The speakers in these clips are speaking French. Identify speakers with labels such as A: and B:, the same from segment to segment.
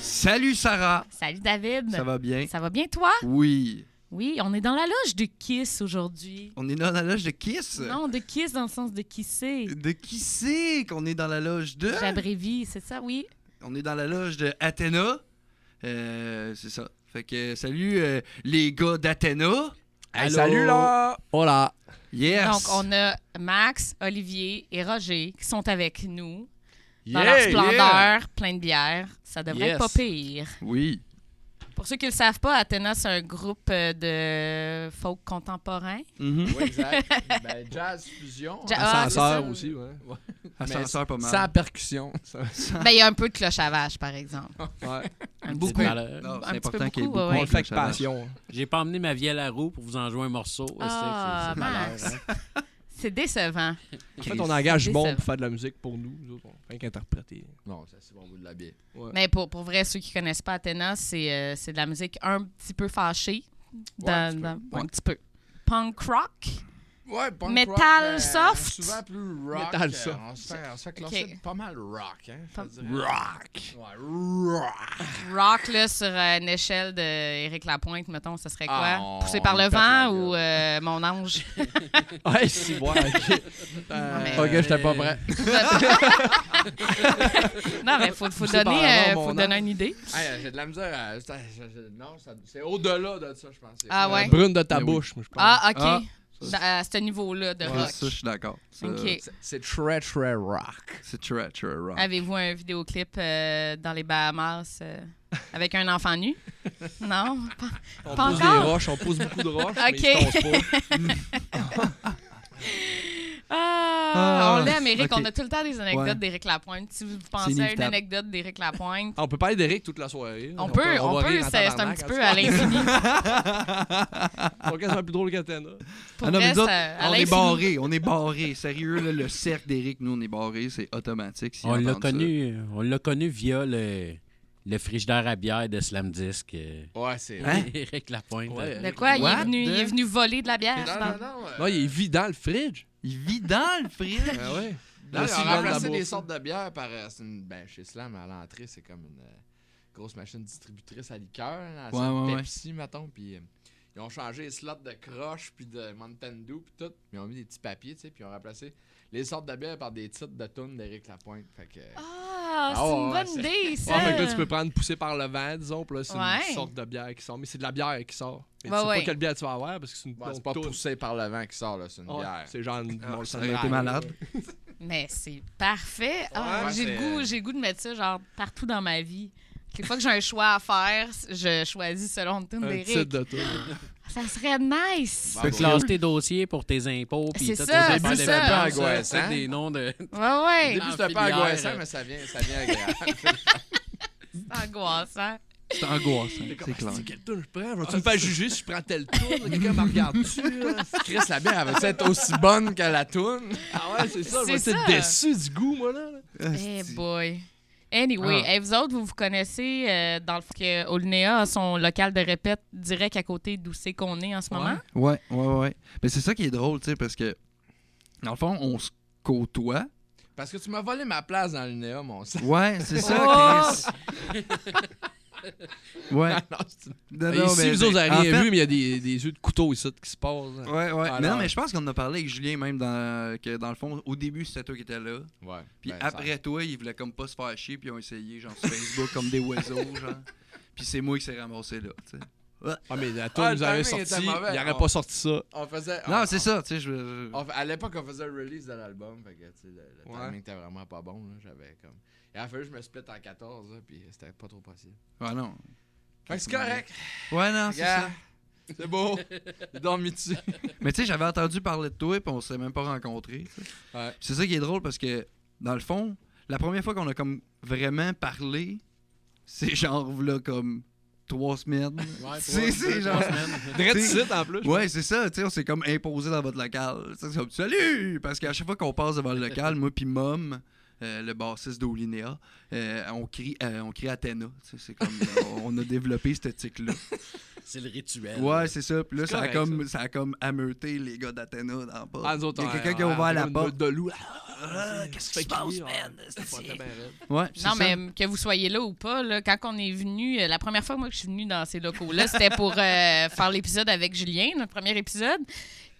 A: Salut Sarah!
B: Salut David.
A: Ça va bien?
B: Ben, Ça va bien toi?
A: Oui.
B: Oui, on est dans la loge de Kiss aujourd'hui.
A: On est dans la loge de Kiss?
B: Non, de Kiss dans le sens de kisser.
A: De qui c'est qu'on est dans la loge de?
B: J'abrévie, c'est ça, oui.
A: On est dans la loge de Athéna. Euh, c'est ça. Fait que euh, salut euh, les gars d'Athéna. Allô?
C: salut là!
D: Hola.
A: Yes!
B: Donc on a Max, Olivier et Roger qui sont avec nous dans leur
C: Yeah!
B: splendeur, plein de bière. Ça devrait
D: Yes.
B: être pas pire.
A: Oui.
B: Pour ceux qui ne le savent pas, Athéna, c'est un groupe euh, de folk contemporain.
A: Mhm.
C: Oui, exact. ben, jazz fusion.
B: Ja-
C: hein.
B: ah, c'est
C: Ascenseur
B: ça.
C: aussi, ouais. Ouais.
A: Ascenseur pas mal.
C: Sans percussion. Ah. ça.
B: Ben, il y a un peu de clochavage, par exemple.
C: Ouais.
B: Un petit
D: Beaucoup.
B: peu.
A: Non,
B: Un
A: c'est
B: petit
A: important
B: peu
A: qu'il y ait beaucoup
B: beaucoup, ouais,
C: On
A: de
C: le fait avec
A: clavecin.
C: passion.
D: J'ai pas emmené ma vieille à roue pour vous en jouer un morceau.
B: Ah,
D: C'est- c'est- c'est malheur,
B: mince.
D: hein.
B: C'est décevant.
C: En fait, on engage
B: C'est
C: bon
B: ça.
C: pour faire de la musique pour nous. Nous autres, on fait qu'interpréter.
E: Non, ça c'est bon, vous de la bière.
B: Mais pour, pour vrai, ceux qui connaissent pas Athéna, c'est euh, c'est de la musique un petit peu fâchée. Dans- dans- un, petit peu.
A: Ouais.
B: Punk rock.
E: Ouais, punk
B: Metal
E: rock, euh,
B: soft.
E: Souvent plus rock.
C: Metal
E: euh,
C: soft.
E: On se fait, on se fait
B: Ok.
E: classer pas mal rock, hein.
B: Pas-
E: Rock. Ouais, rock.
B: Rock, là, sur euh, une échelle d'Éric Lapointe, mettons, ce serait quoi?
E: Ah, on-
B: Poussé par
E: on
B: le
E: pète la
B: vent
E: gueule.
B: ou euh, mon ange?
C: Ouais, si, ouais, ok.
B: Non, mais-
C: Ok, j'étais pas prêt.
B: non, mais faut, faut
C: Poussé par
B: donner,
C: le
B: euh,
C: vent, mon
B: faut
C: ange.
B: donner une idée.
E: Hey, j'ai de la misère à. ça- ça- ça- non, ça- c'est au-delà de ça, je pense.
B: Ah ouais?
C: Brune de ta
A: Mais oui.
C: bouche, moi, je pense.
B: Ah, OK.
A: Ah.
B: Dans- à ce niveau-là de
A: Ouais,
B: rock.
A: Ça, je euh, suis d'accord. Ça,
B: OK.
E: C'est- C'est très, très rock.
A: C'est treacherous. rock.
B: Avez-vous un vidéoclip euh, dans les Bahamas euh, avec un enfant nu? Non?
C: on
B: pas
C: pose
B: encore.
C: des roches, on pose beaucoup de roches.
B: Ok.
C: Mais ils se tombent pas.
B: Ah,
A: Ah,
B: on l'aime, Eric.
A: ok.
B: On a tout le temps des anecdotes
A: Ouais.
B: d'Éric Lapointe. Si vous pensez à une
A: inévitable.
B: anecdote d'Éric Lapointe,
C: Ah, on peut parler d'Eric toute la soirée.
B: on, peut, on
C: va
B: peut,
C: rire
B: c'est
C: en
B: c'est un
C: tabarnak,
B: petit
C: en
B: peu
C: tout
B: à
C: cas.
B: l'infini.
C: C'est pas quasiment plus drôle qu'Athéna.
B: Pour
A: Ah non, mais
B: vrai,
A: nous autres,
B: ça- à
A: on est
B: l'infini.
A: barré, on est barré. Sérieux, là, le cercle d'Éric, nous, on est barré, c'est automatique. s'ils
D: On l'a
A: entendent ça.
D: connu, on l'a connu via le, le frigidaire à bière de Slam Disc. euh,
E: Ouais, c'est.
B: Ah,
A: Hein?
D: Éric Lapointe.
C: Ouais.
D: euh,
B: De quoi? Il est,
A: What
B: venu,
A: the-
B: il est venu voler de la bière.
E: Non,
B: dans-
E: non, non. euh,
C: Non, il est vide dans le fridge.
A: Il vit dans le frère.
C: Ah ouais.
E: Non, ils
C: Aussi
E: ont
C: dans la
E: remplacé
C: bouffe.
E: des sortes de bières par. euh, c'est une- ben, chez Slam, à l'entrée, c'est comme une euh, grosse machine distributrice à liqueur. hein, à
A: Ouais,
E: sorte
A: ouais,
E: Pepsi, mettons. Puis euh, ils ont changé les slots de Crush, puis de Mountain Dew, puis tout. Ils ont mis des petits papiers, tu sais, puis ils ont remplacé les sortes de bières par des titres de tunes d'Éric Lapointe. Fait que.
B: Ah,
E: Ah
B: c'est une
E: ouais,
B: bonne
E: c'est-
B: idée, ça.
C: Ouais, fait que là, tu peux prendre poussé par le vent, disons. Puis là, c'est
B: Ouais.
C: une sorte de bière qui sort. Mais c'est de la bière qui sort. Mais
B: Ouais,
C: tu sais
B: ouais.
C: pas quelle bière tu vas avoir parce que c'est une
E: Ouais,
C: bonne
E: c'est pas poussé par le vent qui sort, là, c'est une bière.
C: C'est genre une
A: Ah,
C: bon,
A: ça
C: c'est
A: aurait
C: une
A: été
C: bière.
A: malade.
B: Mais c'est parfait. Ah,
E: Ouais,
B: j'ai
E: c'est-
B: le goût, j'ai le goût de mettre ça genre partout dans ma vie. Les fois que j'ai un choix à faire, je choisis selon le tune
C: Un titre
B: d'Éric.
C: de tout.
B: Ça serait nice.
E: Bravo.
D: Tu peux classer tes dossiers pour tes impôts. puis
B: C'est
D: toutes
B: ça,
D: les
B: c'est ça.
D: affaires de finances,
E: C'est un peu angoissant.
D: euh, c'est des noms de.
B: Ouais,
E: Au
B: ouais.
E: début,
D: Dans
E: c'était pas
D: filière,
E: angoissant,
D: euh.
E: mais ça vient, ça vient agréable.
B: C'est angoissant.
A: C'est angoissant, c'est clair.
C: C'est quel tour je prends? Vas-tu me faire juger si je prends tel tour? Quelqu'un me regarde-tu? là?
E: Chris, la bière, elle va être aussi bonne que la toune?
C: Ah ouais, c'est ça. Je vais
B: C'est ça.
C: être déçu du goût, moi, là.
A: Ah,
B: Eh boy. Anyway,
C: Ah.
B: hey, vous autres, vous vous connaissez euh, dans le fait que Olnea a son local de répète direct à côté d'où c'est qu'on est en ce moment.
A: Ouais, ouais, ouais. Mais c'est ça qui est drôle, tu sais, parce que, dans le fond, on se côtoie.
E: Parce que tu m'as volé ma place dans l'UNEA, mon sang.
A: Ouais, c'est
B: Oh!
A: ça, Chris. ouais.
E: Non, c'est-
A: Non,
C: Et
A: non,
C: si
A: mais-
C: Ben, vous
A: mais-
C: n'avez
A: en
C: rien
A: fait-
C: vu, mais il y a des, des yeux de couteau ici qui se passent. là.
A: Ouais, ouais.
C: Ah,
A: mais non,
C: non.
A: mais je pense qu'on en a parlé avec Julien, même, dans, que dans le fond, au début, c'était toi qui étais là.
E: Ouais.
A: Puis
E: ben, ça-
A: après toi, ils voulaient comme pas se faire chier, puis ils ont essayé, genre, sur Facebook, comme des oiseaux, genre. Puis c'est moi qui s'est ramassé là, tu sais.
C: Ah, mais la tour
E: Ah,
C: nous
E: le
C: avait
E: timing
C: sorti.
E: était
C: Il
E: mauvais.
C: n'aurait
E: Ah.
C: pas sorti ça.
E: On faisait.
A: Non,
E: on-
A: c'est
E: on-
A: ça, tu sais, je- je...
E: on- à l'époque, on faisait le release de l'album. Fait que, tu sais, le, le
C: Ouais.
E: timing était vraiment pas bon. là, J'avais comme. Et à la fin, je me split en 14, là, puis c'était pas trop possible.
A: Ah non.
E: Fait que c'est correct.
A: Ouais, non, c'est
E: Regarde.
A: ça.
E: C'est beau. J'ai dormi dessus.
A: Mais tu sais, j'avais entendu parler de toi, puis on s'est même pas rencontrés. tu sais.
E: Ouais.
A: C'est ça qui est drôle, parce que, dans le fond, la première fois qu'on a comme vraiment parlé, c'est genre, là, comme trois semaines.
E: Ouais,
A: c'est c'est genre...
C: Dread site en plus.
A: Ouais, c'est ça, tu sais, on s'est comme imposé dans votre local. Tu sais, C'est comme, salut! Parce qu'à chaque fois qu'on passe devant le local, moi puis Mom, euh, le bassiste d'Olinéa, euh, on crie euh, on crie Athéna. Tu sais, C'est comme euh, on a développé cette tic-là.
D: C'est le rituel.
A: Ouais, c'est ça. Puis là,
E: euh, C'est
A: ça, a
E: correct,
A: comme, ça. a comme ameuté les gars d'Athéna dans le pub.
E: Ah, nous autres,
A: Il y a
E: on-
A: quelqu'un qui a
E: on-
A: ouvert
E: on
A: la
E: une
A: porte.
E: boule de loup.
A: Ah, Qu'est-ce qui se
E: Fait qu'il
A: passe,
E: rit,
A: man?
E: on- c'est pas bien
C: hein.
E: raide.
A: Ouais, c'est
B: Non,
A: ça.
B: mais euh, que vous soyez là ou pas, là, quand on est venu, euh, la première fois moi, que je suis venue dans ces locaux-là, c'était pour euh, faire l'épisode avec Julien, notre premier épisode.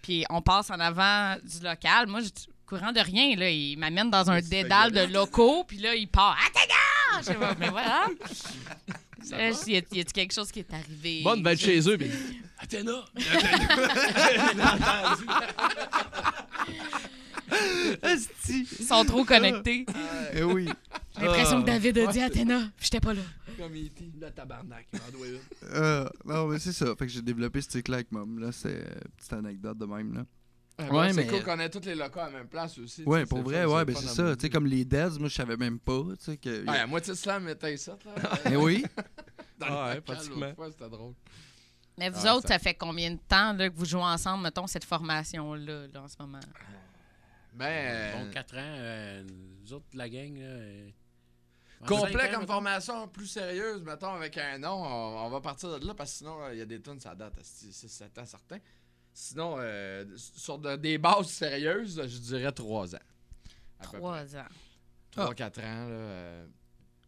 B: Puis on passe en avant du local. Moi, je suis au courant de rien. Là. Il m'amène dans un
E: Il se fait
B: dédale de
E: gueuler.
B: locaux, puis là, il part. Ah, t'es gars! Je sais pas, mais voilà. Là,
E: va?
B: je- Euh, y a- y a-t-il quelque chose qui est arrivé?
E: Bonne va être chez eux, mais.
D: Athéna!
E: euh,
A: Esti.
B: Ils sont trop connectés.
A: Eh oui.
B: J'ai l'impression
A: Ah.
B: que David a dit Athéna, puis j'étais pas là.
E: Comme E E.T. Le tabarnak, il m'en doit une.
A: Euh, non, mais c'est ça. Fait que j'ai développé ce tic-là avec Mom. Là, c'est euh, petite anecdote de même. Là.
E: Ouais,
A: Ouais, mais-
E: C'est cool qu'on ait tous les locaux à la même place aussi. tu
A: Ouais,
E: sais,
A: pour
E: c'est
A: vrai,
E: fun,
A: ouais,
E: le
A: ben
E: fun
A: c'est
E: à
A: ça.
E: mourir.
A: Tu sais, comme les Deads, moi, je savais même pas. Tu sais, que.
E: Ouais, à moitié de slam, mais t'as ça, là.
A: Eh oui.
E: Dans
C: Ah ouais,
E: le local,
C: pratiquement.
E: l'autre fois, C'était drôle.
B: Mais vous
E: Ah,
B: autres,
E: ça-
B: ça... fait combien de temps là, que vous jouez ensemble, mettons, cette formation-là, là, en ce moment?
E: Mais.
D: Bon, 4 ans, euh, nous autres, la gang. là, euh,
E: Complet
D: cinq ans,
E: comme
D: mettons.
E: formation, plus sérieuse, mettons, avec un nom, on, on va partir de là, parce que sinon, là, il y a des tonnes, ça date, 6-7 ans certain. Sinon, euh, sur de- des bases sérieuses, je dirais 3 ans.
B: Trois ans.
A: Ah.
E: 3-4 ans, là. euh.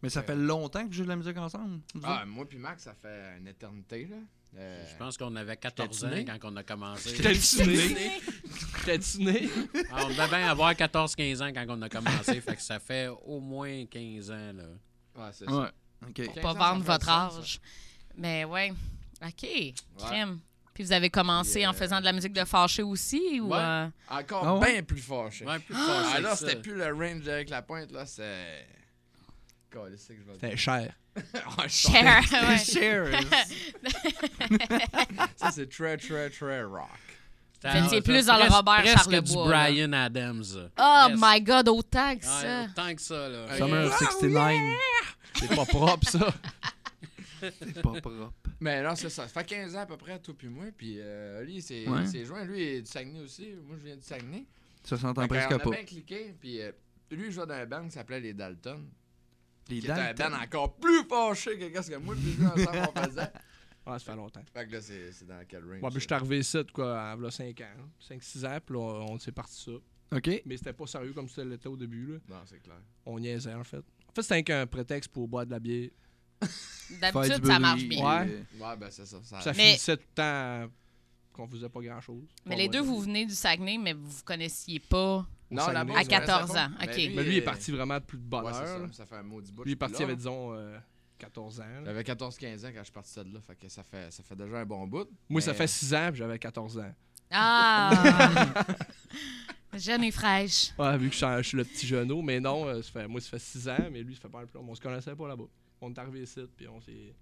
A: Mais ça fait longtemps que je joue de la musique ensemble. vous
E: Ah,
A: autres?
E: moi puis Max, ça fait une éternité, là. Euh,
D: Je pense qu'on avait 14 ans
C: J'étais
D: quand on a commencé.
C: J'étais dessiné. J'étais dessiné.
D: Ah, on devait bien avoir 14-15 ans quand on a commencé. fait que ça fait au moins 15 ans. Là.
E: Ouais, c'est
A: Ouais. OK.
E: Quinze
B: Pour
E: ans,
B: pas
E: ça
B: vendre
E: fait
B: votre
E: ça,
B: âge. Mais ouais. OK. Crème. Puis vous avez commencé
E: Puis,
B: en
E: euh,
B: faisant de la musique de fâché aussi? Ou,
D: Ouais.
B: euh,
E: ça. Encore
A: Ah ouais?
E: bien plus fâché.
D: Ouais, plus
E: Ah,
D: fâché
E: là,
D: que
E: c'était
D: ça.
E: plus le range avec la pointe, là, c'est. Calé, c'est que je vais dire.
C: C'était cher.
E: Ouais, je sens-
B: Cher, ouais.
E: Ça, c'est très, très, très rock.
D: C'était-
B: Vous étiez
D: c'était
B: plus dans le
D: presque-
B: Robert
D: presque
B: Charlebois,
D: du
B: là.
D: Brian Adams.
B: Oh
D: Presque.
B: my God, autant que ça.
D: Ouais, Tant que ça, là.
A: Summer of 69.
E: C'est pas propre, ça.
A: C'est pas propre.
E: Mais non, c'est ça. Ça fait 15 ans à peu près, toi puis moi. Puis euh, lui, il s'est
A: Ouais.
E: il s'est joint. Lui, il est du Saguenay aussi. Moi, je viens du Saguenay.
A: Ça s'entend
E: Fait qu'on
A: presque
E: a
A: pas.
E: bien cliqué. Puis euh, lui, il jouait dans un band qui s'appelait Les Dalton.
A: Les
E: Qui était un Ben
A: Dalton.
E: band encore plus fâché que ce que moi puis lui, ensemble, on faisait.
C: Ouais, ça fait longtemps.
E: Fait que là, c'est c'est dans quel range?
C: Moi, ben, je
E: ça?
C: suis arrivé ici, de quoi, en 5 ans. 5-6 ans, puis là, on on s'est parti ça.
A: euh, OK.
C: Mais c'était pas sérieux comme c'était l'était au début, là.
E: Non, c'est clair.
C: On niaisait, en fait. En fait, c'était un prétexte pour boire de la bière.
A: Faire
B: D'habitude,
A: du
B: ça marche
A: bruit,
B: bien.
C: Ouais.
A: euh,
E: Ouais, ben c'est ça. ça-
C: Ça
B: Mais-
C: finissait tout le temps qu'on faisait pas grand-chose.
B: Mais
C: Bon,
B: les
C: ouais,
B: deux,
C: ça-
B: vous venez du Saguenay, mais vous vous connaissiez pas.
E: Non,
C: Saguenay,
E: là-bas,
C: À
E: on se connaissait
B: 14
E: pas.
B: ans,
E: Mais
B: ok.
C: Mais lui, il est
E: euh,
C: parti vraiment de plus de bonne
E: Ouais, c'est
C: heure.
E: ça,
C: là.
E: ça fait un maudit bout.
C: Lui, il est parti,
E: Là,
C: avait, disons, euh, 14 ans. là.
E: J'avais 14-15 ans quand je suis parti de là, fait que ça fait, ça fait déjà un bon bout.
C: Moi,
E: mais-
C: ça fait 6 ans, puis j'avais 14 ans.
B: Ah! Jeune et fraîche.
C: Ouais, vu que je suis- je suis le petit genou, mais non, euh, ça fait, moi, ça fait 6 ans, mais lui, ça fait pas le plus long. On se connaissait pas là-bas. On est arrivé ici, puis on s'est.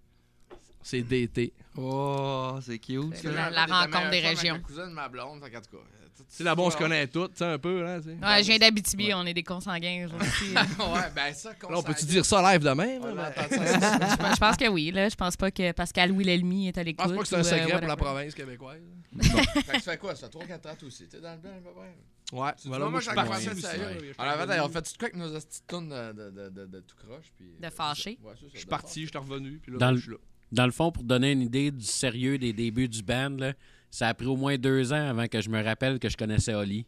C: On s'est daté.
A: Oh, c'est cute.
B: C'est
E: Parce que
A: ça.
B: la-
E: j'avais
B: la
E: des meilleures
B: rencontre des
E: chums avec
B: régions.
E: La cousine de ma blonde, fait qu'en tout cas.
C: Tu sais, là-bas, on se connaît toutes, tu sais, un peu, là, tu sais.
B: Ouais, je viens d'Abitibi, on est des consanguins. genre, aussi.
E: ouais, ben ça, qu'on
C: Là, on peut-tu
E: s'en-
C: dire ça live demain?
E: On
C: là, ben?
E: l'entend ça.
B: je, pense- je pense que oui. Là. Je pense pas que Pascal Willelmy est à
C: Je pense
B: l'écoute.
C: pas que c'est
B: ou,
C: un
B: euh,
C: secret pour la
B: whatever.
C: province québécoise.
E: Fait que ça fait quoi, ça? 3-4 ans, toi aussi. T'es dans le bain, à peu près.
C: Ouais,
E: Tu
C: voilà,
E: vois, moi,
C: je suis
E: j'ai
C: parti
E: commencé
C: aussi.
E: à
D: sérieux,
C: Ouais.
D: là,
E: On avait d'ailleurs fait tout quoi avec nos petites tonnes de, de, de, de, de tout croche. Puis,
B: De fâché.
E: Ouais, ça, ça,
C: Je suis
E: de
C: parti, je suis revenu, puis là,
D: Dans
C: ben,
D: le-
C: je suis là.
D: Dans le fond, pour donner une idée du sérieux des débuts du band, là, ça a pris au moins deux ans avant que je me rappelle que je connaissais Oli.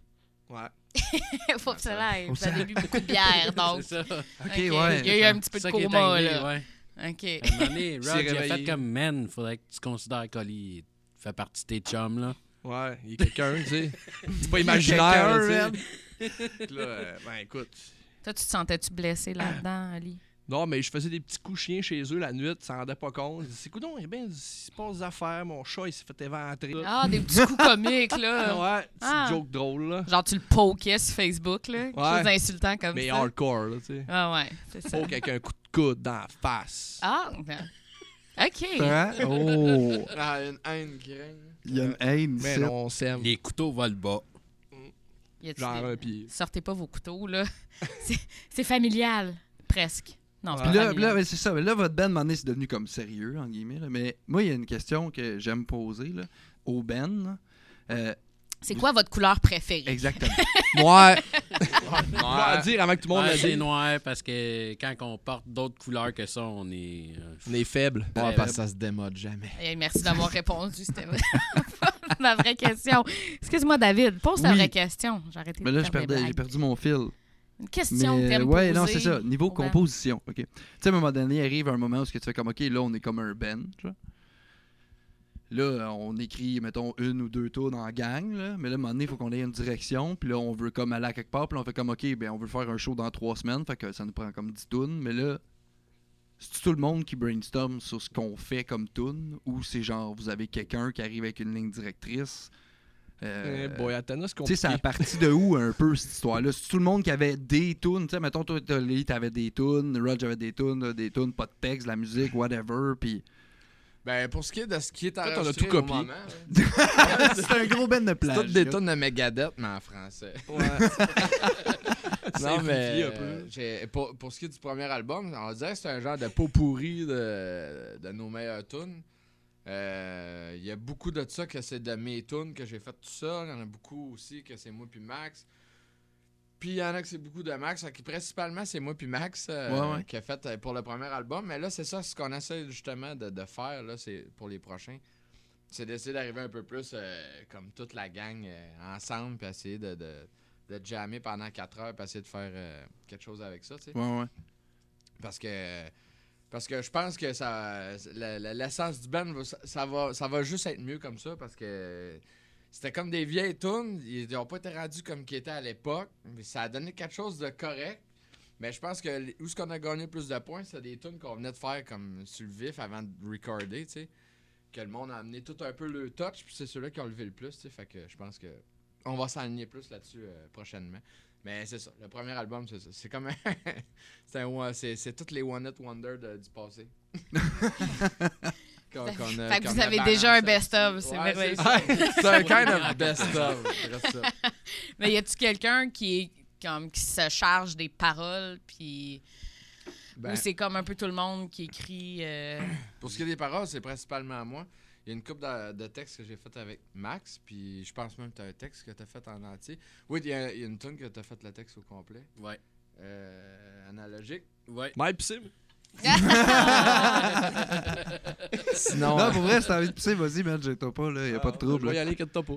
C: Ouais.
B: Faut que ça l'aille. Vous avez bu beaucoup de bière, donc.
D: C'est ça.
A: OK,
B: Ah, Ok,
A: ouais.
B: Il y a eu un petit peu de
D: ça qui est
B: coma,
D: arrivé,
B: là.
D: ouais.
B: OK.
D: À un moment donné,
C: s'est
D: Rod, il a fait
C: réveillé.
D: comme Man, faudrait que tu considères qu'Oli fait partie de tes chums. Là.
C: Ouais, il y a quelqu'un, tu sais. C'est pas imaginaire, là, tu sais. Puis là, euh, ben écoute.
B: Toi, tu te sentais-tu blessé là-dedans, Ali?
C: Non, mais je faisais des petits coups chiens chez eux la nuit, tu s'en rendais pas compte. Je dis, écoute, non, il y a bien, Eh ben, il se passe des affaires, mon chat, il s'est fait éventrer.
B: Ah, des petits coups comiques, là.
C: ouais, petite
B: Ah.
C: joke drôle, là.
B: Genre, tu le pokais sur Facebook, là. Quelque
C: Ouais.
B: chose d'insultant comme
C: Mais
B: ça.
C: hardcore, là, tu sais.
B: Ah, ouais, c'est ça.
C: Faut avec un coup de coude dans la face.
B: Ah, ben. OK.
A: Hein? Oh,
E: Ah, une haine qui règne.
A: il y a une haine.
C: Mais
A: ici.
C: non, on s'aime.
D: Les couteaux volent bas.
B: Y a-tu
C: Genre,
B: des-
C: euh, puis.
B: Sortez pas vos couteaux, là. C'est- C'est familial, presque. Non, c'est
A: Puis
B: pas
A: là,
B: familial.
A: là, mais c'est ça. Mais là, votre band, à un moment donné, c'est devenu comme sérieux, en guillemets. là. Mais moi, il y a une question que j'aime poser là, au band. là. Ben, Euh,
B: C'est quoi votre couleur préférée?
A: Exactement. Noir.
C: On va le dire avant que tout le monde
D: Ouais,
C: le
D: Ah, c'est
C: dise.
D: noir parce que quand on porte d'autres couleurs que ça, on est. euh,
C: On est faible.
E: Ouais, parce que ça se démode jamais.
B: Eh, merci d'avoir répondu. C'était vraiment pas ma vraie question. Excuse-moi, David. Pose ta
A: Oui.
B: vraie question. J'ai arrêté
A: Mais
B: de
A: là, je
B: faire des
A: perdais, j'ai
B: blagues.
A: perdu mon fil.
B: Une
A: Mais
B: question que
A: euh,
B: t'aimes
A: ouais, non,
B: poser.
A: c'est ça. Niveau
B: au band.
A: composition, ok. Tu sais, à un moment donné, arrive un moment où ce que tu fais comme, ok, là, on est comme un band. genre. Là, on écrit, mettons, une ou deux tours dans la gang, là. mais là, à un moment donné, il faut qu'on ait une direction, puis là, on veut comme aller à quelque part, puis là, on fait comme, ok, ben, on veut faire un show dans trois semaines, fait que ça nous prend comme 10 tunes, mais là, c'est tout le monde qui brainstorm sur ce qu'on fait comme tune, ou c'est genre, vous avez quelqu'un qui arrive avec une ligne directrice.
C: Eh
A: Euh,
C: boy,
A: tu
C: Athena, c'est
A: sais,
C: compliqué.
A: c'est à partir de où un peu cette histoire-là? C'est tout le monde qui avait des tunes, tu sais, mettons, toi, t'as- Lee, t'avais des tunes, Roger avait des tunes, là, des tunes, pas de texte, la musique, whatever, puis
E: Ben, pour ce qui est de ce qui est
C: on a
E: enregistré
C: tout
E: au
C: copié.
E: moment, là,
A: c'est un gros ben de
E: c'est
A: plage.
E: toutes des tonnes de Megadeth, mais en français. non, mais
C: Simplifié un peu.
E: euh, j'ai- pour, pour ce qui est du premier album, on dirait que c'est un genre de pot pourri de, de nos meilleures tunes. Euh, Il y a beaucoup de ça que c'est de mes tunes que j'ai fait tout seul. Il y en a beaucoup aussi que c'est moi puis Max. Puis il y en a que c'est beaucoup de Max. Fait que principalement, c'est moi puis Max euh,
A: Ouais, ouais.
E: qui a fait euh, pour le premier album. Mais là, c'est ça, ce qu'on essaie justement de, de faire là, c'est pour les prochains. C'est d'essayer d'arriver un peu plus euh, comme toute la gang euh, ensemble, puis essayer de, de, de jammer pendant 4 heures, puis essayer de faire euh, quelque chose avec ça, tu sais.
A: Ouais, ouais.
E: Parce que parce que je pense que ça la- la- l'essence du band va- ça, ça va ça va juste être mieux comme ça parce que c'était comme des vieilles tunes, ils n'ont pas été rendus comme qu'ils étaient à l'époque, mais ça a donné quelque chose de correct. Mais je pense que les- où ce qu'on a gagné plus de points, c'est des tunes qu'on venait de faire comme sur le vif avant de recorder, tu sais. Que le monde a amené tout un peu le touch, puis c'est ceux-là qui ont levé le plus, tu sais. Fait que je pense que on va s'aligner plus là-dessus euh, prochainement. Mais c'est ça, le premier album, c'est ça. C'est comme un- c'est un one- c'est c'est toutes les One Hit Wonder de- du passé. Qu'on-
B: Fait-
E: qu'on a-
B: fait que
E: qu'on
B: vous
E: a
B: avez déjà un
E: balancé
B: best-of,
E: là-dessus.
B: c'est
E: Ouais,
B: merveilleux.
E: ça. C'est un kind of best-of. reste ça.
B: Mais y a-tu quelqu'un qui est comme qui se charge des paroles puis
E: Ben,
B: ou c'est comme un peu tout le monde qui écrit euh,
E: pour ce qui est des paroles, c'est principalement à moi. Il y a une coupe de, de textes que j'ai fait avec Max, puis je pense même que tu as un texte que tu as fait en entier. Oui, il y, a il y a une tune que tu as fait le texte au complet.
D: Ouais.
E: Euh, analogique.
D: Ouais.
C: Mike pis Sim.
E: Sinon,
A: Non, pour vrai, c'est envie de pisser, vas-y, man, j'étais pas, là, Ah, y a pas de trouble.
C: Je vais y
A: là.
C: aller, inquiète-toi pas.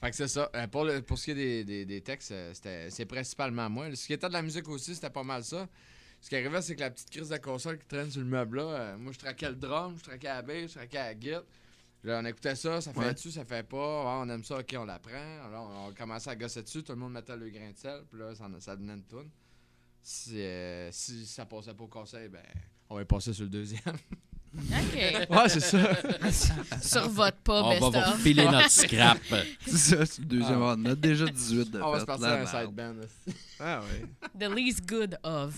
E: Fait que c'est ça. Euh, pour, le- pour ce qui est des, des- des textes, euh, c'était- c'est principalement moi. Ce qui était de la musique aussi, c'était pas mal ça. Ce qui arrivait, c'est que la petite crise de console qui traîne sur le meuble là, euh, moi je traquais le drum, je traquais la bass, je traquais la guitare. Là, on écoutait ça, ça fait
A: Ouais.
E: dessus, ça fait pas. Ah, on aime ça, ok, on l'apprend. Alors, on, on commençait à gosser dessus, tout le monde mettait le grain de sel, puis là, ça, en- ça donnait une toune. Si, euh, si ça passait pas au conseil, ben, on va passer sur le deuxième.
B: OK.
C: Ouais, c'est ça.
B: Sur votre pas
D: on va vous
B: best-of.
D: filer notre scrap.
A: C'est ça, c'est le deuxième
E: Ah.
A: round. On a déjà 18 de
E: on va se
A: fait,
E: partir
A: la
E: un
A: merde.
E: side band. là.
C: Ah ouais.
B: The least good of.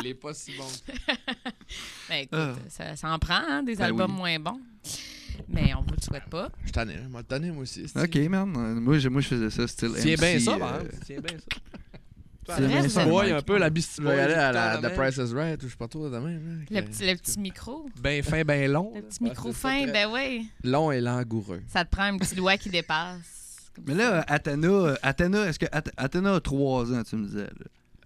E: Il est pas si bon.
B: Ben, écoute,
A: Ah.
B: ça, ça en prend, hein, des
A: Ben
B: albums
A: oui.
B: moins bons. Mais on vous le souhaite pas.
E: Je t'en
A: hein.
E: ai, moi, t'en ai, moi aussi.
A: Ok, man. euh, Moi, j'ai- moi, je faisais ça, style
C: C'est
A: MC,
C: bien ça,
A: euh,
C: par exemple. C'est bien ça.
A: C'est bien
B: Vraiment?
A: ça,
C: Ouais,
A: Mike.
C: un peu la
E: Tu
C: bistie.
E: vas y aller à la The Price is Right ou je sais pas trop de même. hein?
A: Ben,
B: Le petit, le petit micro.
C: Ben fin, ben long.
B: Le
C: là.
B: petit micro fin,
E: très-
B: ben oui.
E: Long et langoureux.
B: Ça te prend un petit doigt qui dépasse. comme
A: Mais
B: ça.
A: là, Athena, euh, Athena est-ce que Ath- Athena a 3 ans, tu me disais,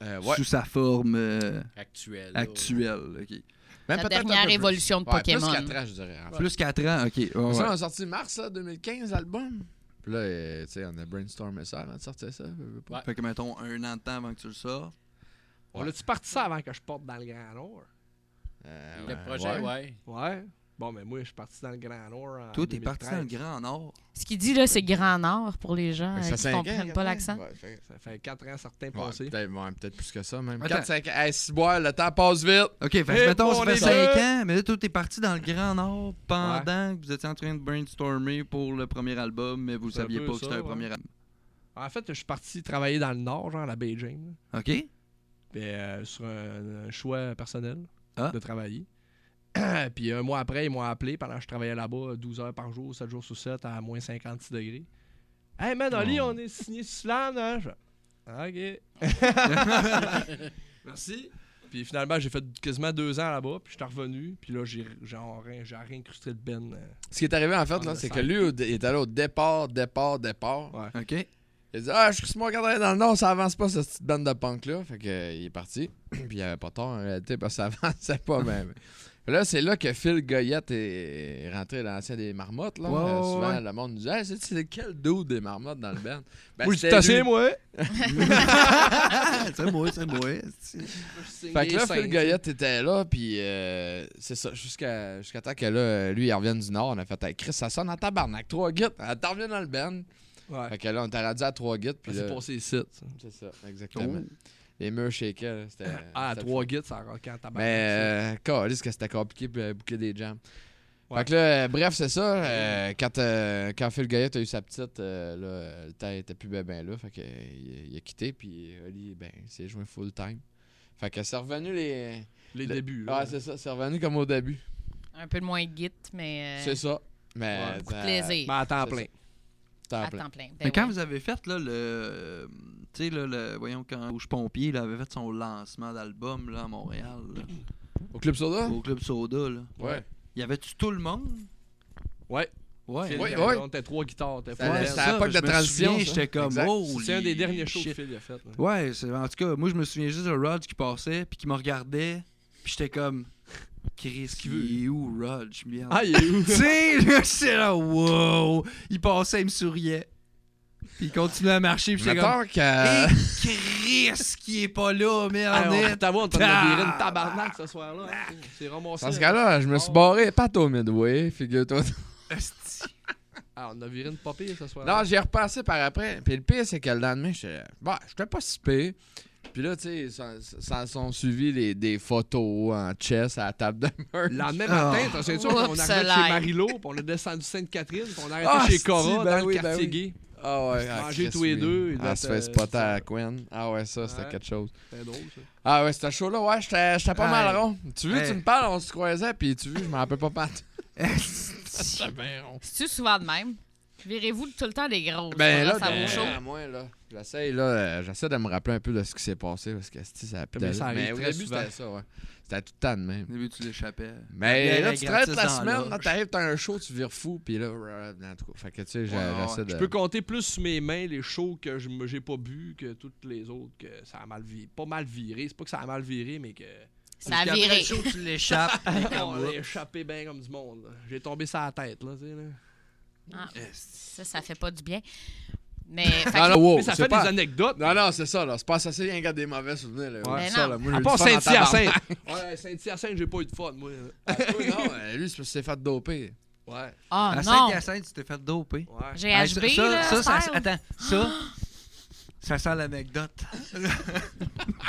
A: là, sous sa forme euh,
D: Actuel. là.
A: actuelle. ok.
B: La dernière évolution de Pokémon.
E: Plus 4 ans, je dirais. en fait.
A: Plus 4 ans, ok. ouais,
E: Ça,
A: ouais.
E: on a sorti mars là, 2015, l'album. Puis là, euh, tu sais, on a brainstormé ça avant de sortir ça. veux, veux pas.
A: Fait que mettons un an de temps avant que tu le sors.
C: On a-tu parti ça avant que je parte dans le Grand Nord?
E: Euh,
D: Le
E: ouais,
D: projet,
E: ouais.
D: ouais.
C: Ouais. Bon, mais moi, je suis parti dans le Grand Nord. en
A: Toi, t'es parti dans le
C: 2013.
A: Grand Nord.
B: Ce qu'il dit, là, c'est Grand Nord pour les gens
D: Ben,
E: Fait que
B: euh, qui
E: cinq
B: ne
E: ans,
B: comprennent
E: quatre
B: pas
E: ans. hein?
B: l'accent.
E: Ouais, fait-
C: Ça fait 4 ans certains
E: ouais,
C: passés.
E: peut-être ouais, peut-être plus que ça, même.
A: Attends.
E: 4-5 ans. Hey, si boire, le temps passe vite.
A: Ok, fait que
C: Eh,
A: mettons,
C: bon,
A: ça
C: on
A: fait
C: est
A: 5
C: deux.
A: ans, mais là, toi, t'es parti dans le Grand Nord pendant que vous étiez en train de brainstormer pour le premier album, mais vous
C: C'est un
A: saviez
C: peu
A: pas que
C: ça,
A: c'était un
C: ouais.
A: premier album.
C: En fait, je suis parti travailler dans le Nord, genre à la Beijing. là.
A: Ok?
C: Puis, euh, sur un, un choix personnel
A: Ah.
E: Hein?
C: de travailler. Puis un mois après, ils m'ont appelé pendant que je travaillais là-bas 12 heures par jour, 7 jours sur 7 à moins 56 degrés. Hey man, Oli,
A: Oh.
C: on est signé sur Slam, hein? Je fais, OK. Merci. Puis finalement, j'ai fait quasiment deux ans là-bas, puis j'étais revenu, puis là, j'ai genre, j'ai réincrusté le Ben. euh,
E: Ce qui est arrivé en fait,
C: On
E: Ah, là,
C: le
E: c'est
C: sent.
E: que lui, au dé- il était allé au départ, départ, départ.
C: Ouais.
A: OK.
E: Il a dit Ah, je suis moi quand on est dans le nord, ça avance pas cette petite bande de punk là. Fait que euh, il est parti. Puis il avait pas tort en réalité parce que ça avançait pas même. Là, c'est là que Phil Goyette est rentré dans l'ancien des marmottes. Là.
A: Ouais,
E: Euh,
A: ouais,
E: souvent,
A: ouais.
E: le monde nous dit Hey, c'est- c'est quel dos des marmottes dans le band Ben,
C: Moi, j'ai
E: c'était
C: dit, T'as
E: lui.
C: moi! hein?
A: Ah, c'est moi, c'est moi. c'est-
E: Fait que là,
C: hein,
E: Phil Goyette était là, puis euh, c'est ça, jusqu'à jusqu'à temps que là, lui, il revienne du Nord, on a fait hey, Chris, ça sonne en tabarnak, trois guides, t'en reviens dans le band.
C: Ouais.
E: Fait que là, on était rendu à trois guides, puis là.
C: Ah,
E: euh,
C: C'est passé ici. ça.
E: C'est ça, exactement. Les murs shaker, c'était.
C: Ah, à
E: c'était
C: trois guides, ça rock en tabac.
E: Mais, euh, calisse que c'était compliqué de boucler des jams.
C: Ouais.
E: Fait que là, euh, bref, c'est ça. euh, quand, euh, quand Phil Goyette a eu sa petite, euh, là, euh, le temps était plus ben, ben là. Fait que, euh, il, il a quitté, puis Oli, ben, il s'est joué full time. Fait que c'est revenu les.
C: les
E: le-
C: débuts. là.
E: Ah, c'est ça, c'est revenu comme au début.
B: Un peu moins guite, mais. euh,
E: C'est ça. Mais.
C: Ouais,
B: Ah, beaucoup de
E: ça-
B: plaisir.
C: Mais à temps
E: C'est
C: plein.
E: temps
B: à
E: plein.
B: temps plein. Ben
A: Mais quand
B: ouais.
A: vous avez fait là, le. Tu sais, là, le. Voyons, quand Rouge Pompier là, avait fait son lancement d'album là, à Montréal, là,
E: Au Club
C: Ah.
E: Soda?
A: au Club Soda, là.
E: Ouais.
A: Y avait-tu tout le monde?
C: Ouais.
A: Ouais.
C: Phil,
E: Ah, Ouais,
C: euh,
E: ouais.
C: On était trois guitares. t'es
E: Ça
C: full
E: allait-
C: band.
E: ça- à l'époque de
A: je me
E: transition,
A: souviens,
E: ça.
A: J'étais comme,
E: Exact.
A: oh,
C: C'est un des derniers shows que Phil a fait. là.
A: Ouais, c'est- en tout cas, moi, je me souviens juste de Rudge qui passait, puis qui me regardait, puis j'étais comme, Chris, qui
C: veut?
A: est où, Rudge? merde?
C: Ah, il est où?
A: tu sais, là, j'étais là, wow! Il passait, il me souriait. Puis il continuait à marcher, puis j'étais comme,
E: Mettons
A: Hé,
E: que.
A: Chris, qui est pas là,
C: Ah,
A: merde!
C: on
A: net.
C: t'avoue, on t'en a viré une tabarnak ce soir-là. hein. C'est ramassé.
E: Ah. Dans ce cas-là, je me suis barré, pas au Midway, figure-toi.
A: Asti.
C: Ah, on a viré une papille ce soir-là.
E: Non, j'y ai repassé par après. Puis le pire, c'est que le lendemain, j'étais bah, j'étais pas si pire. Puis là, tu sais, s'en- s'en sont suivis les- des photos en chess à la table de
C: Le
E: meurtre.
C: lendemain
A: Ah.
C: matin, t'as sûr, on
B: Oups,
C: est arrivé
B: là.
C: chez Marilou, puis on a descendu Sainte-Catherine, puis on a
E: Ah,
C: arrêté chez
E: si,
C: Cora
E: ben
C: dans
E: oui,
C: le
E: ben
C: quartier
E: oui.
C: gay.
E: Ah ouais, ah,
C: Manger
E: Chris,
C: tous les
E: oui.
C: deux, il
E: Ah, se fait
C: était-
E: spotter à Quinn. Ah ouais, ça, c'était
C: Ouais.
E: quelque chose.
C: C'était drôle, ça.
E: Ah ouais, c'était chaud là, ouais, j'étais j'étais pas
A: Hey.
E: mal rond. Tu veux,
A: Hey.
E: tu me parles, on se croisait, puis tu veux, je m'en rappelle pas pas.
C: Ah,
A: Asti.
E: bien rond.
B: C'est-tu souvent de même? Virez-vous tout le temps des grosses.
E: Ben
B: là,
E: là,
B: ça vaut
E: de-
B: chaud.
E: à moi, là. J'essaie, là, euh, j'essaie de me rappeler un peu de ce qui s'est passé parce que asti, ça a pété.
C: ça arrive
E: au
C: très
E: début,
C: souvent.
E: c'était ça, ouais. C'était tout le temps de même.
A: Au début, tu l'échappais.
E: Mais
A: Ouais,
E: là,
A: ouais,
E: tu
A: gratis
E: traites la
A: dans
E: semaine, là,
A: l'orge.
E: t'arrives, t'as un show, tu vires fou, puis là, euh, en tout cas. Fait que tu sais, j'ai-
A: Ouais, ouais,
E: j'essaie de.
C: Je peux compter plus sur mes mains les shows que je me- j'ai pas bu que toutes les autres que ça a mal viré. Pas mal viré, c'est pas que ça a mal viré, mais que.
B: Ça
A: Parce
B: a
A: qu'après
B: viré.
A: le show, tu l'échappes.
E: Ah,
A: t'es
C: on
A: comme,
C: a échappé bien comme du monde. là. J'ai tombé sur la tête, là, tu sais, là.
B: Ah,
A: Asti.
B: ça, ça fait pas du bien. Mais. fait
E: euh, Non,
B: que-
E: non, wow,
C: mais ça
E: Oh, c'est
C: fait
E: pas-
C: des anecdotes.
E: Non, non, c'est ça, là. C'est pas ça, c'est un gars des mauvais souvenirs, là.
C: Ouais,
E: Ouais,
B: Ben
E: ça,
B: non.
E: là. Moi, j'ai
C: À
E: eu
C: part
E: du fun en
C: Saint-Hyacinthe.
E: tabarnak.
C: Ouais, Saint-Hyacinthe, j'ai pas eu de fun, moi. là.
E: Ah, toi, non, euh, lui, c'est parce qu'il s'est fait doper.
C: Ouais.
B: Ah
A: À
B: non!
A: Saint-Hyacinthe, tu t'es fait doper.
C: Ouais.
A: Hey,
B: GHB,
E: Ben,
A: ça,
B: là,
A: ça, ça,
B: style.
A: attends, ça, ça sent l'anecdote.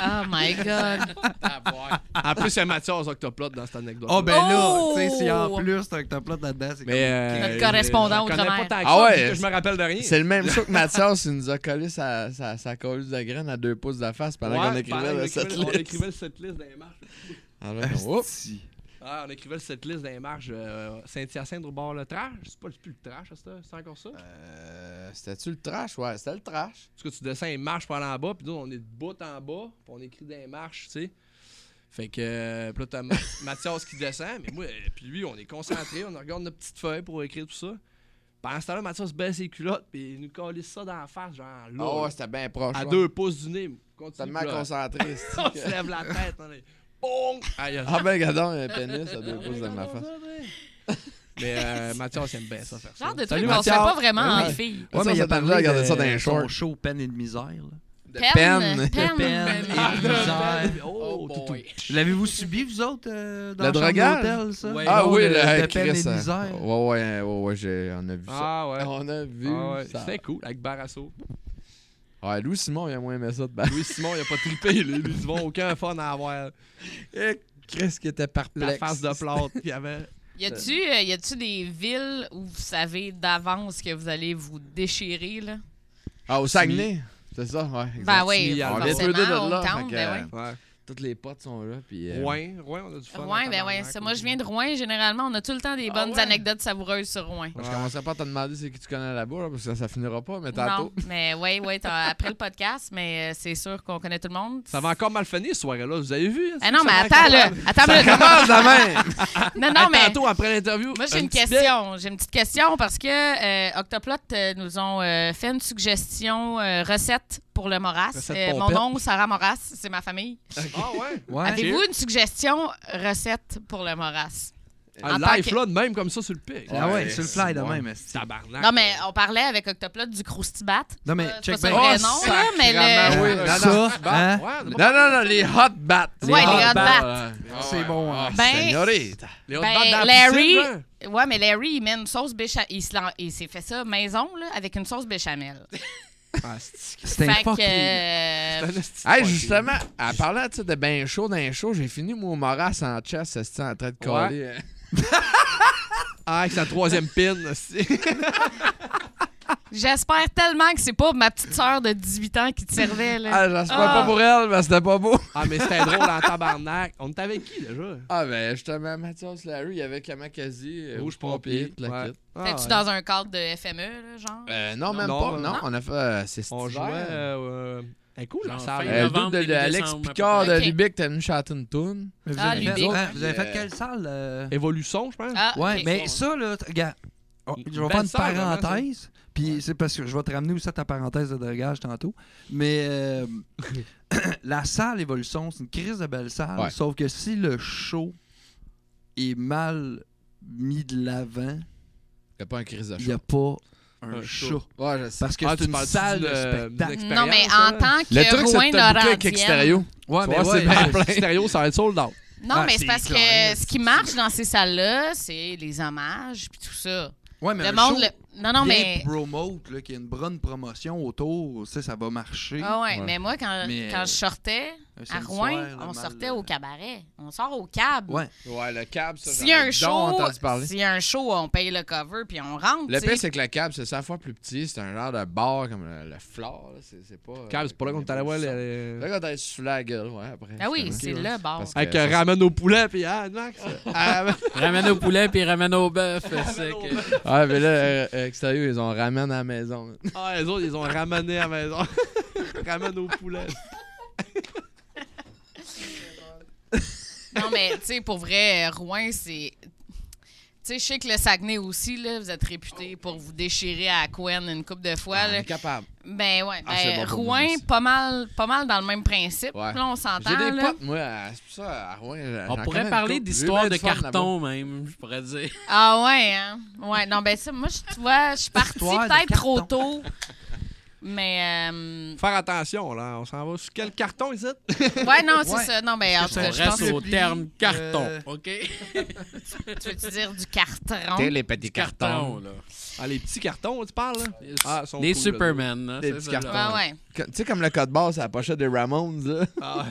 B: Oh my God!
C: En plus, il y a Mathias Octoplot dans cette anecdote.
A: Ah ben
B: Oh!
A: là, tu sais, si en plus t'as t'as plein là-dedans, c'est
C: mais.
A: comme...
C: euh,
B: Notre
E: ben,
C: je-
B: correspondant
C: je connais
B: outre-mer.
C: pas tant que
E: Ah
C: ça,
E: ouais,
C: vu que je me rappelle de rien.
E: C'est le même show que Mathias, il nous a collé sa, sa, sa colleuse de graines à deux pouces de la face pendant
C: Ouais,
E: qu'on
C: pendant
E: écrivait
C: qu'on
E: le cette
C: écrivait- ben, On écrivait
E: liste.
C: le setlist dans les marches.
E: oh!
A: Asti.
C: Ah, on écrivait le setlist dans les marches. euh, Saint-Hyacinthe au bord le trash. C'est pas c'est plus le trash, c'est ça? c'est encore ça? Euh,
E: C'était-tu le trash? Ouais, c'était le trash.
C: Parce que tu descends les marches par en bas, puis nous, on est de bout en bas, puis on écrit dans les marches, tu sais. Fait que, euh, puis là, t'as Ma- Mathias qui descend, mais moi, euh, puis lui, on est concentré, on regarde notre petite feuille pour écrire tout ça. Pendant ce temps-là, Mathias baisse ses culottes, puis il nous calisse ça dans la face, genre là,
E: Ah ouais,
C: là,
E: c'était bien proche.
C: à
E: ouais.
C: deux pouces du nez. Continue,
E: Tellement
C: puis là,
E: concentré. c'est-tu
C: on
E: que-
C: se lève la tête, on est... Bon! Aïe, aïe.
E: Ah ben, gadon, il y a un pénis à
B: Ah,
E: deux pouces de ma face.
C: Mais euh, Mathias aime bien ça faire ça.
B: Genre de truc
C: Salut,
B: qu'on se fait pas
C: Mathias.
B: vraiment en
E: Ouais.
B: fille.
A: Ouais,
E: Ça,
A: mais il
E: ça
A: a
E: devrait
A: parlé
E: regarder
A: de
E: ça dans les
A: son
E: shorts.
A: show Peine et de misère. là.
E: De
B: Peine!
E: peine.
B: Peine!
A: peine.
C: Ah, de
A: Misère.
C: peine. Oh,
E: Oh
C: toutou.
E: boy.
A: L'avez-vous subi, vous autres, euh, dans
E: Le
A: la chambre
E: drogage?
A: d'hôtel, ça?
C: Ouais.
E: Ah
A: Non,
E: oui,
A: de-
E: le
A: de
E: hey,
A: peine et
E: Chris.
A: de
E: hein.
A: misère.
E: Ouais, ouais, ouais, ouais, j'ai- on a vu ça.
C: Ah ouais.
E: On a vu
C: Ah ouais,
E: ça.
C: C'était cool, avec Barasso.
E: Ouais, Louis Simon, il a moins aimé ça de base.
C: Louis Simon, il a pas trippé, lui. Louis Simon, aucun fun à avoir.
E: Chris qui était
C: La
E: perplexe.
C: face de plâtre qu'il y avait.
B: Y a-tu euh, y a-tu des villes où vous savez d'avance que vous allez vous déchirer, là?
E: Ah, au Saguenay. C'est ça, ouais. exact.
B: Ben oui,
C: Simi,
E: on
C: alors.
E: vient tous les deux
B: forcément,
E: de là.
B: hometown,
E: fait que,
B: ben
E: euh,
B: oui.
C: Ouais.
E: Toutes les potes sont là. Puis, euh,
C: Rouen, Rouen, on a du fun. en
B: Rouen, ben ouais,
C: tabarnak
B: ça,
C: aussi.
B: moi je viens de Rouen, généralement, on a tout le temps des
E: Ah
B: bonnes
E: ouais?
B: anecdotes savoureuses sur Rouen.
E: moi, je commencerai pas à te demander c'est qui tu connais là-bas, là, parce que ça, ça finira pas, mais
B: Non,
E: tantôt.
B: mais oui, oui, après le podcast, mais euh, c'est sûr qu'on connaît tout le monde.
C: Ça va encore mal finir, cette soirée-là. Vous avez vu? hein,
B: Ah
C: ça,
B: non,
C: ça
B: mais
C: va
B: attends,
C: encore
B: là.
C: mal.
B: Attends,
E: Ça
B: là.
E: commence demain!
B: Non,
C: À
B: non, mais.
C: Tantôt, après l'interview.
B: Moi, j'ai une
C: petit
B: question. J'ai une petite question parce que euh, Octoplot euh, nous ont euh, fait une suggestion euh, recette pour le Moras.
C: Recette
B: Euh, mon
C: pompette.
B: nom, Sarah Moras, c'est ma famille.
C: bec. Ah ouais?
A: Ouais.
B: Avez-vous une suggestion recette pour le Moras?
C: Un
B: Ah, En tant
C: live
B: que-
C: là, de même, comme ça, sur le pic.
A: Ah ouais,
E: Ouais,
A: sur le
E: c'est
A: fly de
E: bon.
A: même. esti.
C: Tabarnak.
B: Non, mais on parlait avec Octoplot du croustibat.
A: Non, mais
B: Euh, c'est
A: check
B: pas
A: bien.
B: ça vrai
E: Oh,
B: nom, là, mais
E: sacrément,
B: le...
E: oui.
A: Euh,
E: le
A: ça,
E: hot
A: hein?
E: bat.
C: Ouais,
E: Non, non, non, les hot bats.
B: Ouais, les hot bats.
A: C'est bon, hein.
B: Ben,
E: Señorita.
C: Les autres
B: Ben,
C: battent dans la
B: Larry- Ah,
C: piscine, là.
B: Ouais, mais Larry, il met une sauce béchamel. Il, se l'en- il s'est fait ça maison, là, avec une sauce béchamel.
C: Ah,
A: C'était un
B: fait que.
A: fucking.
B: euh,
C: Un esti de
E: Ah, Hey,
C: fucking-
E: justement, à parler tu sais, de bain chaud dans un show, j'ai fini mon moras en chest, c'est en train de coller. euh.
C: Ah, avec sa troisième pin. aussi.
B: J'espère tellement que c'est pas ma petite sœur de 18 ans qui te servait, là.
E: Ah, j'espère
B: Ah.
E: pas pour elle, mais c'était pas beau.
C: Ah, mais c'était drôle en tabarnak. On était avec qui déjà?
E: Ah, ben, justement, Mathias Larry, il y avait Kamakazi, euh,
C: Rouge pompier,
E: toute la
C: ouais.
E: kit.
C: Ah,
B: T'es-tu
C: ouais.
B: dans un cadre de FME, là, genre?
E: Euh, non,
C: Non,
E: même
C: non,
E: pas.
C: euh,
E: Non,
B: non.
E: on a fait. euh, c'est
C: On jouait. euh, euh, Elle est cool, la
D: Genre
C: salle.
D: fin
C: Euh,
E: Le
D: novembre,
E: double de
D: début
E: Alex
D: décembre, à peu
E: Picard
B: près.
E: de
B: Ok.
E: Lubic, t'as venu chanter une toune.
A: Mais vous,
B: Ah,
A: avez fait,
B: Lubic.
A: hein, vous avez fait
E: Euh,
A: quelle salle? euh?
C: Évolution, je pense.
B: Ah,
A: ouais,
B: ok.
A: mais ça, là, t- regarde. Oh,
C: Une
A: je vais
C: belle
A: faire une
C: salle, vraiment, ça.
A: parenthèse, puis c'est parce que je vais te ramener aussi à ta parenthèse de dragage tantôt. Mais euh, la salle Évolution, c'est une crise de belle salle,
E: Ouais.
A: sauf que si le show est mal mis de l'avant,
E: C'était pas un crise de
A: il n'y
E: chaud.
A: a pas un,
C: Un show.
A: show.
E: Ouais, je sais.
A: Parce que
C: Ah,
A: c'est
C: tu
A: une
C: parles-tu
A: salle
C: d'une,
A: de
C: euh, d'une
A: spectacle.
B: Non, mais
C: expérience,
B: en
C: là?
B: tant que
E: Le truc, c'est de t'habituer avec
B: Rouen-Laurentienne...
E: Extérieur.
A: Ouais,
E: Tu
A: mais
E: vois,
A: ouais,
C: Ben,
E: c'est bien
A: ouais.
E: plein.
C: Extérieur, ça va être sold out.
B: Non,
A: Ah,
B: mais
A: c'est
B: c'est parce
A: clair,
B: que ce qui marche dans ces salles-là, c'est les hommages puis tout ça.
A: Ouais, mais
B: le
A: un
B: monde...
A: show
B: le- Non, non,
A: bien
B: mais...
A: promote, là, qu'il y a une bonne promotion autour, ça, ça va marcher.
B: Ah ouais,
E: Ouais.
B: mais moi, quand,
A: Mais,
B: quand
A: euh,
B: je sortais
A: Un
B: à
A: samedi
B: Rouen,
A: soir, là,
B: on
A: mal,
B: sortait
A: euh,
B: au cabaret. On sort au cab.
A: Ouais.
E: Ouais, le câble, ça.
B: S'il y a un
E: j'en ai donc
B: show,
E: entendu parler.
B: s'il y a un show, on paye le cover puis on rentre.
E: Le
B: tu sais.
E: pire, c'est que le câble, c'est 100 fois plus petit. C'est un genre de bar comme le, le floor. là. C'est c'est pas.
C: Cab, c'est pas là qu'on est allé voir. les-
E: Là, quand t'es sous la gueule, ouais, après.
B: Ah oui,
E: justement.
B: c'est le bar.
E: Parce que
C: Avec
E: ça,
C: un ramen au poulet, puis ah, Max.
E: Ah, ben-
D: Ramène au poulet puis ramène au bœuf. c'est
C: au
D: que-
E: ah, mais là, euh, euh, extérieur, ils ont ramène à la maison. là.
C: Ah, les autres, ils ont ramené à la maison. ramen au poulet.
B: Non, mais tu sais, pour vrai, euh, Rouen, c'est. Tu sais, je sais que le Saguenay aussi, là, vous êtes réputé pour vous déchirer à Quen une coupe de fois.
E: Ah, on
B: là.
E: est capable.
B: Ben ouais,
E: Ah, c'est
B: ben,
E: bon pour
B: Rouen,
E: moi aussi.
B: pas mal, pas mal dans le même principe.
E: Ouais.
B: Là, on s'entend.
E: J'ai des
B: là.
E: potes, moi, à- c'est pour ça, à Rouen. j'en
D: On
E: connais
D: pourrait
E: une
D: parler
E: couple. J'ai eu
D: d'histoire
E: bien
D: de
E: du fun
D: carton, même, je pourrais dire.
B: Ah ouais, hein? Ouais, non, ben ça, moi, je- tu vois, je suis partie
A: Histoire de
B: peut-être
A: carton.
B: trop tôt. Mais. euh,
C: Faire attention, là. On s'en va sur quel carton, ici?
B: ouais, non, c'est
A: Ouais.
B: ça. Non, ben, en tout
D: On
B: cas, je pense
D: reste
B: que
D: au
A: que-
D: terme carton,
A: Euh,
D: OK?
B: tu veux-tu dire du
E: là-bas.
B: carton.
E: les petits
D: Carton, là.
C: Ah, les petits cartons, tu parles, là? Ah, ils sont
D: Les
C: cool,
D: Superman, là.
E: Des
D: c'est
E: petits
D: ça,
E: cartons.
D: là.
B: Ouais, ouais.
E: Tu sais, comme le code barre, c'est la pochette des Ramones, là.
C: là. Ah,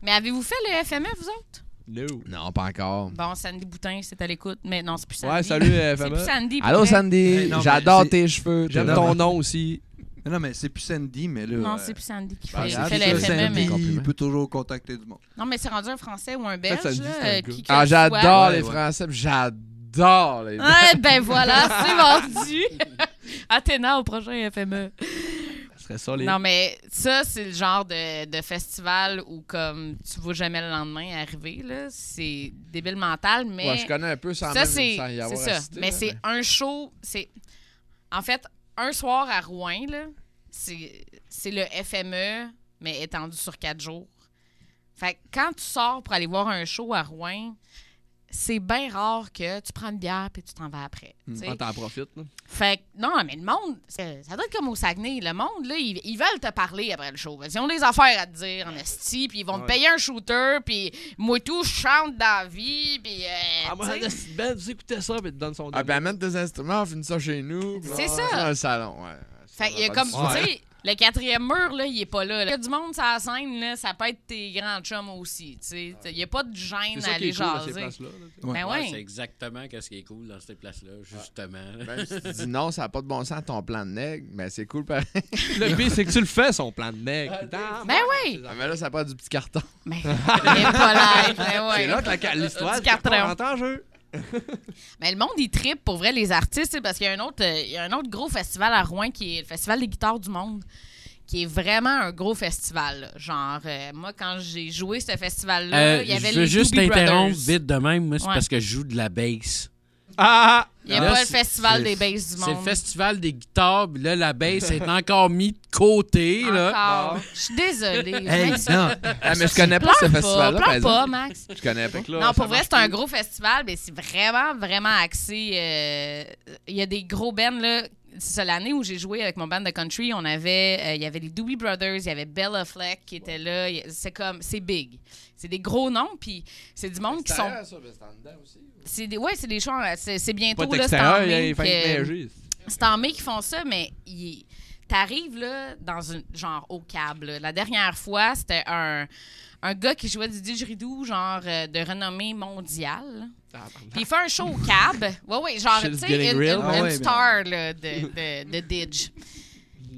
B: Mais avez-vous fait le FME, vous autres?
C: no.
E: Non, pas encore.
B: Bon, Sandy Boutin, c'est à l'écoute. Mais non, c'est plus Sandy.
C: Ouais, salut, euh,
B: C'est
C: FME.
B: plus Sandy. pour
E: Allô,
B: vrai.
E: Sandy.
A: Hey, non, mais
E: J'adore
A: c'est-
E: tes cheveux.
C: J'aime
E: t'es-
C: ton nom aussi.
A: Mais non, mais c'est plus Sandy, mais là.
B: Non,
A: euh,
B: c'est plus Sandy qui
E: Bah,
B: fait,
E: c'est
B: qui fait
E: ça,
B: le FME,
E: Sandy.
B: mais...
A: il
E: compliments.
A: peut toujours contacter du monde.
B: Non, mais c'est rendu un Français ou un
C: Ça,
B: Belge,
C: Sandy,
B: là,
C: c'est un
B: euh,
C: gars.
B: qui que
E: Ah,
B: le soit.
E: j'adore les
A: Ouais, ouais.
E: Français, puis j'adore les.
B: Ouais, ben voilà, c'est vendu. Athéna au prochain
E: E.
B: FME.
C: Ça serait ça, les.
B: Non, mais ça, c'est le genre de, de festival où, comme, tu vois jamais le lendemain arriver, là. C'est débile mental, mais...
E: Ouais, je connais un peu sans
B: Ça,
E: même
B: c'est
E: sans y
B: c'est
E: avoir
B: ça.
E: assisté,
B: mais
E: là,
B: c'est un show. c'est En fait, un soir à Rouen, là, c'est c'est le FME, mais étendu sur quatre jours. Fait que quand tu sors pour aller voir un show à Rouen, c'est bien rare que tu prends une bière puis tu t'en vas après.
E: Hmm.
B: tu sais.
C: On t'en profite, là.
B: Fait que, non, mais le monde, c'est- ça doit être comme au Saguenay. Le monde, là, ils, ils veulent te parler après le show. Ils ont des affaires à te dire en esti, puis ils vont
C: Ouais.
B: te payer un shooter, puis moi tout, je chante dans la vie, puis... euh,
C: Ah, moi,
B: tu sais.
C: Ben, vous écoutez ça, puis te donne son
E: Ah, ben, amène tes instruments, on finit ça chez nous. puis
B: C'est
E: on
B: ça.
E: va Dans le salon, ouais.
B: Fait qu'il y a comme,
E: Ouais.
B: tu sais, Le quatrième mur, là, il est pas là. là. Il y a du monde sur la scène, là, ça peut être tes grands chums aussi. tu sais. Il n'y a pas de
C: C'est
B: gêne à
C: ça qui
B: aller
C: est cool à ces
B: jaser.
C: places-là. là, tu sais.
B: Ben
D: Ouais,
B: ouais.
D: c'est exactement ce qui est cool dans cette place-là, justement.
E: Même si tu ben, dis non, ça n'a pas de bon sens ton plan de nègre, mais c'est cool pareil.
C: Le pire, c'est que tu le fais, son plan de mec. Putain,
B: Ben oui!
E: Ah, mais là, ça part du petit carton.
B: Mais il est pas live, ben ouais.
C: C'est là que la- l'histoire
B: Du
C: du carton
B: carton.
C: rentre en jeu.
B: Mais le monde, il tripe pour vrai les artistes, tu sais, parce qu'il y, a un autre, euh, il y a un autre gros festival à Rouen qui est le Festival des guitares du monde, qui est vraiment un gros festival. là. Genre, euh, moi, quand j'ai joué ce festival-là,
D: Euh,
B: il y avait
D: je veux
B: les
D: juste
B: Doobie
D: t'interrompre
B: Brothers.
D: vite de même, moi, c'est
B: Ouais.
D: parce que je joue de la bass.
C: Ah!
B: Il n'y a
D: Là,
B: pas le
D: c'est-
B: Festival
D: c'est-
B: des basses du
D: C'est le
B: monde.
D: festival des guitares, puis là, la bass est encore mise de côté, là.
B: Encore.
C: Bon.
B: Je suis désolée.
A: Hey,
B: Max,
A: non.
E: Ah, mais je connais pas
B: pleure
E: ce
B: pas,
E: festival-là,
B: pleure
E: par
B: pas,
E: exemple.
B: Max.
E: Je connais pas.
B: non, pour vrai, c'est un gros festival, mais c'est vraiment, vraiment axé. euh, Il y a des gros bands, là. C'est ça, l'année où j'ai joué avec mon band de country, on avait, euh, il y avait les Doobie Brothers, il y avait Bella Fleck qui était là. Il y a- C'est comme, c'est big. C'est des gros noms, puis c'est du monde qui sont. C'est des, ouais, c'est des choses. C'est, c'est bientôt,
C: Pas
B: là, c'est en
C: d'extérieur, il y a-
B: mai
C: il fait
B: que-
C: neiger.
B: c'est en mai qu'ils font ça, mais il- t'arrives là dans une genre au câble. là. La dernière fois, c'était un, un gars qui jouait du didgeridoo, genre euh, de renommée mondiale. Puis il fait un show au cab. Ouais, ouais, genre, tu
C: Shit's
B: sais,
C: getting
B: une,
C: real.
B: une-
A: Ah
B: une
A: ouais,
B: star là, de, de, de Didge.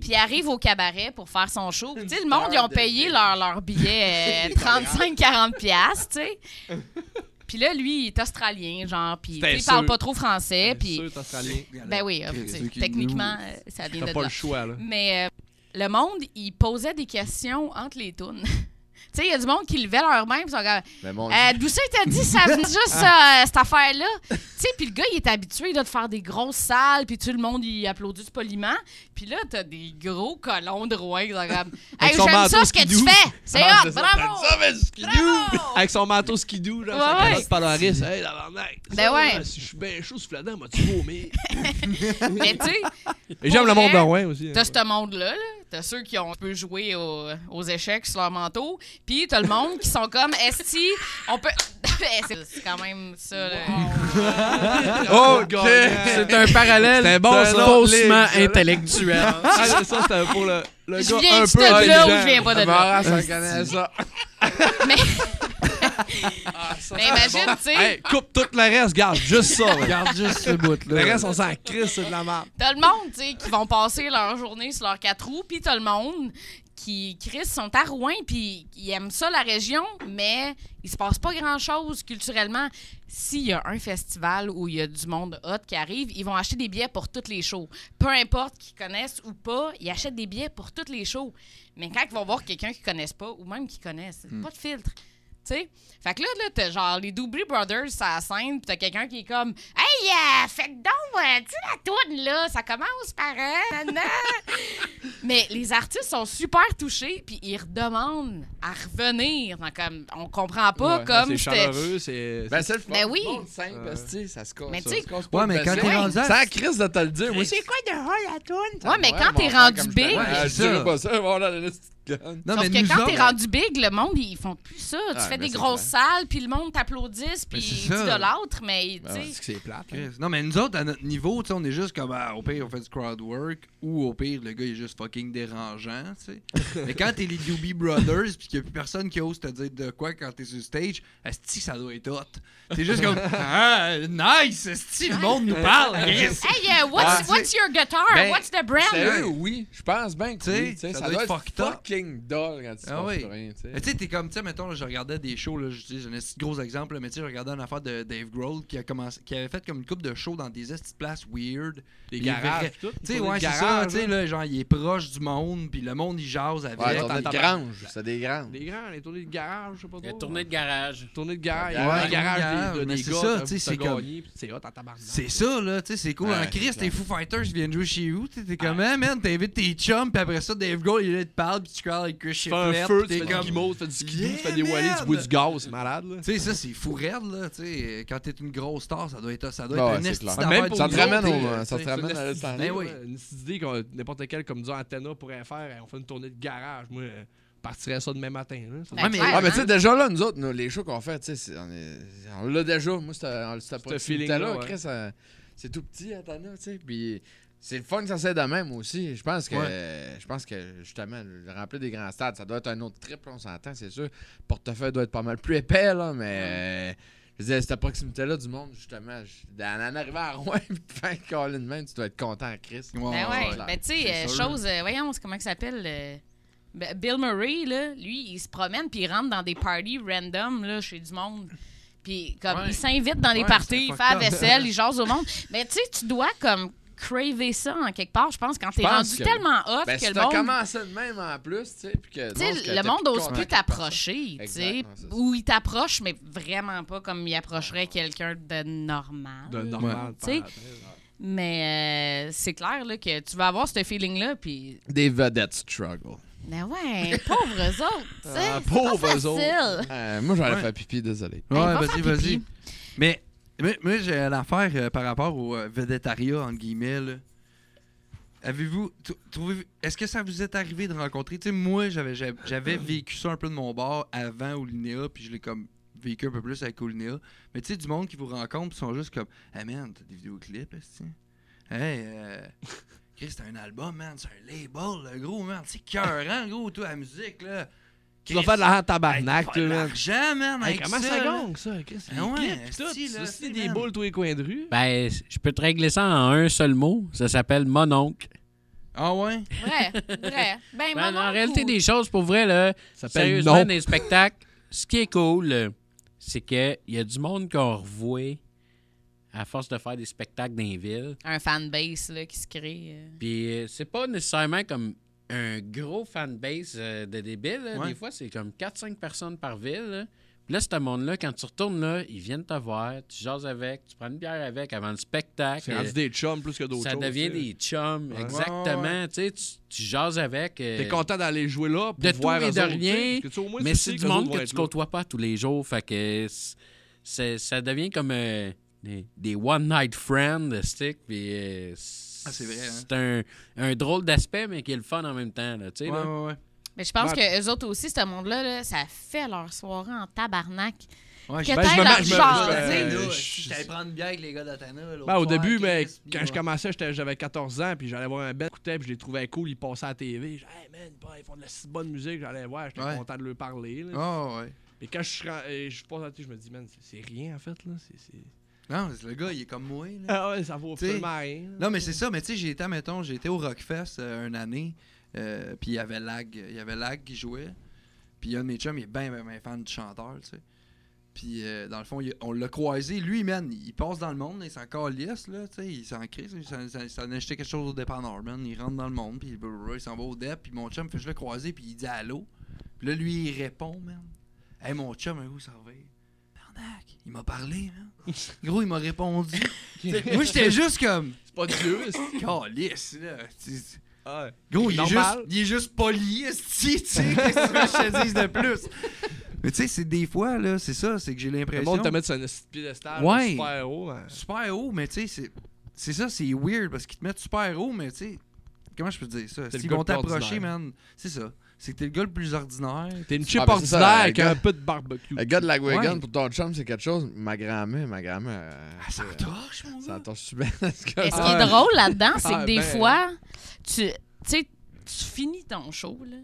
B: Puis il arrive au cabaret pour faire son show. Puis, Tu sais, le monde, ils ont payé leur, leur billet euh, 35-40$, piastres, tu sais. Puis là, lui, il est australien, genre, puis tu sais,
C: C'était
B: il parle
C: sûr.
B: pas trop français. Puis
C: sûr, australien.
B: ben oui, euh,
A: Chris,
B: tu sais,
A: ceux qui
B: techniquement, euh, ça vient
C: T'as
B: de
C: pas
B: là.
C: le choix, là.
B: Mais euh, le monde, il posait des questions entre les tunes. tu sais, il y a du monde qui levait leurs mains et sont comme
E: Mais mon
B: euh, D'où ça, il t'a dit, ça venait juste
C: Ah.
B: ça, euh, cette affaire-là. tu sais, puis le gars, il est habitué là, de faire des grosses salles, puis tout le monde, il applaudit poliment. Puis là, t'as des gros colons de Rouen qui sont comme Hey,
C: Avec son
B: j'aime ça
C: manteau
B: ce que tu
C: skidoo.
B: fais! C'est
C: Ah,
B: hot!
C: c'est ça,
B: Bravo!
E: Ça, mais ce qu'il
B: Bravo!
C: Avec son manteau skidoo, genre,
B: Ouais,
C: sa
B: ouais.
C: carotte polaris. Hey, la barnaque.
B: Ben ouais.
C: Si je suis bien chaud sous la dent, moi, tu vomir.
B: Mais tu sais,
C: Et j'aime le
B: vrai,
C: monde de Rouen aussi. hein.
B: T'as ce monde-là, là. t'as ceux qui ont peu joué au- aux échecs sur leur manteau, puis t'as le monde qui sont comme esti, on peut. Eh, c'est- c'est quand même ça. là.
C: Oh,
E: Ok.
C: God.
D: C'est un parallèle
C: C'était bon, ça.
D: faussement
C: Les-
D: intellectuel.
C: Ah, c'est ça, c'était pour le, le
B: Je
C: gars
B: viens
C: un
B: du
C: peu
B: tout de là
C: intelligent.
B: ou je viens pas de là.
E: ça connaît ça.
B: Mais,
C: Ah, ça,
B: mais
C: c'est
B: imagine, tu sais,
C: Hey, coupe tout le reste, garde juste ça. ouais.
A: Regarde juste ce
C: Le
A: bout-là.
C: reste, on s'en crisse, c'est de la merde.
B: t'as le monde, tu sais, qui vont passer leur journée sur leurs quatre roues, puis t'as le monde qui, Chris, sont à Rouen, puis ils aiment ça, la région, mais il se passe pas grand-chose culturellement. S'il y a un festival où il y a du monde hot qui arrive, ils vont acheter des billets pour toutes les shows. Peu importe qu'ils connaissent ou pas, ils achètent des billets pour toutes les shows. Mais quand ils vont voir quelqu'un qu'ils connaissent pas, ou même qu'ils connaissent,
C: Hmm.
B: pas de filtre. Tu sais? Fait que là, là t'as genre les Doobly Brothers, ça scène, pis t'as quelqu'un qui est comme Hey, euh, faites donc, euh, tu sais, la toune, là, ça commence par. euh, nanana. Mais les artistes sont super touchés, puis ils redemandent à revenir. Dans comme, on comprend pas
C: Ouais, Ah,
B: comme
C: C'est
B: c'était.
C: chaleureux, c'est.
E: Ben, c'est le
B: Ben oui.
E: monde simple, esti, ça se casse.
B: Mais
E: ça
B: tu sais-
E: se casse pas
A: Ouais,
E: de
B: Ben
A: mais quand
E: version.
A: t'es rendu à-
E: Ça crise Euh. de te le dire. Moi,
B: quoi de la toune? Ouais,
E: Ah,
B: mais
E: ouais,
B: quand
E: mon
B: t'es
E: frère,
B: rendu
E: comme je te
B: big.
E: dis, ah, Je
A: ça.
E: dirais pas ça. Ah, Voilà, la petite conne.
A: Non,
B: Sauf
A: nous
B: que quand t'es
A: autres-
B: rendu big, le monde, ils font plus ça. Tu
E: Ah,
B: fais
E: ben,
B: des
E: c'est
B: grosses salles, puis le monde t'applaudisse, puis
A: c'est
B: ils
A: ça.
B: t'idolâtrent, mais tu
E: Ben ouais.
B: sais.
C: C'est que c'est plate. hein.
A: Chris. Non, mais nous autres, à notre niveau, tu sais, on est juste comme, ah, au pire, on fait du crowd work, ou au pire, le gars, il est juste fucking dérangeant, tu sais. mais quand t'es les Doobie Brothers, pis qu'il y a plus personne qui ose te dire de quoi quand t'es sur stage, esti, ça doit être hot. T'es juste comme, ah, nice, esti, le monde nous parle, Chris.
B: Hey, euh, what's,
E: Ah,
B: what's your guitar?
E: Ben,
B: what's the brand?
E: Sérieux, oui. Je pense bien que
A: Tu sais,
E: oui, tu sais,
A: ça
E: Ça
A: doit
E: doit
A: être
E: être
A: fucked up.
E: fucking dull quand tu
A: Ah oui.
E: penses rien, tu sais.
A: Mais tu sais, t'es comme, tu sais, mettons, là, je regardais des shows, là, je- tu sais, j'ai un petit gros exemple, là, mais tu sais, je regardais une affaire de Dave Grohl qui, a commencé, qui avait fait comme une coupe de shows dans des petites places weird.
C: Des
A: Il est vrai.
C: garages, pis tout.
A: Tu sais,
C: Des
A: ouais, c'est ça,
C: garages, hein.
A: tu sais, là, genre, il est proche du monde, puis le monde, il jase avec.
E: Ouais,
C: Ouais,
E: dans des
C: t'as-
E: granges. C'est des granges.
C: Des grands, les tournées de garage, je sais pas
D: La
C: trop.
D: tournée de garage.
C: Tournée Euh, de garage,
E: Ouais,
C: les garages des,
A: mais
C: des
A: c'est
C: gars,
A: ça,
C: t'as-
A: tu sais,
C: t'as
A: c'est comme-
C: gagné, pis C'est hot en tabarnak.
A: C'est ça, là, tu sais, c'est cool.
E: Ouais,
A: en Chris,
E: c'est
A: t'es
E: clair.
A: Foo Fighters qui viennent jouer chez vous, tu sais, t'es comme, Hein, man, t'invites tes chums, puis après ça, Dave Grohl, il est là, il te parle, puis tu parles avec Chris
C: Tu fais un
A: Sheffield,
C: feu,
A: puis
C: tu fais
A: t'es
C: du
A: comme. Tu
C: guimauve, tu fais du ski, tu fais des
A: Yeah,
C: wallets, tu bois
A: merde.
C: du gaz, c'est malade, là.
A: sais, ça, c'est fou raide, là, tu sais, quand t'es une grosse star, ça doit être, ça doit
E: Ah
A: être
E: ouais,
A: un
E: c'est
A: esti
E: clair.
A: d'affaire
C: Même
A: de
C: pour
E: Ça te
A: nous
C: nous
E: ramène
A: autres,
C: autres,
E: au- euh,
A: là,
E: ça te
A: tu sais.
E: ramène
C: C'est
E: à
C: une
E: l'instant.
C: idée,
A: Ben oui.
C: ouais, Une petite idée qu'on n'importe quel, comme disons, Antenna pourrait faire. Hey, On fait une tournée de garage. Moi, euh, je partirais ça demain matin. là. Ça-
B: Ben,
A: Ouais, mais-
B: clairement.
E: Ah, mais tu sais, déjà là, nous autres, nous, les shows qu'on fait, tu sais, c'est- on, est- on l'a déjà. Moi, c'était
C: feeling-là,
E: là
C: ouais.
E: Chris, euh, c'est tout petit, Atana, hein, tu sais. Puis C'est le fun que ça soit de même aussi. Je pense que,
A: Ouais.
E: euh, je pense que justement, le- remplir des grands stades, ça doit être un autre trip, là, on s'entend, c'est sûr. Le portefeuille doit être pas mal plus épais, là, mais euh, je veux dire, cette proximité-là du monde, justement, je- en, en arrivant à Rouen, puis te faire coller de même, tu dois être content en Christ.
A: Ouais,
B: Ben
A: ouais,
B: ouais,
A: ouais.
B: ben tu sais,
A: C'est
B: euh,
A: sûr.
B: chose, euh, voyons, c'est comment il s'appelle. euh, ben, Bill Murray, là, lui, il se promène puis il rentre dans des parties random là, chez du monde. Puis comme
E: Ouais.
B: il s'invite dans des
A: Ouais,
B: parties, il
A: c'est
B: fait la
A: fucked up.
B: vaisselle, il jase au monde. Mais tu sais, tu dois comme craver ça en quelque part, je pense, quand t'es
E: pense
B: rendu
E: que-
B: tellement hot
E: Ben,
B: que
E: si
B: le
E: t'as
B: monde.
E: commencé de même en plus, tu sais, puis que.
B: Tu sais,
E: non, c'est que
B: le
E: t'es
B: monde n'ose
E: content
B: plus
E: avec la personne.
B: t'approcher, tu
E: Exact,
B: sais.
E: ouais, c'est ça.
B: Ou il t'approche, mais vraiment pas comme il approcherait quelqu'un de normal.
C: De normal.
B: Tu sais,
C: par après, là.
B: Mais euh, c'est clair là, que tu vas avoir ce feeling-là, puis
E: Des vedettes struggle.
B: Ben ouais, pauvres eux autres. tu sais,
C: Ah,
B: c'est
C: pauvres
B: pas facile.
C: eux
E: Euh, moi, j'aurais
A: Ouais.
E: fait pipi, désolé.
B: Hey, va
A: vas-y,
B: faire
A: vas-y.
B: pipi.
A: Mais, mais, mais j'ai une affaire euh, par rapport au euh, védétariat, entre guillemets. là. Avez-vous. trou- trouvez- Est-ce que ça vous est arrivé de rencontrer. Tu sais, moi, j'avais- j'avais j'avais vécu ça un peu de mon bord avant au Linéa, puis je l'ai comme vécu un peu plus avec au Linéa. Mais tu sais, du monde qui vous rencontre, puis sont juste comme. Hey man, t'as des vidéoclips, esti? Hey, euh. Chris, t'as un album, man, c'est un label, le gros, man. C'est cœurant, gros, toi, la musique, là.
C: Tu vas faire de l'argent
A: Hey, t'as
C: tabarnak,
A: pas
C: là,
A: de
C: man.
A: l'argent, man,
C: Hey,
A: avec
C: comment ça
A: là.
C: gagne, ça? Chris,
A: Ah
C: les
A: ouais,
C: clips, pis tout.
A: esti,
C: Tu
A: là,
C: vas
A: c'est
C: des
A: man.
C: boules tous les coins de rue.
D: Ben, je peux te régler ça en un seul mot. Ça s'appelle mon oncle.
A: Ah ouais?
B: Vrai, vrai. Ben,
D: Ben,
B: mon
D: en
B: oncle
D: réalité
B: ou-
D: des choses, pour vrai, là,
C: Ça s'appelle
D: sérieusement,
C: non.
D: dans les spectacles, ce qui est cool, euh, c'est qu'il y a du monde qu'on revoit à force de faire des spectacles dans les villes.
B: Un fanbase là, qui se crée. euh.
D: Puis euh, c'est pas nécessairement comme un gros fanbase euh, de débiles. là.
A: Ouais.
D: Des fois, c'est comme 4-5 personnes par ville. Là, Puis là ce monde-là, quand tu retournes là, ils viennent te voir, tu jases avec, tu prends une bière avec avant le spectacle.
C: C'est
D: Euh,
C: rendu des chums plus que d'autres
D: ça
C: choses,
D: devient
C: tu sais.
D: des chums,
C: Ouais.
D: exactement.
A: Ouais,
D: Tu, sais, tu, tu jases avec. euh,
C: T'es content d'aller jouer là pour
D: de
C: voir
D: tout et
C: eux
D: de
C: autres,
D: rien,
C: tu sais, parce que tu sais, au moins,
D: mais
C: tu
D: c'est
C: sais
D: du
C: qu'eux
D: monde
C: autres vont
D: que
C: être
D: tu
C: là.
D: côtoies pas tous les jours. Fait que c'est- c'est- ça devient comme euh, des, des one-night friends, le stick. Puis, euh,
A: Ah, c'est vrai, hein.
D: C'est un, un drôle d'aspect, mais qui est le fun en même temps. Là, tu sais,
A: Ouais,
D: là.
A: ouais, ouais.
B: Mais je pense
C: Ben-
B: que eux autres aussi, ce monde-là, là, ça fait leur soirée en tabarnac.
A: Ouais,
B: Que
C: ben, je
B: t'ailles
C: me
B: leur
C: mets- je me-
B: genre,
C: je me-
B: tu sais.
C: euh,
A: J'allais prendre une bière avec les gars d'Atana.
C: Ben, au début, mais quand je commençais, j'étais- j'avais 14 ans, puis j'allais voir un bel écoutait, puis je les trouvais cool, ils passaient à la TV. J'ai dit, hey man, bah, ils font de la si bonne musique, j'allais voir, j'étais
A: Ouais.
C: content de leur parler. là.
A: Oh, ouais.
C: Mais quand je suis ren- euh, je passe à la télé, je me dis, man, c'est- c'est rien en fait. là. c'est- c'est-
A: Non, mais le gars, il est comme moi. Là.
C: Ah ouais, ça vaut
A: T'sais,
C: absolument rien. là.
A: Non, mais c'est ça. Mais tu sais, j'ai été, mettons, j'ai été au Rockfest euh, une année. euh, puis il y avait Lag. Il y avait Lag qui jouait. Puis un de mes chums, il est bien, bien, bien fan du chanteur, tu sais. Puis euh, dans le fond, il- on l'a croisé. Lui, man, il passe dans le monde, il s'en calisse, là, tu sais. Il s'en crise. Il s'en- s'en- s'en a acheté quelque chose au dépanneur, man. Il rentre dans le monde, puis il s'en va au dep. Puis mon chum, fait, je le croiser, puis il dit allô. Puis là, lui, il répond, man. Hey, mon chum, un coup, ça va. Barnac, il m'a parlé, man. Gros, il m'a répondu. Moi, j'étais juste comme.
C: C'est pas Dieu. c'est-
A: Calisse, là. Tu- tu-
C: Ah ouais.
A: Gros, il est, juste,
C: Normal.
A: il est juste poli, esti, tu sais. Qu'est-ce que tu veux que je te dise de plus? Mais tu sais, c'est des fois, là, c'est ça, c'est que j'ai
C: Le
A: l'impression.
C: monde te met sur un petit piédestal
A: Ouais.
C: super haut. hein.
A: Super haut, mais tu sais, c'est- c'est ça, c'est weird parce qu'ils te mettent super haut, mais tu sais, comment je peux te dire ça?
C: le
A: S'ils
C: gars
A: vont
C: le plus
A: t'approcher,
C: ordinaire.
A: man, c'est ça. C'est que t'es le gars le plus ordinaire.
C: T'es une chip
E: Ah, ben, c'est ça,
C: ordinaire avec
E: le gars-
C: un peu de barbecue.
E: Le gars de la Wigan,
A: Ouais.
E: pour ton chum, c'est quelque chose. Ma grand-mère, ma grand-mère. euh,
A: Ah, ça torche, mon
C: hein.
E: Ça
A: gars.
E: torche super. Est-ce que-
B: Mais ce qui
C: Ah,
B: est drôle là-dedans, c'est
C: ah,
B: que des
C: ben.
B: fois, tu, tu sais, tu finis ton show, là.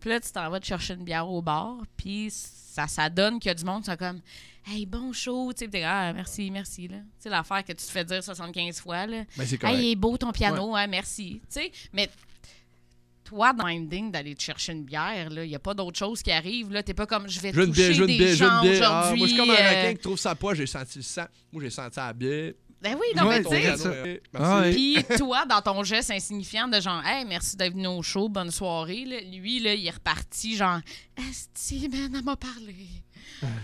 B: Puis là, tu t'en vas te chercher une bière au bar, puis ça, ça donne qu'il y a du monde qui sont comme « Hey, bon show! » Tu sais, puis t'es comme, ah, merci, merci, là. Tu sais, l'affaire que tu te fais dire 75 fois, là.
C: Mais Ben, c'est
B: Hey,
C: correct.
B: il est beau ton piano, hein, merci. Tu sais, mais toi, dans Ending, d'aller te chercher une bière, il n'y a pas d'autre chose qui arrive. Là, t'es pas comme je vais
C: Je veux une
B: toucher
C: bière, je veux
B: des
C: une bière, je veux
B: gens
C: une bière. Ah,
B: aujourd'hui.
C: moi, je suis comme un
B: euh,
C: requin qui trouve sa poids, j'ai senti le sang. Moi, j'ai senti la bière.
B: Ben oui, non,
A: Ouais,
B: mais tu sais,
A: c'est
C: Ton
A: ça.
C: cadeau, euh,
A: Ah, ouais.
C: merci.
B: Puis toi, dans ton geste insignifiant de genre, hey, merci d'être venu au show, bonne soirée, là, lui, là, il est reparti, genre, Esti, man, elle m'a parlé.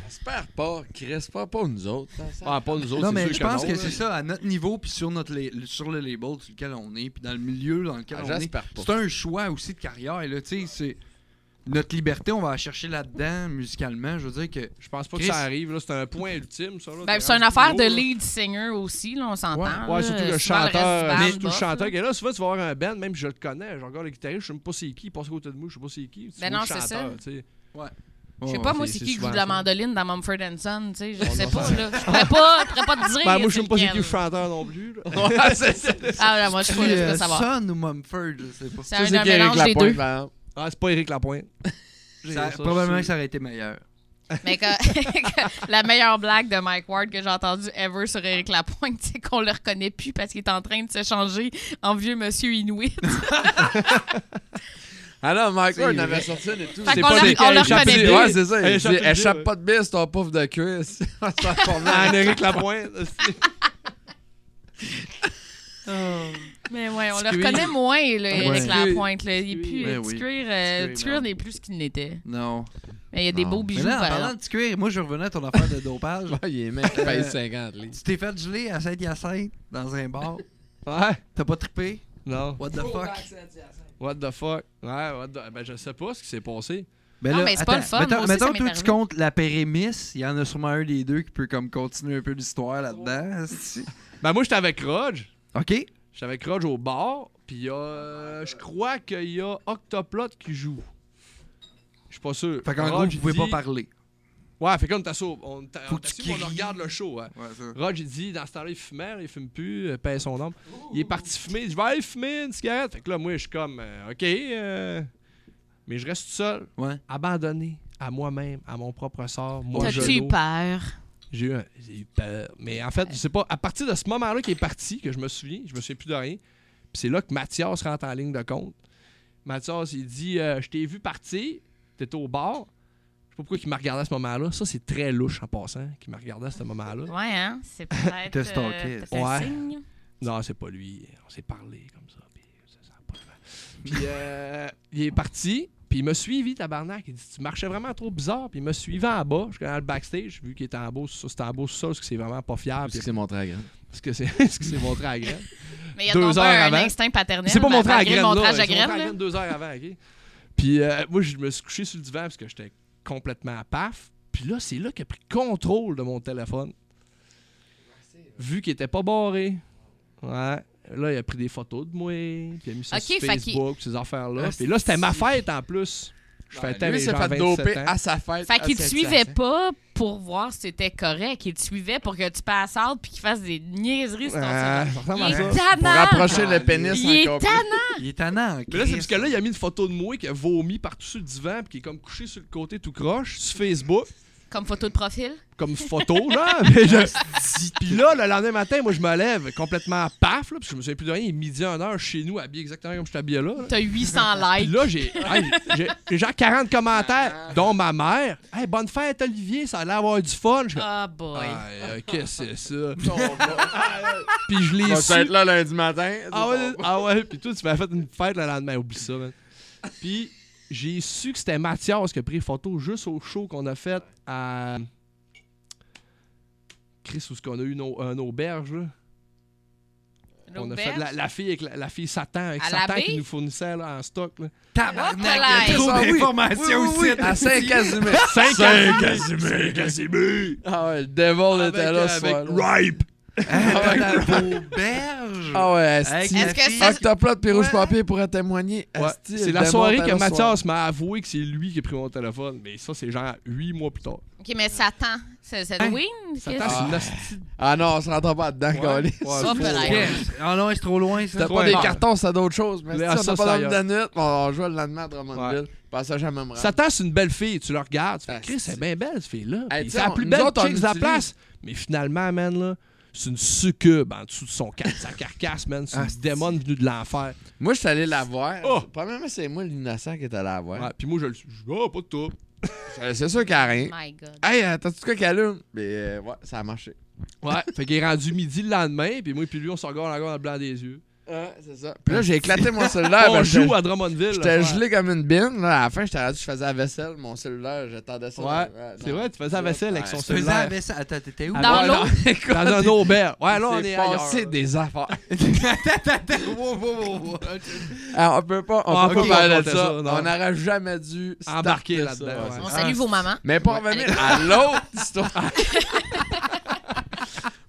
E: J'espère pas, Chris, pas, pas nous autres. Ça, ça-
C: Ah, pas nous autres,
A: Non,
C: c'est
A: mais
C: sûr
A: je pense
C: non,
A: que
C: là.
A: c'est ça, à notre niveau, puis sur, notre la- sur le label sur lequel on est, puis dans le milieu dans lequel
E: Ah,
A: on est,
E: J'espère pas.
A: C'est un choix aussi de carrière, là, tu sais, c'est... Notre liberté, on va la chercher là-dedans, musicalement. Je veux dire que...
C: Je pense pas
A: Chris.
C: que ça arrive. là. C'est un point ultime, ça. là.
B: Ben,
C: T'es
B: c'est une
C: rendu
B: affaire
C: plus
B: de
C: haut, là.
B: lead singer aussi, là, on s'entend. là.
C: Ouais, surtout le
B: Souvent, reste du
C: chanteur.
B: band
C: Mais surtout le
B: bof,
C: chanteur
B: là.
C: qui est là, souvent tu vas avoir un band, même je le connais, je regarde le guitariste, je sais même pas c'est qui, il passe à côté de moi, je sais pas c'est qui. Tu
B: Ben
C: vois
B: non,
C: le
B: c'est
C: chanteur,
B: ça.
C: tu sais.
B: Je sais
A: Ouais,
B: pas,
A: ouais,
B: moi,
C: c'est-
B: c'est
C: c'est
B: qui qui joue
C: souvent
B: de la
C: ça.
B: mandoline dans Mumford Son, tu sais, je
C: On
B: sais
C: en
B: pas,
C: sait.
B: là. Je pourrais pas, je pourrais pas te dire.
C: Ben, moi, je sais
B: c'est
C: pas c'est qui
B: lequel.
C: le chanteur non plus. là.
B: Ah, là, moi, je pourrais je pourrais
A: euh,
B: savoir.
A: Son ou Mumford, je sais pas.
B: C'est un, un mélange des deux.
C: Ah, c'est pas Éric Lapointe. J'ai
A: Ça-
C: ça,
A: probablement
C: je
A: que ça aurait été meilleur.
B: Mais que- la meilleure blague de Mike Ward que j'ai entendue ever sur Eric Lapointe, c'est qu'on le reconnaît plus parce qu'il est en train de se changer en vieux monsieur Inuit.
E: Ah non, Mike
A: C'est
E: Ward
A: vrai.
E: avait sorti et tout.
B: Fait
C: C'est
B: qu'on
C: pas
B: le-
C: des-
B: on le
C: Échappé
B: reconnaît
C: des-
B: plus.
E: Ouais, c'est ça.
C: Elle
E: Il
C: échappe
E: dit
C: une
E: échappe
C: bille,
E: pas de bise, ton pouf de cuisse. Ça
C: sais. Ah, Éric Lapointe.
B: Mais ouais, on le
C: Squeeze.
B: reconnaît moins, là, Eric
A: Ouais.
B: Lapointe. Là. Il est plus.
A: Ben
B: euh,
A: oui.
B: Ticuir, euh,
A: Ticuir,
B: Ticuir
A: non.
B: n'est plus ce qu'il n'était.
A: Non.
B: Mais il y a des
E: Non.
B: beaux
A: Mais
B: bijoux.
A: là, en
B: par
A: parlant
B: exemple.
A: de petit cuir, moi, je revenais à ton affaire de dopage.
E: Il est mec qui pèse 50 livres.
A: tu t'es fait geler à Saint-Hyacinthe dans un bar.
C: Ouais.
A: T'as pas trippé?
C: Non.
A: What the fuck?
C: What the fuck? Ouais, what the... Ben, je sais pas ce qui s'est passé.
A: Ben
B: Non, mais c'est pas le fun.
A: Mettons,
B: Moi aussi, ça
A: mettons
B: m'est
A: toi,
B: arrivé.
A: tu comptes la pérémisse. Il y en a sûrement un des deux qui peut comme continuer un peu l'histoire là-dedans. esti.
C: Ben, moi, j'étais avec Roger.
A: OK?
C: J'étais avec Roger au bar, puis il y a, euh, je crois qu'il y a Octoplot qui joue. Je suis pas sûr.
A: Fait qu'en gros,
C: Roger
A: vous pouvez pas
C: dit-
A: parler.
C: Ouais, fait qu'on t'as on, t'a-
A: Faut
C: on,
A: que tu
C: t'assoit, on
A: cries.
C: regarde le show. Hein.
A: Ouais, ça.
C: Roger il dit, dans ce temps-là, il fumait, il fume plus, euh, paie son âme. Il est parti fumer, il dit, je vais aller fumer une cigarette. Fait que là, moi, je suis comme, euh, OK, euh, mais je reste tout seul,
A: Ouais.
C: abandonné à moi-même, à mon propre sort. Moi, je
B: T'as-tu eu
C: l'eau.
B: peur?
C: J'ai eu, un- j'ai eu peur. Mais en fait, je sais pas, à partir de ce moment-là qui est parti, que je me souviens, je me souviens plus de rien. Puis c'est là que Mathias rentre en ligne de compte. Mathias, il dit euh, Je t'ai vu partir, t'étais au bar. Je sais pas pourquoi il me regardait à ce moment-là. Ça, c'est très louche en passant, qu'il me regardait à ce moment-là.
B: Ouais, hein? C'est peut-être.
A: T'as
B: euh,
A: stalké.
B: peut-être un
C: Ouais.
B: signe.
C: Non, c'est pas lui. On s'est parlé comme ça. Puis, ça sent pas le vent. Puis, euh, il est parti. Puis il m'a suivi, tabarnak. Il dit Tu marchais vraiment trop bizarre. Puis il m'a suivi en bas. Je suis allé dans le backstage, vu qu'il était en bas. C'était en bas, ça, parce que c'est vraiment pas fiable.
E: Parce que c'est montré à grand.
C: Parce que c'est ce qui s'est montré à la graine.
B: Mais il y a
C: Deux
B: donc
C: heures
B: un
C: avant.
B: instinct paternel.
C: C'est pas
B: ma-
C: montré à la
B: malgré
C: graine.
B: le
C: là.
B: montrage
C: C'est
B: à
C: montré à la
B: graines, là.
C: graine deux heures avant, OK? Puis euh, moi, je me suis couché sur le divan parce que j'étais complètement à paf. Puis là, c'est là qu'il a pris contrôle de mon téléphone. Vu qu'il était pas barré. Ouais. Là, il a pris des photos de moi. Puis il a mis ça
B: Ok,
C: sur
B: fait qu'il-
C: Facebook, ces affaires-là.
A: Ah,
C: Puis là, c'était ma fête en plus. Je fêtais
E: Lui,
C: mes
E: il s'est
C: genre
E: fait
C: 27
E: doper
C: ans.
E: à sa fête.
C: Ah,
B: Fait qu'il
E: à
B: te
E: sa-
B: suivait
E: sa-
B: pas pour voir si c'était correct. Il te suivait pour que tu passes out puis qu'il fasse des niaiseries sur ton
C: Ah,
B: téléphone.
C: ça ressemble
B: Il
C: à ça.
B: est
E: Pour
B: tannant!
E: rapprocher
C: Ah,
E: le pénis
B: Il est
E: encore plus.
B: tannant!
A: Il est tannant. en
C: Mais là, c'est parce
A: Christ.
C: que là, il a mis une photo de moi qui a vomi partout sur le divan, puis qui est comme couché sur le côté tout croche, sur Facebook,
B: Comme photo de profil.
C: comme photo, là. Mais je- Puis là, le lendemain matin, moi, je me lève complètement paf, là, parce que je me souviens plus de rien. Il est midi à 1h chez nous, habillé exactement comme je t'habillais là. là.
B: T'as 800
C: Puis
B: likes.
C: là, j'ai hey, j'ai- j'ai genre 40 commentaires, dont ma mère. Hey, bonne fête, Olivier, ça a l'air d'avoir du fun. Je suis comme,
B: Ah boy.
C: Aïe, euh, qu'est-ce que c'est ça?
E: Ton gars.
C: Puis je l'ai
E: Va
C: su.
E: être là lundi matin. c'est
C: Ah ouais,
E: ton-
C: ah ouais, puis toi, tu m'as fait une fête le lendemain, oublie ça, man. Puis j'ai su que c'était Mathias qui a pris photo juste au show qu'on a fait à. Chris, où ce qu'on a eu nos, un auberge, là. On a fait la, la fille avec la, la fille Satan, avec
B: À la
C: Satan
B: baie?
C: qui nous fournissait là, en stock. Là.
A: Tabarnak,
B: Hop là,
A: il y a
E: Ah
A: trop
E: oui,
A: d'informations
E: oui, oui,
A: aussi.
E: oui, À Saint-Casimir.
C: 5
E: Saint-Casimir. Ah ouais, le devil
C: Avec, euh,
E: était là ce
C: avec
E: soir-là.
C: Ripe!
A: T'as la auberge.
E: Ah ouais,
A: Avec
E: Asti.
A: la
B: Est-ce que
A: fille.
B: ça-
E: Octoplot puis Rouge
A: Ouais.
E: Papier pourrait témoigner.
C: Ouais,
E: Asti, le
C: C'est la
E: démon
C: soirée
E: était
C: que
E: là ce soir.
C: Mathias m'a avoué que c'est lui qui a pris mon téléphone. Mais ça, c'est genre 8 mois plus tard.
B: Ok, mais Satan. C'est c'est Halloween?
C: Hein? Satan,
B: Qu'est-ce-
C: c'est une hostie
E: Ah non, on se rentre pas dedans,
C: Ouais,
E: Colin.
C: ouais,
B: Hop là.
A: Yeah. Ah non, c'est trop loin, ça.
E: T'as pas des
C: Ouais.
E: cartons, c'est d'autres choses. Mais si
C: Mais
E: on
C: ah, ça,
E: n'a
C: c'est
E: pas d'homme de
C: ailleurs.
E: nuit, on, on joue le lendemain à Drummondville. Passage à même rang.
C: Satan, c'est une belle fille. Tu la regardes, tu fais
E: Ah,
C: Chris,
E: c'est-
C: c'est bien belle, cette fille-là.
E: Hey,
C: Puis
E: tu
C: C'est
E: sais,
C: la
E: on-
C: plus
E: nous
C: belle
E: autres, on
C: chick de la
E: l'utilise.
C: place. Mais finalement, man, là, c'est une succube en dessous de son car- sa carcasse, man. C'est
A: Ah,
C: une démon venue de l'enfer.
E: Moi, je suis allé la voir.
C: Oh!
E: Premièrement, c'est moi l'innocent qui est allé la voir.
C: Ouais, puis moi, je le suis. Oh, pas de toi.
E: Euh, C'est sûr qu'il n'y a rien.
B: My God.
E: Hey, euh, t'as-tu de quoi qu'elle allume? Mais euh, ouais, ça a marché.
C: Ouais, fait qu'il est rendu midi le lendemain, puis moi, puis lui, on se regarde encore dans le blanc des yeux.
E: Ouais, c'est ça. Puis là, j'ai éclaté mon cellulaire.
C: on
E: parce que
C: joue à Drummondville.
E: Ah, ben, J'étais
C: là.
E: gelé comme une bine. Là, à la fin, j'étais rendu, je faisais la vaisselle, mon cellulaire, j'attendais ça.
C: Ouais, c'est
E: non.
C: vrai, tu faisais la vaisselle avec
E: Ouais,
C: son
A: Tu faisais
C: cellulaire.
A: avec ça. Attends, t'étais où?
C: Ah,
B: Dans
C: ouais,
B: l'eau?
C: Dans un auberge. Ouais, là, on
E: C'est
C: est
E: passé
C: ailleurs.
E: des affaires.
A: Attends, attends, attends. Wow, wow, wow, wow.
E: Ah, on peut pas, on
C: Ah,
E: peut
C: on
E: pas
C: peut
E: parler
C: pas
E: de
C: compter
E: ça.
C: ça,
E: on
C: non.
E: n'aurait jamais dû starter
C: Embarquer
E: ça,
C: là-dedans,
E: ouais,
C: ouais. Ah,
E: c'est
B: On
E: ça.
B: salue vos mamans.
E: Mais pour revenir à l'autre histoire.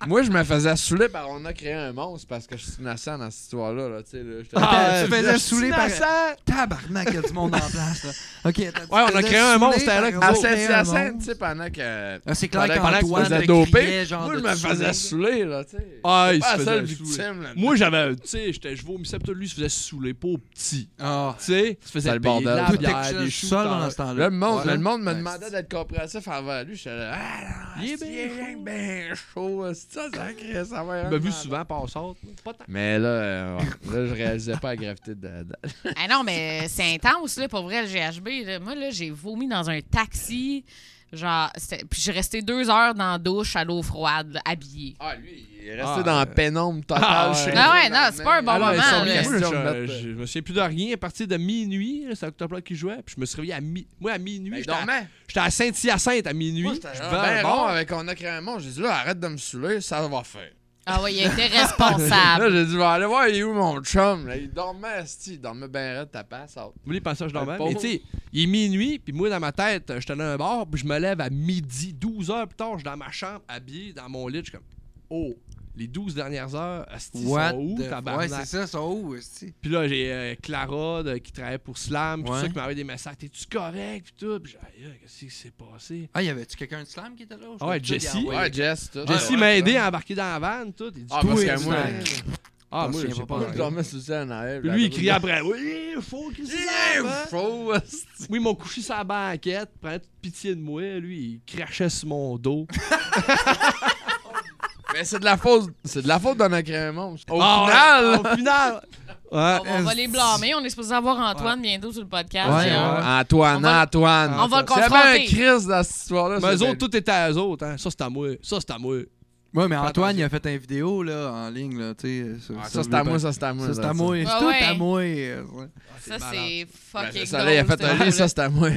E: Moi, je me faisais saouler par on a créé un monstre parce que je suis innocent dans cette histoire-là. Là, tu sais, là, j'étais-
A: Ah,
C: Ah,
A: tu faisais
C: je
A: saouler
C: suis
A: par.
C: innocent!
A: Tabarnak, il y a du monde en place, là. Ok, attends, tu
C: Ouais, on a
A: faisais
C: créé un
A: saouler
C: monstre,
A: par
C: Alex.
A: un
E: À
A: autre,
E: cette
A: un
E: hyacinthe, tu
A: monstre.
E: sais, pendant que.
A: Ah, c'est
E: Pendant
A: clair
E: pendant que
A: qu'Antoine
E: tu faisais
A: le
E: doper,
A: criait, genre.
E: moi,
A: de
E: je me
A: saouler.
E: faisais saouler, là, tu sais.
C: Ah, il
E: J'étais
C: se
E: pas la
C: faisait
E: seule
C: saouler.
E: victime, là.
C: Moi, j'avais. Tu sais, j'étais- je vomissais, puis tout, lui, il se faisait saouler, pauvre petit.
A: Ah,
C: Tu sais, il se faisait
E: C'est le
C: payer
E: bordel.
C: la
E: Tout
A: tout
C: bière,
A: est
C: des
A: seul
C: shooters.
A: dans ce temps-là.
E: Le monde,
A: Voilà.
E: le monde me
A: Ouais.
E: demandait d'être compréhensif envers lui. J'étais là, ah, non,
C: Il est
E: asti,
C: bien
E: il est bien chaud. asti, Ça, ça crée, ça va.
C: Il
E: être
C: m'a vu
E: mal.
C: souvent passante. là. Pas tant.
E: Mais là, euh, ouais, là, je réalisais pas la gravité de. de-
B: Ah non, mais c'est intense, là, pour vrai, le GHB. là. Moi, là, j'ai vomi dans un taxi. Genre, c'était- puis j'ai resté deux heures dans la douche à l'eau froide, là, habillée.
E: Ah, lui, il est resté
C: resté
E: dans
C: dans
E: la
C: la
E: pénombre
C: Ah,
E: totale.
C: ouais.
B: Ah ouais, non, c'est pas un bon
C: Ah,
B: moment,
C: non,
B: là.
C: ils
B: mais-
C: sont
E: Moi,
C: bien.
E: je-
C: je, je- je me souviens plus de rien. À partir de minuit, là, c'est Octoplot qui jouait. Puis je me suis réveillé à mi... Moi, à minuit, j'étais à,
E: dormais.
C: j'étais à Saint-Hyacinthe à minuit.
E: Ben, Moi,
C: Je
E: j'étais
C: buvais
E: ben
C: un
E: bon
C: bar.
E: avec On a créé un monde. J'ai dit, là, arrête de me saouler, ça va faire.
B: Ah ouais, il a été
E: Là,
B: responsable.
E: j'ai dit, va aller voir, il est où mon chum? Là, il dormait, esti, il dormait bien raide, ta passe. out.
C: Vous voulez penser que je dormais?
E: Le pauvre.
C: Mais tu sais, il est minuit, puis moi, dans ma tête, je tenais un bar, puis je me lève à midi, 12 heures plus tard, je suis dans ma chambre, habillé, dans mon lit, je suis comme, oh, les 12 dernières heures, asti,
A: What
C: sont où,
A: the- Ouais,
C: tabarnak?
A: c'est ça, sont où, esti?
C: Puis là, j'ai euh, Clara de- qui travaillait pour Slam, puis
A: Ouais.
C: tout ça, qui m'avait des messages. T'es-tu correct? Puis tout. Puis j'ai dit, Aïe, qu'est-ce qui s'est passé?
A: Ah, y avait-tu quelqu'un de slam qui était là? ou je
C: Ah ouais,
A: l'ai
C: Jesse.
A: envoyé?
E: Ouais, Jess, tout. Ah,
C: Jessie
E: Ouais,
C: m'a
E: ouais,
C: aidé
E: ouais.
C: à embarquer dans la vanne, tout. Il dit,
E: Ah,
C: Tout
E: parce
C: est
E: que
C: du
E: moi,
C: temps. Ah,
A: je
C: moi,
A: me
C: j'ai
A: souviens
C: pas.
A: pas.
E: moi, je dormais sous le ciel en arrière.
C: Puis lui, il criait après, oui, faut qu'il
E: Il
C: se lève,
E: est
C: hein.
E: faux, esti.
C: Oui, ils m'ont couché sur la banquette, prenait toute pitié de moi. Lui, il crachait sur mon dos.
E: Mais c'est de la faute. C'est de la faute d'en créé un monstre. Au
C: Ah,
E: final!
C: ouais, Au final! Ouais.
B: On
A: Ah,
B: va- On va les blâmer. On est supposé avoir Antoine bientôt sur le podcast.
A: Ouais,
B: Genre,
A: ouais.
E: hein.
B: hein.
E: Antoine,
B: On va-
E: Antoine.
B: on va le
E: C'est
B: confronter.
E: bien un Chris dans cette histoire-là.
C: Mais eux
E: c'était-
C: autres, tout était à eux autres. Hein. Ça, c'est à moi. Ça, c'est à moi.
A: Ouais, mais
C: Fais
A: Antoine,
C: attention.
A: il a fait une vidéo là, en ligne. Là, tu sais, sur-
E: Ah,
A: sur
E: Ça, c'est
A: le-
E: à moi, ça, c'est à moi.
A: Ça, c'est à moi. C'est
B: Ah
A: tout
B: ouais.
A: à moi. euh, ouais.
B: Ça,
C: malade.
B: c'est
E: Ben,
B: fucking
E: ça, là, il a
B: drôle,
E: fait un
B: ce
E: lit, ça,
B: gars-là.
E: c'est à moi.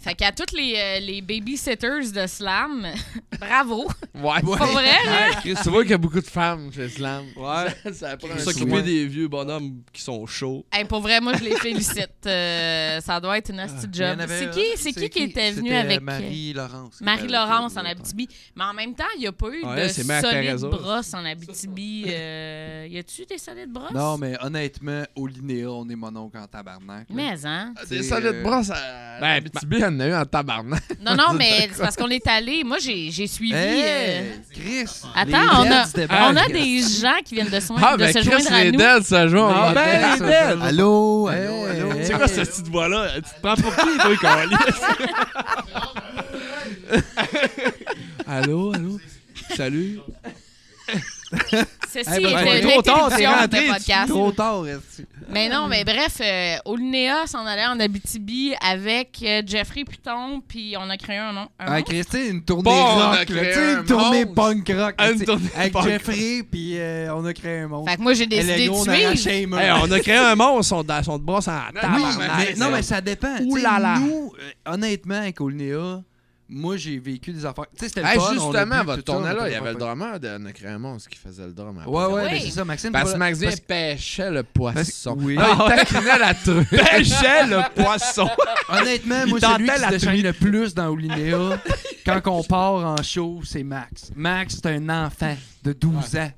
B: Fait qu'à toutes les, euh, les babysitters de slam, bravo.
E: Ouais,
B: Pas vrai, là?
E: C'est vrai qu'il y a beaucoup de femmes chez Slam.
C: Ouais.
E: Ça prend
C: Pour
E: un
C: s'occuper
E: soin.
C: des vieux bonhommes qui sont chauds.
B: Hey, pour vrai, moi, je les félicite. Euh, ça doit être une nasty
A: Il y en
B: job.
A: avait-
B: C'est qui, c'est qui qui était venu
A: C'était euh,
B: avec euh,
A: Marie-Laurence.
B: Marie-Laurence en Abitibi? Mais en même temps, il n'y a pas eu
C: Ouais,
B: de
C: c'est Mère
B: solides
C: Teresa.
B: brosses en Abitibi. Euh, y a-tu des solides brosses?
A: Non, mais honnêtement, au Linéa, on est mon oncle en tabarnak. là.
B: Mais, hein?
E: Des
A: C'est,
E: solides
A: euh,
E: brosses à.
C: ben,
E: Ben, petit il y en a eu en tabarnak.
B: Non, non, mais c'est parce qu'on est allé. Moi, j'ai j'ai suivi. euh,
A: Hey, Chris!
B: Attends,
A: les
B: on a,
A: Reds débarquent.
B: on a des gens qui viennent de se,
E: Ah,
B: de
E: ben,
B: se
E: Chris,
B: joindre à
E: les
B: nous.
E: dead ce jour.
C: Ah, ben,
A: Hey,
C: les dead!
A: Allô, allô,
E: Hey,
A: allô.
E: hey.
C: C'est quoi cette petite voix-là? Tu te prends pour qui, toi, qu'on Allô, allô? Salut.
B: Ceci
A: Eh ben,
B: est
A: ouais,
B: une
A: trop
C: tard, t'es
B: interruption
C: rentré,
B: de
C: tu-
B: podcast.
A: Trop tard, est-ce que-
B: Mais non, mais bref, euh, Olinéa s'en allait en Abitibi avec euh, Jeffrey Piton, puis on a créé un nom. un
A: Ah,
B: nom.
A: Chris, tu sais, une tournée
E: Bon, on a
A: rock, là, tu
E: créé
A: sais,
E: un
A: une tournée
E: monstre.
A: punk rock. là,
C: Une
A: tu sais,
C: tournée
A: avec
C: punk
A: Jeffrey, puis euh, on a créé un monstre.
B: Fait que moi, j'ai
A: Elle est
B: décidé de
A: gros, on a
B: suivre.
A: arraché les murs.
C: Hey, on a créé un monstre, on te, on te brosse en
A: Oui,
C: tabarnak.
A: mais, non, mais ça dépend.
C: Ouh
A: Tu sais,
C: là là.
A: Nous, euh, honnêtement, avec Olnea, moi, j'ai vécu des affaires. Tu sais, c'était le
E: Hey,
A: fun, on a bu,
E: justement, votre
A: tout ça, on a
E: tournée-là,
A: fait
E: il y
A: des
E: avait le
A: affaires.
E: drummer de Anna Crémence qui faisait le drum. après.
A: Ouais, ouais,
B: Oui.
A: mais c'est ça, Maxime.
E: Parce que
A: pour la-
E: Max Vien
A: parce- Ah,
E: pêchait le
C: Ah,
E: poisson.
A: Parce- oui.
E: Là, il taquinait la truite.
C: Pêchait le poisson.
A: Honnêtement,
C: Il
A: moi, celui
C: tentait
A: qui se
C: la
A: déchaîne le plus dans Olinéa, quand on part en show, c'est Max. Max, c'est un enfant de 12
C: Ah,
A: ans.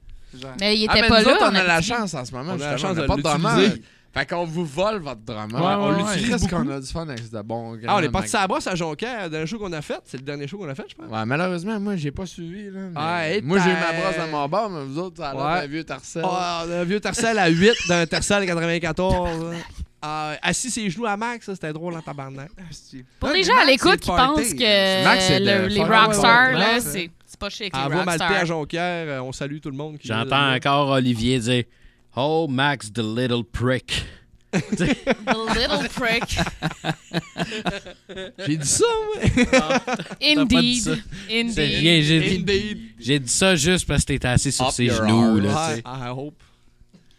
B: Mais il
E: Ah,
B: était
E: mais
B: pas
E: nous
B: là.
E: autres, on a
B: a
E: la
B: dit-
E: chance en ce moment.
C: On a la
E: justement,
C: chance
E: on a
C: de
E: pas de drummer.
C: l'utiliser.
E: Fait qu'on vous vole votre drummer.
A: Ouais, ouais,
E: on
A: ouais.
E: l'utilise
C: Beaucoup.
E: qu'on a du fun avec ce bon grand
C: Ah, on est parti
E: Mac-
C: à la brosse à Jonquière, dans le show qu'on a fait. C'est le dernier show qu'on a fait, je pense.
E: Ouais, malheureusement, moi, j'ai pas suivi. Là, mais-
C: Ah, et
E: moi, j'ai eu
C: t'as-
E: ma brosse dans mon bar, mais vous autres, ça a l'air
C: Ouais.
E: d'un vieux tarcel.
C: Ah, on a un vieux Tercel à 8 d'un Tercel à 94. Ah, assis ses genoux à Max, ça, c'était drôle en tabarnak.
B: Pour
A: Non,
B: les
A: mais
B: gens à
A: Max,
B: l'écoute
A: c'est
B: qui
A: party.
B: pensent que
E: Max, c'est
B: le-
E: de
B: les
E: faire
A: un
B: rockstars,
A: bon
B: là,
A: Max.
B: c'est c'est pas chic. les
C: À Ah, voix Maltais à
B: rockstars.
C: Jonquière, euh, on salue tout le monde. qui vient de
D: J'entends
C: là.
D: encore Olivier dire Oh, Max, the little prick.
B: The little prick.
C: J'ai dit ça, moi.
B: Indeed.
D: ça. C'est
B: Indeed.
D: rien, j'ai
C: Indeed.
D: j'ai dit ça juste parce que t'étais assis sur
E: Up
D: ses
E: your
D: genoux.
E: arse.
D: Là, tu
C: I,
D: sais.
C: Ah, I hope.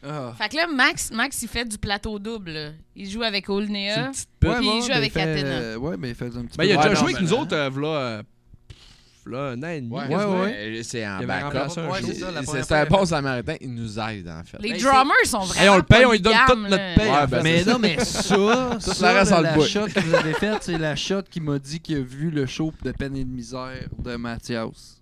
A: Ah.
B: Fait que là, Max, Max, il fait du plateau double. là. Il joue avec
C: C'est une
B: Olnea.
C: petite
B: il
A: ouais,
B: joue
A: mais
B: avec
A: fait- euh,
B: Athena.
A: Ouais, mais il faisait un petit
C: Ben, il a
E: Ouais,
C: déjà
E: non,
C: joué
E: mais
C: avec nous
E: là,
C: autres, euh, v'là, euh, là, un an et demi.
E: Ouais,
A: ouais,
C: quasiment.
A: ouais.
E: Euh, C'est en
C: Il avait
E: backup.
C: remplacé un
A: Ouais,
C: show.
A: c'est ça, la
E: Et
A: première
E: C'est
A: fois,
E: un
A: il
E: bon
A: avait-
E: samaritain, il nous aide en fait.
B: Les
C: Ben,
B: drummers sont vraiment.
C: Hey, on le paye, on lui donne toute
B: polygames,
C: notre
B: là.
C: paye.
E: Ouais,
C: en
E: ben,
C: fait.
A: Mais non, mais ça,
E: Ça
A: ça,
E: reste
A: là,
E: en
A: la
E: bois.
A: shot que vous avez faite, c'est la shot qui m'a dit qu'il a vu le show de peine et de misère de Mathias.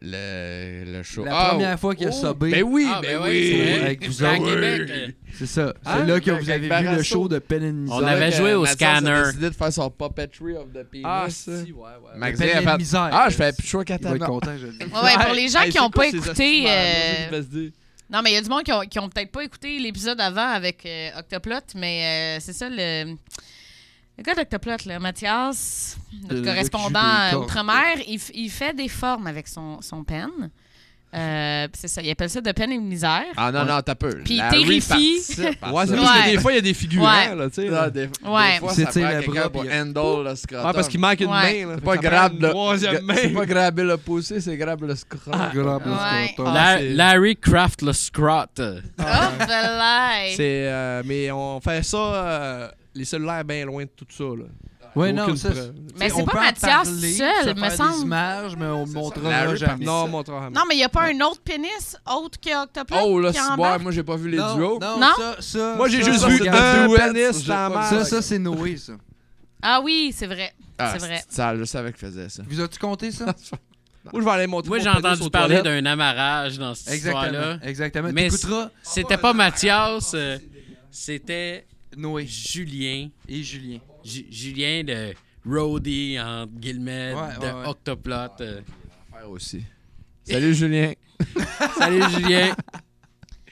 E: Le, le show.
A: La
E: Ah,
A: première fois qu'il a
E: oh,
A: sobé.
E: Ben oui,
D: Ah,
E: ben
D: ben oui,
E: oui.
D: c'est vrai.
A: Avec vous
D: à
A: autres.
D: Québec. euh,
A: C'est ça. C'est
E: Ah,
A: là que
E: avec-
A: vous avez
E: avec
A: vu le
E: Barrasso.
A: show de peine et de misère.
D: On avait
E: que
D: joué au
E: Mathias a
D: scanner.
E: décidé de faire son puppetry of the penis.
C: Ah, si, ouais, ouais.
E: Max-
A: Peine et de
E: Zé a fait-
A: misère.
E: Ah, je fais plus chaud qu'à
A: Il va
E: ta
A: être content, je le dis.
B: Ouais, ouais, pour les gens
C: Hey,
B: qui
C: c'est
B: n'ont
C: quoi
B: pas
C: ces
B: écouté.
C: astuces-là?
B: euh,
C: Vas-y, vas-y.
B: Non, mais il y a du monde qui ont, qui ont peut-être pas écouté l'épisode avant avec euh, Octoplot, mais euh, c'est ça le. Le gars d'Octoplot, là, Mathias, notre
A: Le
B: correspondant
A: gars qui
B: euh,
A: joue des
B: outre-mer, il, f- il fait des formes avec son, son pen. Euh, pis c'est ça, il appelle ça de peine et de misère.
E: Ah non, non, t'as peu.
B: Puis il
E: La
B: terrifie.
E: participe à
C: Ouais, c'est
E: ça.
C: parce que
B: Ouais.
C: des fois, il y a des figurants,
B: Ouais.
C: là, tu sais.
E: Là,
C: là.
E: des,
B: Ouais.
E: des fois,
A: C'est
E: ça
A: tiré
E: prend
A: la
E: quelqu'un
A: bras,
E: pour
A: puis il y
E: handle le scrotum.
C: Ouais, parce qu'il manque une
B: Ouais.
C: main, là.
E: Ah, C'est
C: Fait
E: pas
C: que ça
E: grave
C: prend
E: de-
C: une troisième main.
E: C'est pas grabber le poussé, c'est grabber le scrotum.
A: Grand plus
B: Ah, Ouais.
A: content.
C: Ah,
D: La-
C: c'est-
D: Larry Craft le Scrot.
A: Ah.
B: Oh, belay!
C: C'est, euh, mais on fait ça, euh, les cellulaires bien loin de tout ça. Là.
A: Ouais,
C: Aucune
A: non, ça.
C: preuve.
B: Mais
A: on
B: c'est pas
A: peut en
B: Mathias
A: parler,
B: seul,
A: se
B: me
A: faire des
B: semble.
A: images, mais on montrera
E: Larry
A: jamais.
C: Non,
A: ça.
C: mon travail.
B: Non, mais il n'y a pas un autre pénis autre que Octoplot?
E: Oh, là,
B: qui
E: c'est
B: embarque?
E: bon, moi, j'ai pas vu les duos.
A: Non,
B: Non?
A: ça, ça.
C: Moi, j'ai
A: ça,
C: juste
A: ça,
C: vu
A: regarde,
C: un
E: deux
C: pénis
E: pets,
C: dans la main.
A: Ça, ça, c'est Noé, ça.
B: Ah oui, c'est vrai.
E: Ah,
B: c'est vrai.
E: Ça, je savais qu'il faisait ça.
A: Vous as-tu compté ça?
C: Moi, je vais aller montrer
D: Moi,
C: mon
D: j'ai
C: pénis
D: entendu
C: aux
D: parler
C: toilettes.
D: d'un amarrage dans cette histoire-là.
A: Exactement. Exactement.
D: Mais
A: T'écouteras
D: C'était pas Mathias, euh, c'était
A: Noé
D: Julien.
A: et Julien.
D: Ju- Julien de Roadie, entre guillemets,
A: Ouais,
D: de
A: ouais, ouais.
D: Octoplot. euh.
E: Faire aussi. Salut, Julien.
D: Salut Julien.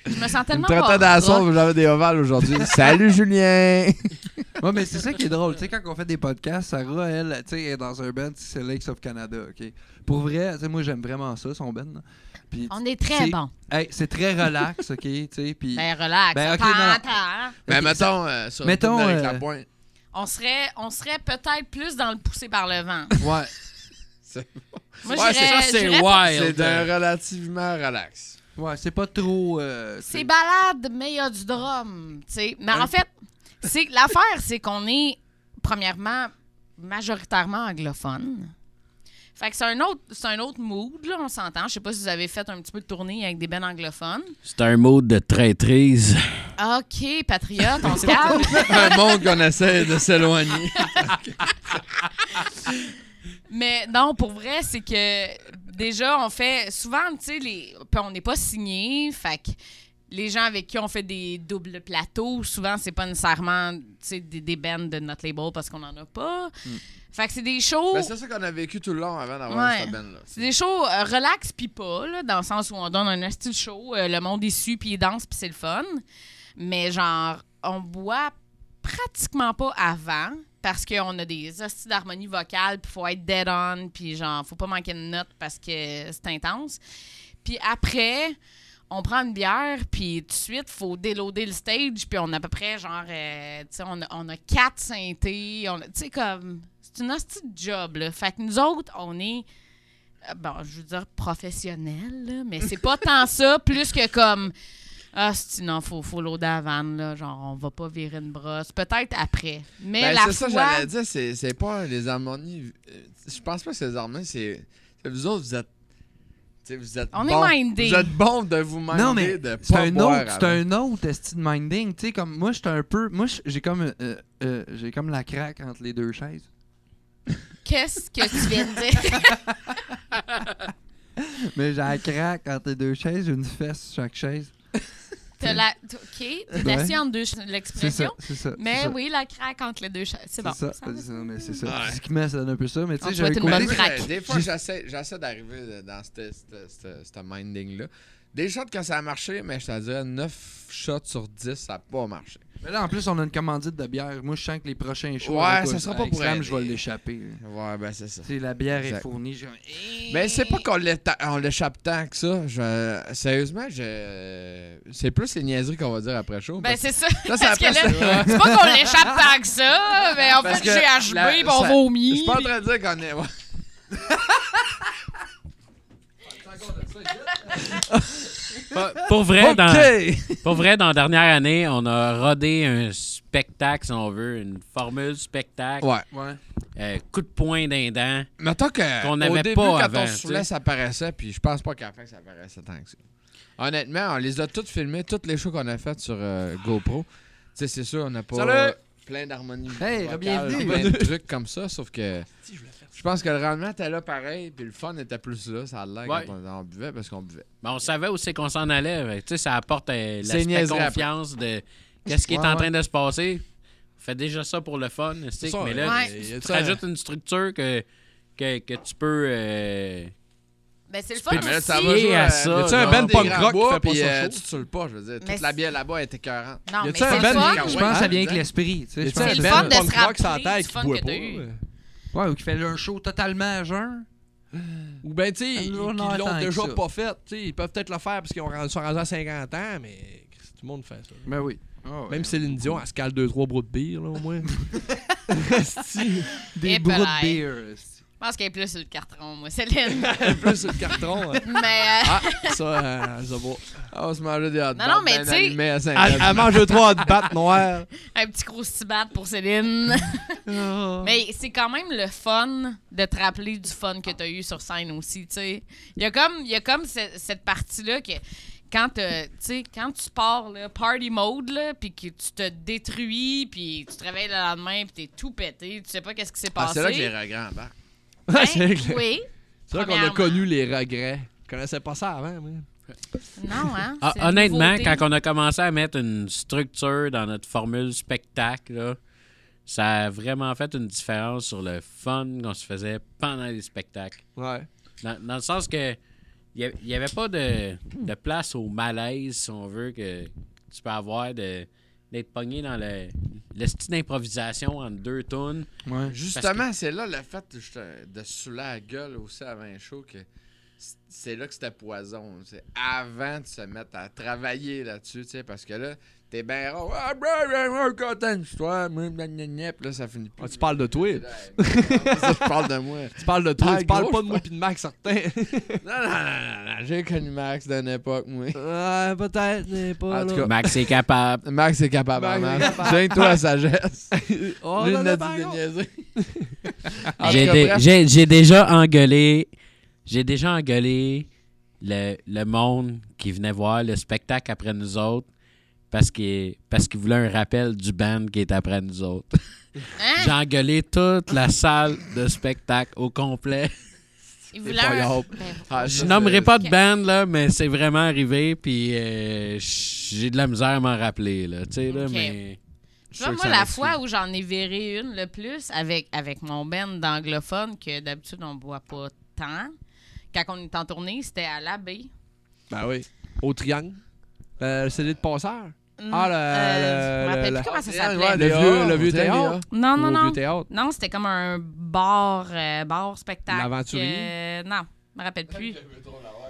B: Je me sens
E: Tu me
B: tellement.
E: traitais
B: pas-
E: d'assaut, j'avais des ovales aujourd'hui. Salut, Julien.
A: Ouais, mais c'est ça qui est drôle. Tu sais, quand on fait des podcasts, Sarah, elle, tu sais, elle est dans un band, c'est Lakes of Canada, OK? Pour vrai, tu sais, moi, j'aime vraiment ça, son band. là. Puis,
B: On est très
A: C'est-
B: bon.
A: hey, c'est très relax, OK? Tu sais, puis...
B: Ben, relax.
A: Ben, ok,
B: attends,
A: non.
B: attends, hein.
E: Mais
A: Ok,
E: mettons, euh, sur
A: Mettons,
E: mettons avec
A: euh,
E: la pointe.
B: On serait, on serait peut-être plus dans le poussé par le vent.
A: Ouais.
B: Moi,
D: Ouais, c'est ça,
B: j'irais-
D: c'est
B: j'irais-
E: C'est
D: wild.
E: d'un relativement relax.
A: Ouais, c'est pas trop... euh,
B: C'est
A: tu-
B: balade, mais il y a du drum. tu sais. Mais
A: Hein?
B: en fait, c'est que l'affaire, c'est qu'on est, premièrement, majoritairement anglophone. Fait que c'est un autre, c'est un autre mood, là, on s'entend. Je sais pas si vous avez fait un petit peu de tournée avec des bennes anglophones.
D: C'est un mode de traîtrise.
B: OK, patriote, on se calme.
E: un monde qu'on essaie de s'éloigner.
B: Mais non, pour vrai, c'est que déjà, on fait souvent, tu sais, les... puis on n'est pas signé, fait que les gens avec qui on fait des doubles plateaux, souvent, c'est pas nécessairement tu sais, des, des bands de notre label parce qu'on en a pas. Fait que c'est des shows.
E: Hmm. Ben, c'est ça qu'on a vécu tout le long avant d'avoir
B: Ouais.
E: cette benne-là.
B: C'est des shows euh, relax puis pas, là, dans le sens où on donne un style show, euh, le monde est su puis il danse puis c'est le fun. Mais genre, on boit pratiquement pas avant parce qu'on a des hosties d'harmonie vocale puis faut être dead on puis genre, faut pas manquer de notes parce que c'est intense. Puis après, on prend une bière, puis tout de suite, faut déloader le stage, puis on a à peu près, genre, euh, tu sais, on a, on a quatre synthés, on a- tu sais, comme, c'est une hostie de job, là. Fait que nous autres, on est, euh, bon, je veux dire professionnels, là, mais c'est pas tant ça, plus que comme, ah, c'est non, faut, faut loader à vanne, là, genre, on va pas virer une brosse, peut-être après, mais
E: Ben,
B: la
E: c'est ça,
B: fois-
E: j'allais dire, c'est, c'est pas les harmonies. euh, Je pense pas que c'est les harmonies, c'est. c'est vous autres, vous êtes. tu sais, vous êtes
B: On est
E: bons.
B: mindés.
E: Vous êtes bons de vous minder,
A: Non, mais
E: de pas
A: c'est un,
E: boire
A: autre, c'est
E: avant.
A: un autre esti de minding. Tu sais, comme moi, j'étais un peu. Moi, j'ai comme, euh, euh, j'ai comme la craque entre les deux chaises.
B: Qu'est-ce que tu viens de dire?
A: Mais j'ai la craque entre les deux chaises, une fesse sur chaque chaise.
B: T'as la... OK, t'es
A: Ouais.
B: assis entre deux ch-
A: C'est ça,
B: l'expression.
A: c'est ça. c'est
B: Mais
A: ça.
B: oui, la craque entre les deux chaises. C'est
A: C'est
B: bon.
A: ça,
B: Ça
A: c'est
B: va.
A: ça, mais c'est ça.
E: Ouais.
A: Physiquement, ça donne un peu ça, mais tu
B: On
A: sais,
B: te
A: j'avais
B: souhaite une
A: côté...
B: bonne craque.
E: Des fois, j'essaie, j'essaie d'arriver dans ce cette, cette- cette minding-là. Des shots quand ça a marché, mais je te dirais 9 shots sur 10, ça n'a pas marché.
A: Mais là, en plus, on a une commandite de bière. Moi, je sens que les prochains shows...
E: Ouais,
A: avec-
E: ça sera pas
A: avec
E: pour
A: Sam,
E: aider.
A: je vais l'échapper. là.
E: Ouais, ben c'est ça.
A: Tu sais, la bière est
E: Exact.
A: fournie. j'ai un-
E: Mais c'est pas qu'on l'éta- on l'échappe tant que ça. Je- sérieusement, je... c'est plus les niaiseries qu'on va dire après chaud.
B: Ben,
E: parce
B: c'est ça.
E: que là,
B: Parce que
E: après, c'est-
B: là, c'est pas qu'on l'échappe tant que ça, mais en
E: Parce
B: fait,
E: que
B: j'ai HB,
E: la-
B: puis on
E: ça- Je
B: vomit.
E: suis pas en train de dire qu'on est. ouais.
D: Pour vrai, dans,
E: OK!
D: pour vrai, dans la dernière année, on a rodé un spectacle, si on veut, une formule spectacle.
E: Ouais.
A: Ouais.
D: euh, coup de poing d'un dent.
E: Mettons que
D: Qu'on
E: au
D: n'avait
E: début,
D: pas
E: quand
D: avant,
E: on se soulevait,
D: tu sais.
E: ça paraissait, puis je pense pas qu'à la fin, ça paraissait tant que ça. Honnêtement, on les a toutes filmés, toutes les shows qu'on a faites sur euh, GoPro. Tu sais, c'est sûr, on n'a pas
C: Salut!
E: euh, plein d'harmonie
A: Hey,
E: vocale,
A: bienvenue!
E: plein de trucs comme ça, sauf que
C: Si, je voulais faire ça.
E: je pense que le rendement était là pareil, puis le fun était plus là, ça a l'air
D: Ouais.
E: quand on, on buvait, parce qu'on buvait.
D: Ben, on savait où c'est qu'on s'en allait. fait que, Tu sais, ça apporte euh,
E: C'est
D: l'aspect
E: niaiserie
D: confiance de qu'est-ce qui est
E: Ouais,
D: en
E: ouais.
D: train de se passer. On fait déjà ça pour le fun,
C: C'est
D: stick,
C: ça,
D: mais là,
B: Ouais.
C: il y a
D: tu
C: ça.
D: rajoutes une structure que, que, que tu peux... euh,
B: Ben, c'est le
D: Tu
B: fun
D: peux-
B: aussi.
D: mais là,
E: ça
D: va jouer à ça,
E: Tu sais, un
D: non?
E: band
D: Des
E: punk
C: grands
E: rock
C: bois,
E: qui fait pas
C: puis,
E: ça
C: euh,
E: chaud. tu te saoules pas, je veux dire.
B: Mais
E: Toute la bière là-bas était écœurante.
B: Non,
C: Y
B: mais
C: a-tu
B: c'est
C: un
B: le
C: band
B: fun.
A: Ben,
E: qui-
A: Je
E: Ouais,
A: pense que ça
E: hein,
A: vient avec
E: exact.
A: l'esprit. tu sais.
C: Y
A: Je
C: a-tu
A: pense
B: C'est
A: que
B: le
A: Ben,
B: fun de se
C: punk rock
B: rappeler
C: sans terre
B: du
C: qui
B: fun
C: boit
B: que
C: pas,
B: t'as eu.
C: ouais.
A: Ouais, ou qui fait un show totalement à jeun.
C: Ou ben, tu sais,
A: Ah,
C: ils ils
A: non, non,
C: l'ont
A: attends,
C: déjà
A: que ça.
C: pas fait. Tu sais, ils peuvent peut-être le faire parce qu'ils ont rendu- sont rendus à 50 ans, mais Christ, tout le monde fait ça.
A: Ben oui.
C: Même Céline Dion, elle se cale 2-3 brous de bière, là, au moins. Esti.
A: Des
B: Et
A: brous de
B: palais.
A: beer. esti.
B: Je pense qu'elle est plus sur le carton, moi, Céline.
C: plus sur le carton. hein.
B: mais euh,
C: Ah, ça, euh, ça va.
E: Ah, on se mangeait des
B: Non,
E: hot dogs
B: non, mais
E: bien
B: tu sais-
E: allumés à cinq
C: Elle,
E: heures.
C: elle mange 2-3 de battes noires.
B: un petit gros cibat pour Céline. mais c'est quand même le fun de te rappeler du fun que t'as eu sur scène aussi, tu sais. Il y a comme, il y a comme ce- cette partie-là que quand, t'as- tu sais, quand tu pars, là, party mode, là, puis que tu te détruis, puis tu te réveilles le lendemain, puis t'es tout pété, tu sais pas qu'est-ce qui s'est
E: Ah,
B: passé.
E: c'est là que les regrets embarquent.
B: Ben,
C: c'est vrai que-
B: Oui.
C: c'est vrai qu'on a
B: Premièrement.
C: connu les regrets. Je connaissais pas ça avant, moi.
B: Non, hein?
D: Ah,
B: c'est une
D: honnêtement,
B: nouveauté.
D: quand on a commencé à mettre une structure dans notre formule spectacle, là, ça a vraiment fait une différence sur le fun qu'on se faisait pendant les spectacles.
C: Ouais.
D: Dans, dans le sens que il n'y avait pas de, de place au malaise, si on veut, que tu peux avoir de d'être pogné dans le, le style d'improvisation entre deux tunes.
A: Ouais.
E: Justement, c'est là le fait de- je- de se saouler la gueule aussi avant un show que c- c'est là que c'était poison. C'est avant de se mettre à travailler là-dessus, tu sais, parce que là, t'es bien rond. Ah, bro, bro, bro, content, histoire, moi, gna, gna, gna, puis là, ça finit plus.
C: Ah, tu parles de toi.
E: C'est
C: Ah,
E: ça, je parle de moi.
C: Tu parles de toi.
E: Ah,
C: tu parles
E: gros,
C: pas
E: je
C: de moi pis de Max, certain.
E: Non, non, non, non, non, j'ai connu Max d'une époque, moi.
C: ouais, peut-être, mais pas.
E: En tout
C: là.
E: cas,
D: Max est capable.
E: Max est capable, hein,
C: Max est
E: Max.
C: capable.
E: J'ai toi la sagesse.
C: Oh,
E: Lui,
C: non,
E: il
C: non,
E: a
C: par
E: dit des
C: contre.
E: niaiseries. En tout
D: J'ai
E: cas,
D: dé-
E: bref.
D: j'ai- j'ai déjà engueulé. J'ai déjà engueulé le, le monde qui venait voir le spectacle après nous autres parce qu'il parce qu'il voulait un rappel du band qui est après nous autres. J'ai
B: Hein?
D: engueulé toute la salle de spectacle au complet.
B: Il
E: C'est
B: voulait
E: pas
B: un-
E: grave.
B: Ben,
E: Ah,
D: Je
E: ça,
D: nommerai
E: c'est-
D: pas de band là, mais c'est vraiment arrivé puis euh, j'ai de la misère à m'en rappeler là, tu sais là,
B: Ok.
D: mais
B: Tu vois, moi, la fois où j'en ai viré une le plus avec, avec mon band d'anglophone, que d'habitude, on boit pas tant, quand on est en tournée, c'était à l'abbé.
C: Ben oui. Au triangle. Euh, le CD de passeur.
B: Mm,
C: Ah, le-
B: euh, je me
C: le-
B: rappelle
C: le-
B: plus comment ça
E: Ah, ouais,
B: s'appelait.
C: Le
E: Léa,
C: vieux- le
E: on
C: vieux
E: dirait
C: Théon.
E: Léa.
B: Non, non,
C: Au
B: non.
C: vieux théâtre.
B: Non, c'était comme un bar, euh, bar spectacle.
C: L'Aventurier?
B: euh, non, je me rappelle plus.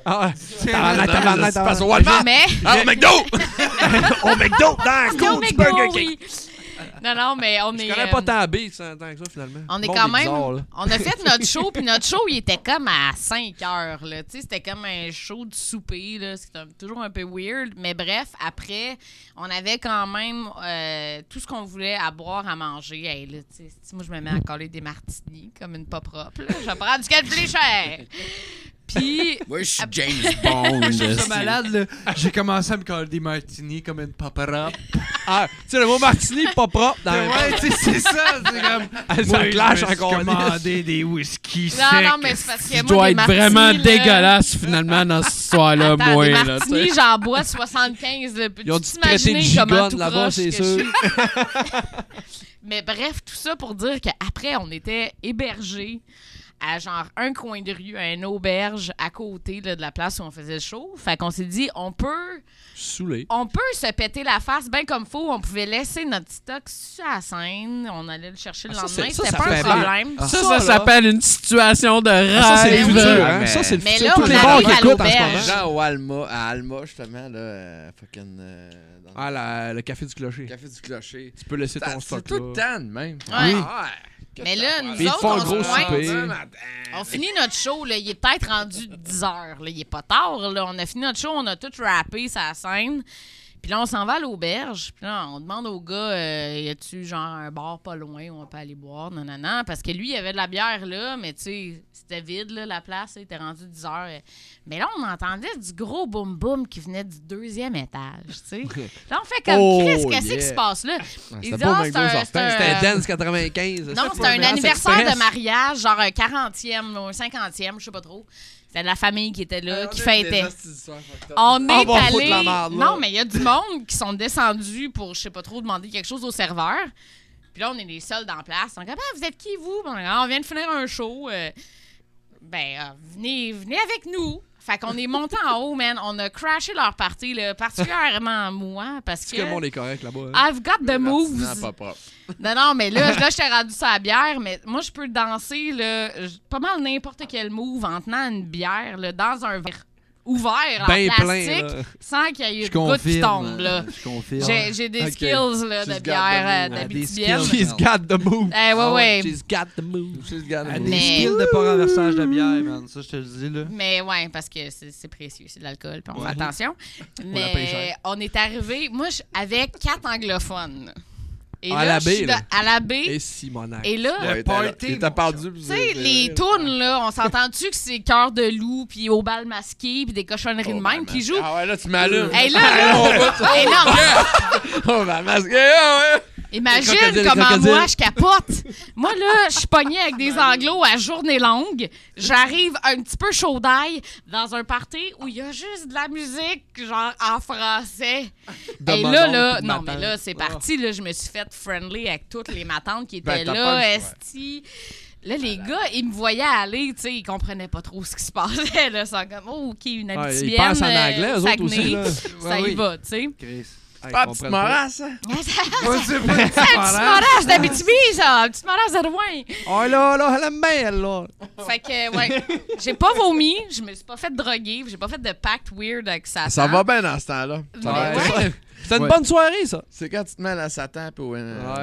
C: Ah, ouais. Tabarnak, tabarnak, tabarnak.
B: Mais.
E: Ah, McDo!
C: Au McDo, dans
B: Non,
C: Coach
B: mais
C: Burger
B: go,
C: King.
B: oui. non, non, mais on
C: Je
B: est.
C: connais
B: euh,
C: pas tant B, ça, tant que ça, finalement.
B: On est
C: Le monde
B: quand même.
C: bizarre, là.
B: on a fait notre show, puis notre show, il était comme à 5 heures. Là. Tu sais, C'était comme un show de souper. là. C'était un- toujours un peu weird. Mais bref, après, on avait quand même euh, tout ce qu'on voulait à boire, à manger. Hey, là, tu sais, si moi, je me mets à coller des martinis comme une pas propre. là. Je prends du calculé cher. Puis.
E: Moi, je suis James Bond.
A: Je suis malade, là. J'ai commencé à me coller des martinis comme une papara.
C: Ah, tu sais, le mot martini, pas propre. Dans
A: ouais, tu sais, c'est ça. C'est comme.
C: Ça
A: Moi,
C: clash
A: je me suis
C: encore,
A: commandé des whisky secs.
B: Non, non, mais c'est parce que
D: tu
B: moi,
D: dois
B: des
D: être vraiment
B: martinis, là-
D: dégueulasse finalement dans ce soir là,
B: Attends,
D: moi
B: des
D: là, tu sais.
B: martinis, j'en bois 75. Là.
C: Ils ont
B: Peux-tu
C: dû te traiter de
B: t'imaginer comment
C: gigotte
B: tout
C: là-bas,
B: croche
C: c'est
B: que je suis?
C: sûr.
B: Mais bref, tout ça pour dire qu'après, on était hébergés à genre un coin de rue, à une auberge à côté là, de la place où on faisait le show. Fait qu'on s'est dit, on peut,
C: Soulé.
B: on peut se péter la face bien comme faut. On pouvait laisser notre stock sur la scène. On allait le chercher le
C: Ah, ça,
B: lendemain.
C: c'est- ça,
B: C'était
C: ça
B: pas un
C: fait peur.
B: problème.
D: Ça,
C: Ça,
D: ça,
C: là.
D: s'appelle une situation de rêve.
C: Ah, Ça, c'est le
B: oui.
C: futur, hein.
E: Mais-
C: Ça, c'est le
B: Mais
C: futur.
B: là,
C: Tous
B: on
C: les
B: arrive
C: bars qui
B: à
C: écoutent en ce
B: l'auberge.
C: moment.
E: Les gens au Alma, à Alma, justement, là, euh, fucking. euh, dans
C: Ah, la- le café du
E: le
C: clocher.
E: café du clocher.
C: Tu peux laisser ton
E: C'est c'est
C: stock
E: tout le
C: là.
E: temps de même.
B: Ouais.
E: Ah, ouais.
B: Mais là, nous
C: Puis ils te
B: autres,
C: font un
B: on
C: gros
B: se pointe.
C: souper.
B: On finit notre show, là, il est peut-être rendu 10 heures. Là. Il est pas tard. Là. On a fini notre show, on a tout rappé sa scène. Puis là, on s'en va à l'auberge. Puis là, on demande au gars, euh, y a-tu genre un bar pas loin où on peut aller boire? Non, non, non. Parce que lui, il y avait de la bière là, mais tu sais, c'était vide, là, la place. là, Il était rendu 10 heures. Mais là, on entendait du gros boum-boum qui venait du deuxième étage, tu sais. Là, on fait comme,
C: Oh,
B: Chris, qu'est-ce
C: yeah.
B: qui se passe là? Il
E: C'était
B: dit,
E: pas
B: Ah,
E: un
B: c'est
E: gros
B: un-
E: sortant,
B: c'est un-
C: C'était Dance 95.
B: non, c'était un anniversaire de mariage, genre un 40e, ou un 50e, je sais pas trop. C'était de la famille qui était là, qui fêtait. On est
C: Ah, On va foutre
B: allé.
C: la merde, là.
B: non, mais il y a du monde qui sont descendus pour, je sais pas trop, demander quelque chose au serveur. Puis là, on est les seuls dans la place. On est comme, Ah, vous êtes qui, vous? Bon, on vient de finir un show. euh, ben, euh, venez, venez avec nous. Fait qu'on est monté en haut, man. On a crashé leur party, là, particulièrement moi, parce
C: Est-ce
B: que. Ah,
C: que le monde est correct là-bas? hein?
B: I've got the moves.
E: pas propre.
B: Non, non, mais là, là je t'ai rendu sur la bière, mais moi, je peux danser là, j- pas mal n'importe quel move en tenant une bière là, dans un verre ouvert en
C: Ben
B: plastique
C: plein. là.
B: sans qu'il y
A: Je
B: ait une goutte qui tombe.
A: confirme.
B: Là.
A: euh, Je confirme.
B: J'ai, j'ai des
C: Ok.
B: skills là, de
C: She's got
B: bière
A: move.
B: euh,
C: the
A: Ah, des
B: d'habitude.
A: skills.
C: She's got the move.
B: Eh, ouais,
C: Ah
B: ouais.
C: She's got the move. She's got
A: Ah,
C: the
A: Des
C: move.
B: Mais-
A: skills de pas renversage de bière, man. Ça, je te le dis, là.
B: Mais ouais, parce que c'est, c'est précieux, c'est de l'alcool, puis on
A: Ouais.
B: fait attention.
C: la paye cher.
B: Mais on est arrivé, moi, je- avec quatre anglophones. Et
C: Ah, À
B: là,
C: la
B: je
C: baie,
B: suis de-
C: là.
B: à la baie.
C: Et Simonac.
B: Et là,
A: Le party,
E: T'as
A: mon
E: perdu.
B: Tu sais, les tunes, là, on s'entend-tu que c'est cœur de loup, puis au bal masqué, puis des cochonneries de même qui jouent?
E: Ah ouais, là, tu m'allumes.
B: Hé, là, là! Hey, non,
E: Oh, ma masque. eh, ah ouais.
C: Les crocodiles,
B: imagine
C: les
B: comment
C: crocodiles.
B: moi, je capote! Moi, là, je suis pognée avec des anglos à journée longue. J'arrive un petit peu chaud d'ail dans un party où il y a juste de la musique, genre en français.
C: De
B: Et
C: mon
B: là,
C: oncle
B: là,
C: de Ah.
B: non,
C: ma
B: mais
C: tante.
B: là, c'est parti. Là, je me suis faite friendly avec toutes les matantes qui
E: Ben,
B: étaient
E: t'as
B: là,
E: pas le choix.
B: esti. Là, les gars, ils me voyaient aller, tu sais, ils comprenaient pas trop ce qui se passait. Là, ils sont comme, oh, OK, une
C: Ah,
B: habitibienne,
C: Ils pensent en
B: euh,
C: anglais, eux autres aussi.
B: Saguenay,
C: là.
B: Ça
A: Ouais,
B: y
A: oui.
B: va, tu sais.
A: Chris.
C: Ah, ils comprennent
E: Ah, petite
C: pas.
E: morasse. hein.
A: C'est pas un
B: Un petit morage d'Abitibi, ça! Un petit morage de Rouen!
C: Oh là là, elle aime bien, elle, là.
B: Fait que, ouais, j'ai pas vomi, je me suis pas fait droguer, j'ai pas fait de pacte weird avec ça.
E: Ça va bien dans ce temps-là. Ça va
B: Mais
E: bien.
B: ouais.
C: C'est une
A: Ouais.
C: bonne soirée, ça.
E: C'est quand tu te mets à Satan puis au.
C: Ouais.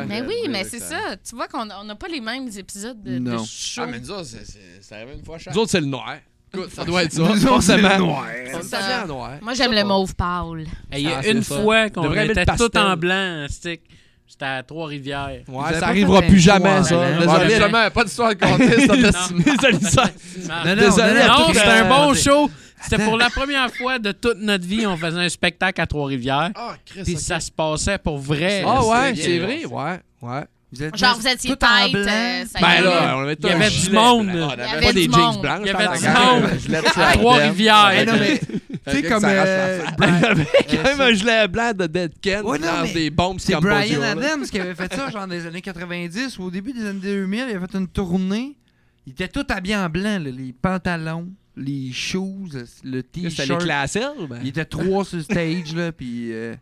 B: Mais oui, mais c'est ça. Tu vois qu'on on n'a pas les mêmes épisodes de, de
A: Non.
B: show.
E: Ah, mais nous autres, c'est- c'est c'est arrivé une fois chaque.
C: Nous autres, c'est le noir.
E: Écoute, ça doit être ça.
A: Nous autres, c'est le noir.
C: Ça
B: ça.
C: vient en noir.
B: Moi, j'aime le mauve pâle.
D: Hey, Il y a
C: Ah, c'est
D: une
C: ça.
D: fois qu'on
C: Devrait mettre
D: était
C: le
D: tout en
C: pastel.
D: blanc, stick. C'était à Trois-Rivières.
A: Vous avez
C: Ouais, ça
A: pas
C: arrivera
A: fait
C: plus
A: un
C: jamais,
A: choix,
C: ça.
D: hein.
E: Bon,
D: Ouais,
C: Désolé.
D: jamais.
E: justement, pas d'histoire de contexte, c'est destiné.
D: Désolé, ça.
A: Non, non,
C: Désolé, Euh,
A: non, non,
D: Non, c'était un
A: attends.
D: bon show. C'était pour la première fois de toute notre vie, on faisait un spectacle à Trois-Rivières.
E: Ah, Chris.
D: Puis
E: ok.
D: ça se passait pour vrai.
C: Ah ouais,
E: C'est
C: c'est
E: bien,
C: vrai,
E: c'est
C: ouais, ouais.
A: Vous êtes
B: Genre,
A: tous-
B: vous étiez
A: tout en
B: tête,
A: blanc.
B: euh, ça y
C: Ben
B: est.
C: là, on avait
D: Il y avait du monde.
E: Ah, on
B: Il y
E: avait
B: avait
E: pas Ah, des
B: du
E: jeans
B: monde.
E: blancs.
D: Il y
E: je
D: avait
E: parle
D: du
E: en anglais.
D: monde.
E: Le gilet de
D: À
E: Shrek.
A: Eh
D: Trois-Rivières.
A: non, mais, tu
E: Fait
A: sais,
E: que
A: comme.
E: ça arrache
A: euh,
E: la face.
A: Brian-
C: Quand même un gilet blanc de Dead Ken
A: Ouais, non,
C: dans
A: mais
C: des bombes
A: C'est
C: Scamposia,
A: Brian
C: là.
A: Adams qui avait fait ça, genre, des années 90 ou au début des années 2000. Il a fait une tournée. Il était tout habillé en blanc, là, les pantalons, les shoes, le
C: C'était les
A: t-shirt.
C: classelles,
A: Il
C: ben.
A: était trois sur le stage, là, puis... euh,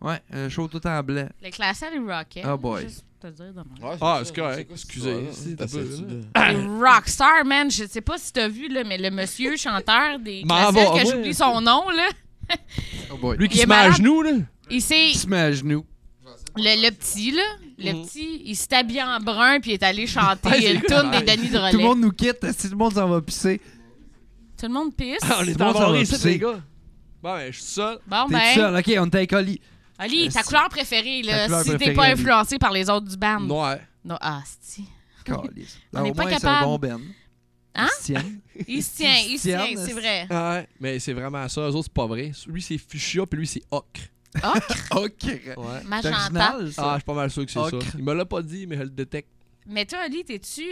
A: ouais, un show tout en blanc.
B: Le classel et Rocket.
A: Ah boy.
B: Juste te dire de même.
E: Ouais,
C: Ah,
E: ça,
C: c'est correct.
E: quoi cette
C: Excusez,
E: histoire-là?
C: c'est
E: C'est
C: pas
E: assez
C: ça.
E: dur.
B: Les Rockstar, man, je sais pas si t'as vu, là, mais le monsieur chanteur des
C: M'en
B: classels,
C: va,
B: que
C: ouais.
B: j'oublie son nom, là,
A: Oh boy.
C: Lui qui
B: Il est
C: se met à
B: malade.
C: genoux, là.
B: il s'est...
A: qui se met à genoux.
B: Le, le petit, là, le
C: Mhm.
B: petit, il s'est habillé en brun puis il est allé chanter
C: Ouais, c'est
B: le tune des
C: correct.
B: Denis Drolet.
A: Tout le monde nous quitte, si tout le monde s'en va pisser.
B: Tout le monde pisse.
C: Ah, On est
A: Tout le monde s'en
C: embarrés,
A: va
C: ça,
A: pisser.
C: les gars. Bon, ben, je suis seul.
B: Bon,
A: T'es
B: ben,
A: tout seul, ok, on t'a écoli.
B: Ali, ta
A: Euh,
B: couleur préférée,
A: ta
B: là,
A: couleur
B: si t'es
A: préférée,
B: pas
A: Ali.
B: influencé par les autres du band. Non,
C: Noir.
B: ah, c'ti.
A: Calisse.
B: On
A: Alors,
B: n'est
A: au
B: pas
A: moins, c'est un
B: capable.
A: bon ben.
B: Hein?
A: Christian.
B: Il se tient, il se
A: Tiens,
B: tient, c'est
A: c'est-
B: vrai.
C: Ouais. Mais c'est vraiment ça. Eux autres, c'est pas vrai. Lui, c'est fuchsia, puis lui, c'est ocre.
B: Ocre,
A: Ok.
C: Ouais.
A: C'est
B: magenta.
A: original,
C: Oh, Ah, je
A: ça.
C: suis pas mal sûr que c'est ça.
A: Ocre.
C: Il me l'a pas dit, mais je le détecte.
B: Mais toi, Ali, t'es-tu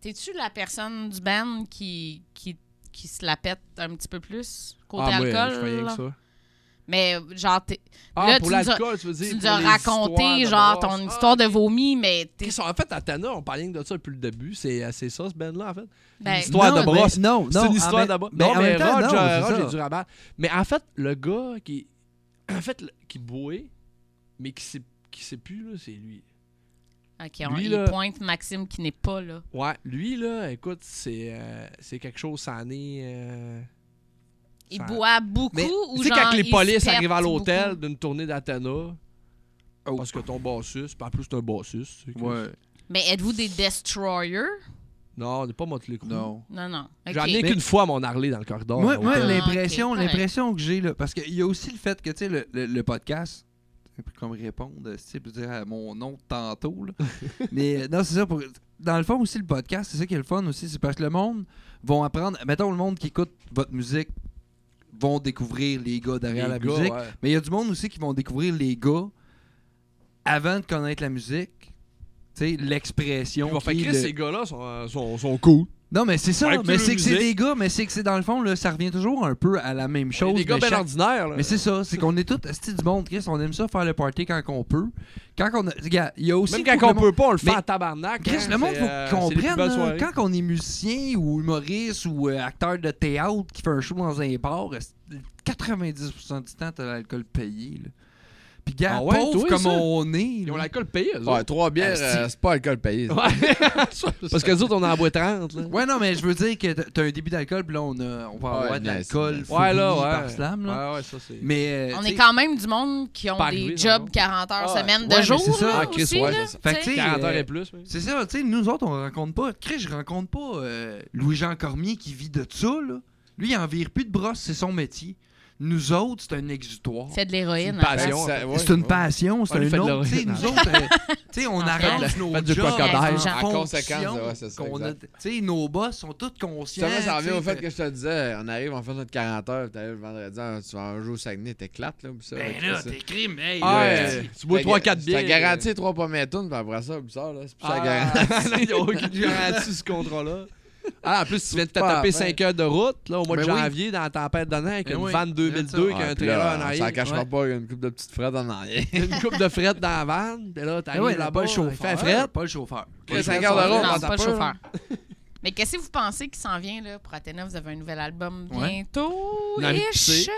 B: t'es-tu la personne du band qui, qui, qui se la pète un petit peu plus côté
C: ah, moi, je fais
B: alcool?
C: rien que
B: là?
C: ça.
B: Mais genre, t'es-
C: Ah,
B: Là,
C: pour
B: tu nous as-
C: l'alcool, tu veux dire.
B: tu nous
C: pour
B: as
C: les
B: raconté
C: histoires
B: genre
C: de
B: ton
C: brosse.
B: histoire de
C: Ah,
B: vomi, mais t'es.
C: Qu'est-ce qu'on- En fait, à Tana, on parlait de ça depuis le début. C'est euh, c'est ça, ce band-là, en fait.
B: Ben,
C: histoire de
A: mais-
C: brosse.
A: Non, non.
C: C'est une histoire
A: ah, ben-
C: d'abord.
A: ben,
C: Non,
A: en
C: mais
A: même temps,
C: Roger,
A: non, c'est
C: Roger
A: ça.
C: est dur à battre. Mais en fait, le gars qui. En fait, le- qui bouait, mais qui sait, qui sait plus, là, c'est lui.
B: Ok, on,
C: Lui,
B: il
C: là-
B: pointe Maxime qui n'est pas là.
C: Ouais, lui, là, écoute, c'est euh, c'est quelque chose, ça en est. euh,
B: Il
C: ça-
B: boit beaucoup
C: Mais,
B: ou
C: Tu sais,
B: genre.
C: quand les
B: il
C: polices
B: se
C: arrivent à
B: pète
C: l'hôtel
B: beaucoup?
C: d'une tournée d'Athéna,
A: Oh.
C: parce que ton bassus, puis en plus, c'est un bassus. tu sais, que-
A: Ouais.
B: Mais êtes-vous des destroyers?
C: Non, on n'est pas Motley Crue.
A: Non.
B: Non, non. OK.
C: J'en ai
A: Mais-
C: qu'une fois mon Harley dans le corridor.
A: Moi,
C: là,
A: moi,
C: au pire.
B: les-
A: l'impression
B: Ah, ok, correct.
A: l'impression que j'ai, là, parce qu'il y a aussi le fait que, tu sais, le, le- le podcast, c'est plus comme répondre, euh, c'est plus dire à mon nom de tantôt, là. mais euh, non, c'est ça, pour- dans le fond aussi, le podcast, c'est ça qui est le fun aussi, c'est parce que le monde vont apprendre, mettons, le monde qui écoute votre musique vont découvrir les gars
C: Les
A: derrière la
C: gars,
A: musique,
C: ouais.
A: mais il y a du monde aussi qui vont découvrir les gars avant de connaître la musique, tu sais, l'expression.
C: Ils vont faire
A: qui est
C: Chris,
A: le-
C: ces gars-là sont, euh, sont, sont cool.
A: non, mais c'est ça.
C: Ouais, écoutez
A: mais
C: leur
A: c'est que c'est des
C: musique.
A: gars, mais c'est que c'est dans le fond, là, ça revient toujours un peu à la même chose.
C: Des gars
A: mais
C: bien
A: chaque-
C: ordinaires. là.
A: mais c'est ça, c'est qu'on est tous esti du monde, Chris. On aime ça faire le party quand on peut. Quand on a... Regarde, il y a aussi.
C: Même
A: faut que
C: quand on
A: le monde-
C: peut pas, on le fait
A: Mais-
C: en tabarnak.
A: Chris,
C: hein,
A: le monde,
C: c'est,
A: faut
C: euh,
A: qu'on
C: c'est les plus
A: comprenne.
C: belles
A: là,
C: soirées.
A: Quand on est musicien ou humoriste ou euh, acteur de théâtre qui fait un show dans un bar, esti, 90% du temps, t'as l'alcool payé. Là. Puis, gars,
C: Ah ouais,
A: pauvre
C: toi,
A: comme
C: ça?
A: on est.
C: Ils
A: là.
C: ont l'alcool hein. payé, eux
E: Ouais,
C: autres.
E: trois bières,
A: Ah, si.
E: euh, c'est pas alcool payé. ça.
C: Ouais. Parce que nous autres, on en boit 30. Là.
A: Ouais, non, mais je veux dire que t'as t'as un début d'alcool, puis là, on, a- on va
E: Ouais,
A: avoir de
E: nice,
A: l'alcool
E: nice.
A: fourni par slam. Là.
C: Ouais, ouais, ça c'est.
A: Mais, euh,
B: On
A: tu sais,
B: est quand même du monde qui ont
C: Pas
B: des
C: arrivé,
B: jobs
C: non.
B: 40 heures
E: Ah,
B: semaine
A: ouais,
B: de jour.
A: mais c'est ça.
B: là,
A: Ah,
E: Chris,
B: aussi,
E: ouais,
B: là,
E: c'est ça.
A: Fait que,
B: tu sais.
A: tu sais,
C: 40 heures
A: euh,
C: et plus. oui.
A: C'est ça, tu sais, nous autres, on rencontre pas. Chris, je rencontre pas euh, Louis-Jean Cormier qui vit de ça, là. Lui, il en vire plus de brosse, c'est son métier. Nous autres, c'est un exutoire.
B: C'est de l'héroïne. hein.
C: C'est une
B: en fait.
E: Fait que
C: passion,
E: ça- ouais,
A: C'est une
E: ouais.
A: passion, c'est
C: On lui fait
A: un
C: de
A: autre.
C: l'oreille.
A: Tu sais, nous autres, euh, tu sais, on arrange nos
C: fait du
A: jobs
C: crocodile.
A: en,
E: En
A: conséquence,
E: conséquence, ouais, c'est ça, exact.
A: Tu sais, nos boss sont tous conscients.
E: Justement, ça revient
A: tu sais,
E: au fait que je te disais, on arrive, on fait notre 40 heures, t'arrives le vendredi, ah, tu vas un jour au Saguenay, t'éclates, là, puis ça.
A: Ben
E: avec
A: là,
E: ça.
A: t'es crime, hey,
C: Ah,
A: là,
C: ouais.
A: tu-
C: tu bois
E: T'as
C: 3-4 bières. euh. Ah,
E: T'as garanti 3 premières tonnes, puis après ça, bizarre, là. C'est plus ça garantie.
C: Il n'y a aucune garantie ce contrat-là. Ah, en plus, tu viens de te
E: Pas
C: taper
E: après.
C: 5 heures de route là, au mois de
A: Ben oui.
C: janvier dans la tempête d'honneur avec
A: Ben
C: une
A: oui.
C: van 2002 qui a
E: Ouais,
C: un
E: puis
C: trailer
E: là,
C: en
E: on s'en
C: arrière.
E: cachera
A: Ouais.
E: pas, il y a une coupe de petites frettes en arrière.
C: Une coupe de fret dans la van. Puis là,
A: Ben
C: t'arrives
A: ouais,
C: là-bas, il fait fret.
A: Pas le chauffeur.
E: Chris,
A: Pas le
E: regarde
A: chauffeur.
E: le rôle.
B: Non,
E: on
B: c'est
E: t'en
B: pas le
E: peut,
B: chauffeur. Mais qu'est-ce que vous pensez qui s'en vient là, pour Athéna? Vous avez un nouvel album
A: Ouais.
B: bientôt-ish?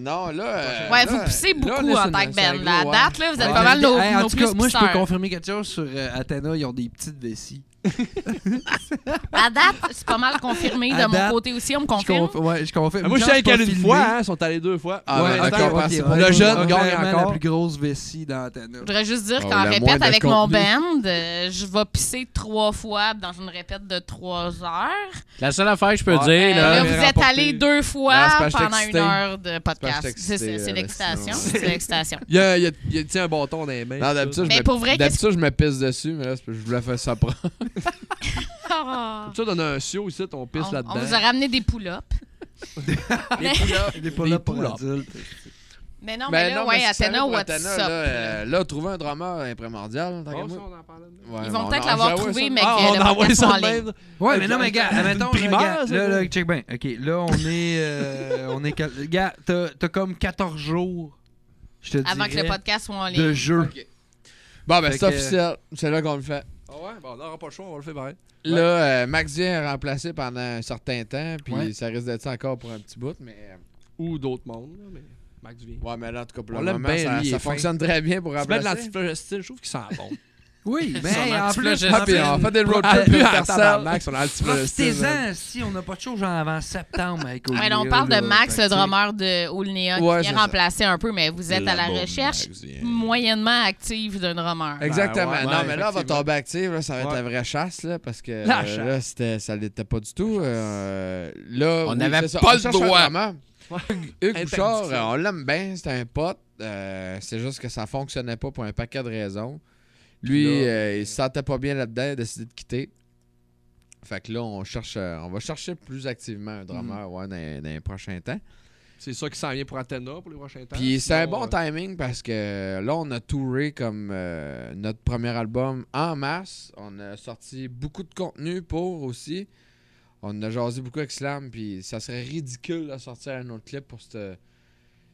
E: Non, là. euh,
B: Ouais,
E: là,
B: vous poussez
E: là,
B: beaucoup
E: on est sur
B: en
E: une-
B: tant que
E: c'est un
B: Ben.
E: gros
B: La
E: ouais.
B: date, là, vous êtes
A: Ouais.
B: pas mal nos,
A: Hey, en
B: nos
A: tout
B: plus
A: cas, moi, je peux
B: pisseurs.
A: confirmer quelque chose sur euh, Athena. Ils ont des petites vessies.
B: À date, c'est pas mal confirmé de
A: À
B: mon
A: date,
B: côté aussi, on me
A: Je
B: confirme.
A: conf- ouais, je confirme.
C: Ah, Moi, je
A: Genre,
C: suis allé
A: pas
C: qu'elle une
A: filmé.
C: fois, hein, ils sont allés deux fois.
E: Ah,
A: ouais,
E: ouais,
A: ok,
E: d'accord,
A: ok,
E: c'est
A: ouais,
E: pour
A: ouais,
C: le jeune
A: ouais,
C: gagne
A: clairement,
C: encore.
A: la plus grosse vessie dans Athena.
B: Je voudrais juste dire
E: Ah,
B: qu'en
E: le moins
B: répète
E: de
B: avec mon
E: contenu.
B: band, euh, je vais pisser trois fois dans une répète de trois heures.
D: La seule affaire que je peux
C: Ouais.
D: dire,
B: Euh,
D: là,
B: là,
C: mais
B: vous êtes
C: remporté.
B: allé deux fois
E: Non, c'est parce que j'étais
B: pendant une
E: excité.
B: heure de
E: parce que
B: podcast.
E: j'étais
B: C'est
E: excité,
B: c'est- c'est
E: là,
B: l'excitation.
E: sinon.
B: C'est l'excitation.
C: Il y a, il y a, il y a tu sais, un bâton dans les mains.
E: Non, d'habitude, je
B: Mais
E: me-
B: pour vrai,
E: d'habitude, je me pisse dessus, mais là, c'est parce que je voulais faire ça propre.
B: Ah.
E: ah.
C: Comme ça, donne un sioux ici, on pisse
B: On, on
C: là-dedans.
B: vous a ramené des pull-ups. mais,
A: Il est pas là pour
C: poules,
A: adulte.
B: mais non, mais, là,
E: Ben non,
B: ouais,
E: si ça
B: Athéna,
E: arrive pour
B: what's
E: Athena,
B: up?
E: Là, euh, là, trouver un drummer est primordial. tant qu'à
C: Oh, ça,
E: moi.
C: on en parlait de même.
E: Ouais,
B: Ils
E: mais
B: vont
E: on
B: peut-être
E: en-
B: l'avoir
E: Ah ouais,
B: trouvé,
E: ça,
B: mais
C: Ah,
B: que
C: on
B: le
C: a envoyé
B: podcast
C: ça
B: en
C: de
B: ligne.
C: même.
A: Ouais,
C: Ok,
A: mais non, mais gars,
C: une
A: admettons,
C: primaire,
A: là, gars,
C: ça,
A: là,
C: là.
A: là, check bien. OK, là, on est... euh, on est quel- Gars, t'as t'as comme 14 jours, je te dirais,
B: Avant que le podcast soit en ligne.
A: de jeu.
E: Ok. Bon, ben,
A: Fait
E: c'est
A: que-
E: officiel. C'est là qu'on le fait.
C: Ah ouais, ben, on n'aura pas le choix, on va le faire pareil.
E: Là, euh, Max vient est remplacé pendant un certain temps, puis
A: Ouais.
E: ça risque d'être ça encore pour un petit bout, mais. euh,
C: Ou d'autres mondes, là, mais Max vient.
E: Ouais, mais là, en tout cas, pour
C: On
E: le
C: l'aime
E: moment,
C: bien,
E: ça,
C: lui, il
E: ça
C: est fin.
E: fonctionne très bien pour
C: Tu mets de
E: remplacer.
C: l'antiflogestyle, je trouve qu'il sent bon.
A: Oui, mais
D: Son
A: en
D: anti-flogestile.
A: plus...
E: Ah, puis on fait des road
A: Ah,
E: trips
A: puis en
E: universels.
C: Max, on a l'antiflogestyle. man.
A: Profitez-en si on n'a pas de show genre avant septembre avec
B: Ouais,
A: Olivier,
B: là, on parle
A: là,
B: de Max,
A: fait
B: le
A: que,
B: drummer de Oul Neon,
E: Ouais,
B: qui
E: c'est
B: vient
E: ça.
B: remplacer un peu, mais vous êtes à la recherche moyennement active d'un drummer.
E: Exactement.
C: Ben Ouais, ouais,
E: non, mais là, on va
C: effectivement.
E: tomber active. Là, ça va être
C: Ouais.
E: la vraie chasse, là, parce que
C: La
E: euh,
C: chasse.
E: là, c'était, ça l'était pas du tout. Euh, là,
D: On
E: oui,
D: n'avait
E: c'est ça,
D: pas
E: on
D: le
E: cherche un
D: droit.
E: drummer.
C: Ouais.
E: Hugues Bouchard,
C: Interdiction.
E: euh, on l'aime bien, c'est un pote. Euh, c'est juste que ça fonctionnait pas pour un paquet de raisons. Lui,
C: Puis là,
E: euh, il se sentait pas bien là-dedans, il a décidé de quitter. Fait que là, on cherche, euh, on va chercher plus activement
C: Hmm.
E: un drummer ouais, dans, dans les prochains temps.
C: C'est ça qui s'en vient pour Athena pour les prochains temps.
E: Puis c'est un
C: Sinon,
E: bon
C: euh,
E: timing parce que là, on a touré comme euh, notre premier album en masse. On a sorti beaucoup de contenu pour aussi. On a jasé beaucoup avec Slam, puis ça serait ridicule de sortir un autre clip pour cette-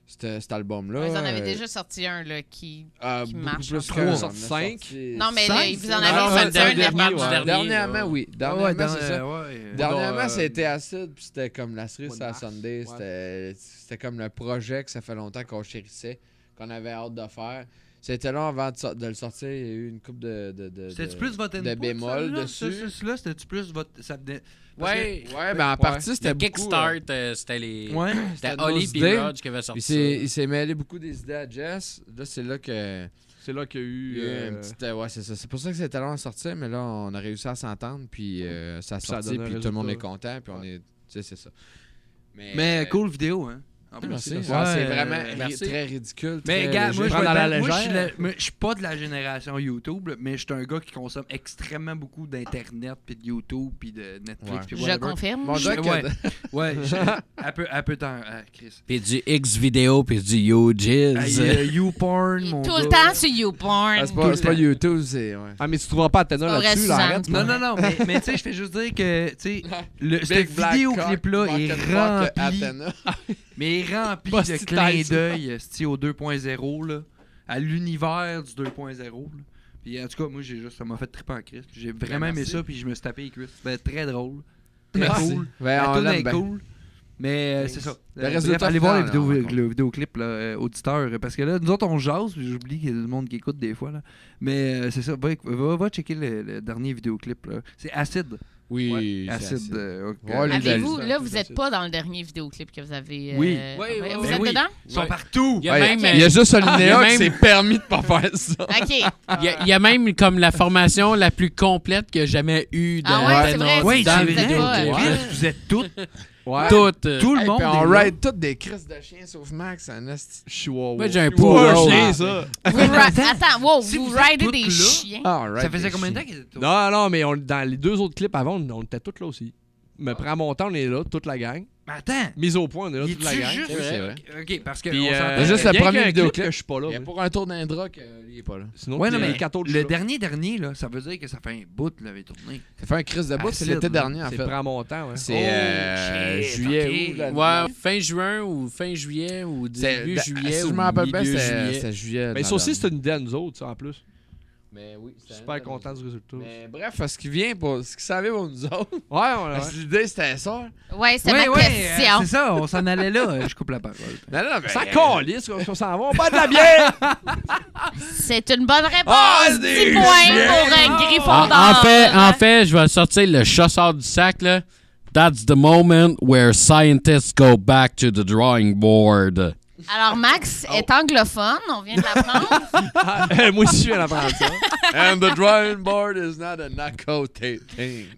E: cette- cet album-là.
B: Vous en avez
E: Euh,
B: déjà sorti un là, qui.
E: euh,
B: qui
E: beaucoup
B: marche
E: plus
C: encore. Trois.
E: qu'un. On a
C: Sorti
E: sorti
B: Non, mais là,
A: Cinq,
B: vous en
A: c'est-
B: avez
E: Ah, ouais,
B: sorti
E: le
B: un
E: dernier,
B: avant du
D: ouais.
B: dernier.
E: Dernièrement,
D: là.
E: oui.
A: Ah
E: Dernièrement,
A: ouais,
E: c'est ça.
A: dans- ouais.
E: Dernièrement,
C: euh,
E: c'était acide, puis c'était comme la cerise
C: mois de
E: à
C: mars,
E: Sunday.
C: ouais.
E: C'était c'était comme le projet que ça fait longtemps qu'on chérissait, qu'on avait hâte de faire. C'était long avant de, so- de le sortir, il y a eu une coupe de. de, de
A: C'était-tu
E: de-
A: plus votre
E: de
A: input,
E: bémol
A: celle-là?
E: dessus.
A: Ce- ce- Là, c'était-tu plus votre. Ça venait. parce
E: Ouais, ouais, ben en partie, c'était
D: Le
E: beaucoup. euh,
D: Kickstart, euh, c'était les.
A: que- Ouais.
D: C'était
E: c'était
D: Holly
E: nos
D: et
E: idées.
D: Raj qui avaient sorti
E: Il
D: ça.
E: s'est il s'est mêlé beaucoup des idées à Jess. Là, c'est là que.
C: euh, C'est là qu'il y a
E: il y
C: eu.
E: a eu
C: euh,
E: une petite, euh, ouais, c'est ça. C'est pour ça que c'était long à sortir, mais là, on a réussi à s'entendre, puis euh, ça a
C: Puis ça a
E: sorti,
C: donné un
E: puis tout le monde est
C: résultat.
E: content, puis on est. Tu sais, c'est ça.
A: Mais
E: euh,
A: cool vidéo, hein. En
E: Ah,
A: plus,
E: Merci.
A: là.
E: Ouais,
A: Ouais,
E: c'est
A: euh,
E: vraiment ri-
D: merci.
E: très ridicule.
A: Mais
E: très
A: gars,
E: léger.
A: moi, je
C: Prendre
A: me
C: à la
A: mets- moi, je suis
C: légère.
A: la- moi, je suis pas de la génération YouTube, là, mais je suis un gars qui consomme extrêmement beaucoup d'internet puis de YouTube puis de Netflix
E: Ouais.
A: puis
B: Je
A: whatever.
B: confirme.
E: Mon
A: Je-
E: Dieu, que-
A: ouais. Ouais, je- un peu un peu temps, ah, Chris.
D: Puis du X vidéo, puis du Yo
A: Hey,
D: Jizz.
A: euh, YouPorn,
B: Il est
A: mon
B: tout le
A: gars.
B: temps sur YouPorn.
E: Ah, c'est pas,
A: le
E: c'est pas
A: temps.
E: YouTube, c'est. Ouais.
C: Ah, mais tu trouveras pas Athéna
B: Pas vrai,
C: là-dessus, là,
B: Suzanne.
C: arrête.
A: Non, non, non, mais, mais tu sais, je fais juste dire que, tu sais, le- ce
E: Big Black
A: vidéoclip-là
E: Cock, Rocket
A: est
E: Rock,
A: rempli,
E: Athena.
A: mais est rempli
C: Pas
A: de
C: si
A: clins
C: tight, ça.
A: d'œil euh, c'ti, au 2.0, là, à l'univers du 2.0. là. Puis en tout cas, moi, j'ai juste, ça m'a fait triper en Christ. J'ai vraiment
E: Ben,
A: aimé
E: merci.
A: ça, puis je me suis tapé les cuisses. Ben, très drôle, très
E: Merci.
A: cool.
E: Ouais,
A: La
E: on
A: toune
E: l'aime
A: est
E: bien.
A: cool. Mais euh, c'est ça.
E: Le
A: Euh,
E: résultat
A: bref, allez voir les
E: final,
A: vidéos,
E: là, on raconte.
A: le vidéoclip là, euh, auditeur. euh, Parce que là, nous autres, on jase. puis J'oublie qu'il y a du monde qui écoute des fois. Là. Mais euh, c'est ça. Va, éc- va, va checker le, le dernier vidéoclip. là. C'est acide.
E: Oui, c'est
A: Acide.
E: acide.
A: euh, ok.
E: Ouais, les
B: Avez-vous,
C: Dalida.
B: là, vous n'êtes pas dans le dernier vidéoclip que vous avez. euh,
A: Oui.
D: Oui, oui,
B: Vous
D: oui.
B: êtes
A: Ben oui.
B: dedans?
A: Ils sont partout.
D: Il y a
E: Ouais.
D: même,
E: Il y a juste un
D: Ah, il y a
E: linéa qui
D: même-
E: s'est permis de pas faire ça.
B: OK.
D: il y a- il y a même comme la formation la plus complète qu'il y a jamais eu dans
B: Ah ouais, c'est vrai,
D: dans-
B: Ouais,
A: Oui,
D: dans
A: c'est
D: le
B: vous êtes
A: vrai.
B: pas, euh,
D: vidéoclip.
A: Chris,
D: Ouais.
A: Vous êtes toutes.
C: Ouais.
D: Toutes, euh,
A: Tout le
E: Hey,
A: monde.
E: puis
A: est
E: on
A: là.
E: ride toutes des crises de chien sauf Max, un esti.
C: Chihuahua.
D: Moi, j'ai un
C: Chihuahua,
D: pauvre
C: chien,
D: homme.
C: ça.
B: Vous ri- Attends, wow,
A: Si
B: vous
A: vous êtes
B: ridez
A: toutes
B: des
A: là-
B: chiens.
E: Ah, right,
A: Ça faisait
E: des
A: combien de
E: chiens.
A: temps qu'ils étaient
C: Non, non, mais on- dans les deux autres clips avant, on, on était tous là aussi. Mais prends mon temps, on est là, toute la gang.
A: Mais attends.
C: Mise au point, on est là,
A: Il
C: toute la
A: est-tu
C: gang.
A: juste.
E: Oui, c'est vrai.
A: Ok, parce que.
C: Puis,
A: on
C: euh,
A: s'entend-
E: Mais juste le
C: bien
E: premier
C: qu'il y a un
E: vidéoclip.
C: clip que je suis pas là.
E: Il y a
C: mais-
E: pour un tour d'Indra qu'il est pas là.
C: Sinon,
A: Ouais,
C: il y
A: non,
C: a
A: mais
C: quatre autres, je
A: le
C: suis là.
A: dernier dernier, là, ça veut dire que ça fait un bout de l'avait tourné.
E: Ça fait un crise de bout, c'est
A: Acide,
E: l'été
A: là.
E: dernier en
C: C'est
E: fait.
C: prends mon temps, ouais.
E: C'est euh,
A: Oh, shit,
E: juillet
A: ok.
E: août, là.
D: Ouais, fin juin ou fin juillet ou
E: C'est-
D: début
E: de-
D: juillet.
E: Si
D: ou
E: je m'en rappelle bien,
D: milieu
E: c'est
D: euh, juillet.
E: c'est juillet.
C: Mais
E: dans
C: ça aussi,
E: l'année.
C: c'est une idée à nous autres, ça, en plus.
E: Mais oui, c'est
C: Super content du résultat. Ouais,
E: Mais bref, ce qui vient pour ce qu'il savait pour nous autres.
C: on a.
E: Parce que L'idée c'était ça.
B: Ouais, c'est
A: Ouais,
B: ma
A: ouais, euh,
B: question.
A: c'est ça, on s'en allait là. euh, Je coupe la parole.
E: Non, non, mais.
C: Ça calisse, on on s'en va, on boit de la bière!
B: C'est une bonne réponse.
E: Ah,
B: 10
E: des
B: points
E: chiens.
B: pour un griffon
D: En, Ah, en fait,
B: hein?
D: en fait, je vais sortir le chasseur du sac là. That's the moment where scientists go back to the drawing board.
B: Alors, Max est anglophone, on vient de l'apprendre.
C: Ah, euh, Moi aussi, je viens d'apprendre ça.
E: And the drawing board is not a knockout thing.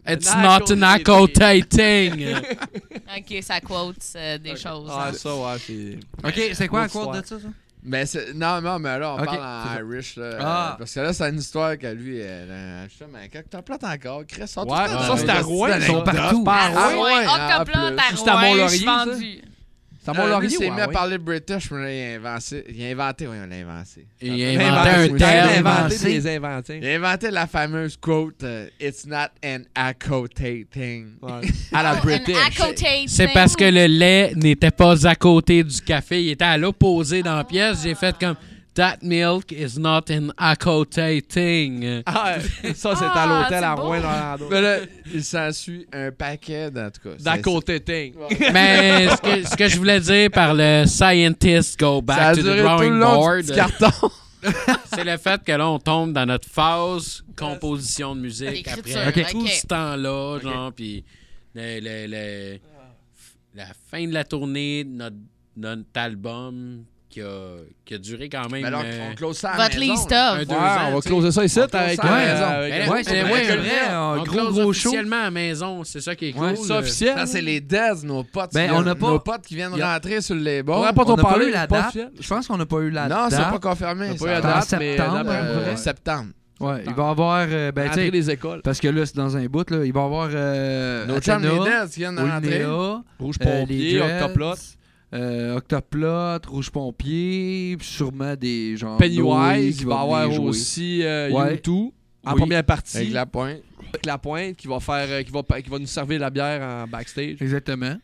D: It's not
C: Narco-
D: an accotating.
B: OK, ça quote euh, des choses.
C: Ah,
B: hein.
C: ça, ouais, c'est.
A: Ok, c'est quoi la
C: Autre
A: quote
C: histoire.
A: de ça, ça?
E: Mais c'est- non, non, mais là, on
A: Ok, c'est
E: parle
A: ça.
E: en Irish. Là,
A: Ah.
E: euh, parce que là, c'est une histoire que lui. euh, là, je sais, mais quand t'as plate encore, Chris, sort
C: Ouais, ça, c'est à Rouen,
A: Ils sont
C: ça.
A: partout.
C: Par-
E: Ah,
B: Rouen,
E: ouais, en
B: Octoplot,
E: plus.
B: à
C: Juste à
B: Rouen,
C: Mont-Laurier,
B: je suis
C: ça.
B: vendue.
C: Euh, C'est à
A: Euh,
E: Mont-Laurier.
C: Mont-Laurier,
E: Il
A: ah
E: s'est mis
C: ouais,
E: à
C: ouais.
E: parler british, mais là, il a inventé. Il a inventé, oui, on l'a inventé.
D: Il a
C: Inventer
D: inventé un
C: c'est
D: terme.
C: Inventer
A: Inventé.
C: des inventins.
E: Il a inventé la fameuse quote euh, It's not an accotating.
C: Ouais.
E: À la
B: Oh, an
E: british.
B: accotating.
D: C'est parce que le lait n'était pas à côté du café, il était à l'opposé dans la pièce. J'ai fait comme That milk is not an accotating.
C: Ah, ouais. ça, c'est
B: Ah,
C: à l'hôtel à
B: c'est beau.
C: Rouen, Orlando.
E: Mais là, il s'ensuit un paquet, en tout cas.
C: D'un
E: C'est-
C: côté ting.
D: Mais ce que, ce que je voulais dire par le scientist go
E: Ça a
D: back to the
E: duré tout le
D: drawing
E: long du
D: board,
E: petit carton.
D: c'est le fait que là on tombe dans notre phase composition de musique
B: L'écriture,
D: après
B: ok.
D: tout ce temps-là, genre puis le- le- le- la fin de la tournée de notre, notre album qui a, qui a duré quand même
E: Mais alors,
D: euh,
E: on close ça à la
B: Votre ah,
E: maison,
B: list
E: là.
D: un
B: of.
D: deux
C: Ouais,
D: ans.
C: on va
D: tu sais.
C: closer ça ici
E: On close
C: avec.
E: ça à la
C: euh,
E: maison.
C: avec-
D: Ben là,
A: Ouais, c'est
D: ben
A: vrai,
D: ouais,
A: c'est
D: on
A: vrai, un
D: on
A: gros,
D: close
A: gros show.
D: officiellement à la maison, c'est ça qui est cool.
A: Ouais,
C: Ça, officiel.
E: Ça, c'est les Dez, nos potes.
A: Ben, on
E: qui viennent-
A: n'a pas-
E: Nos potes qui viennent
A: y a-
E: rentrer sur les
C: On
E: bords.
C: n'a pas
A: on
C: trop
A: n'a pas
C: parlé,
A: eu la
C: pas
A: date.
C: officiel.
A: Je pense qu'on n'a pas eu la
E: Non,
A: date.
E: c'est pas confirmé.
C: On n'a
E: ça.
C: pas eu la
A: va.
C: date,
A: En
C: mais
A: septembre,
C: d'après-
E: Euh,
A: Ouais.
E: septembre.
A: Ouais, il va y avoir. euh, ben, tu
C: Entrée
A: sais,
C: des écoles.
A: parce que là, c'est dans un bout, là. Il va y avoir. Euh,
E: Nos chums, les
A: Athena,
E: Dez, qui viennent de rentrer.
A: Olinéa,
C: Rouge
A: euh, les
C: pompier,
A: Dreads,
C: octoplot.
A: euh, Octoplot, Rouge Pompier, puis sûrement des gens.
C: Pennywise,
A: qui
C: il va y avoir aussi euh,
A: Ouais.
C: U2 en
A: Oui.
C: première partie
E: Avec
C: avec la...
E: la pointe.
C: pointe qui va faire euh, qui va pa- qui va nous servir la bière en backstage.
A: Exactement.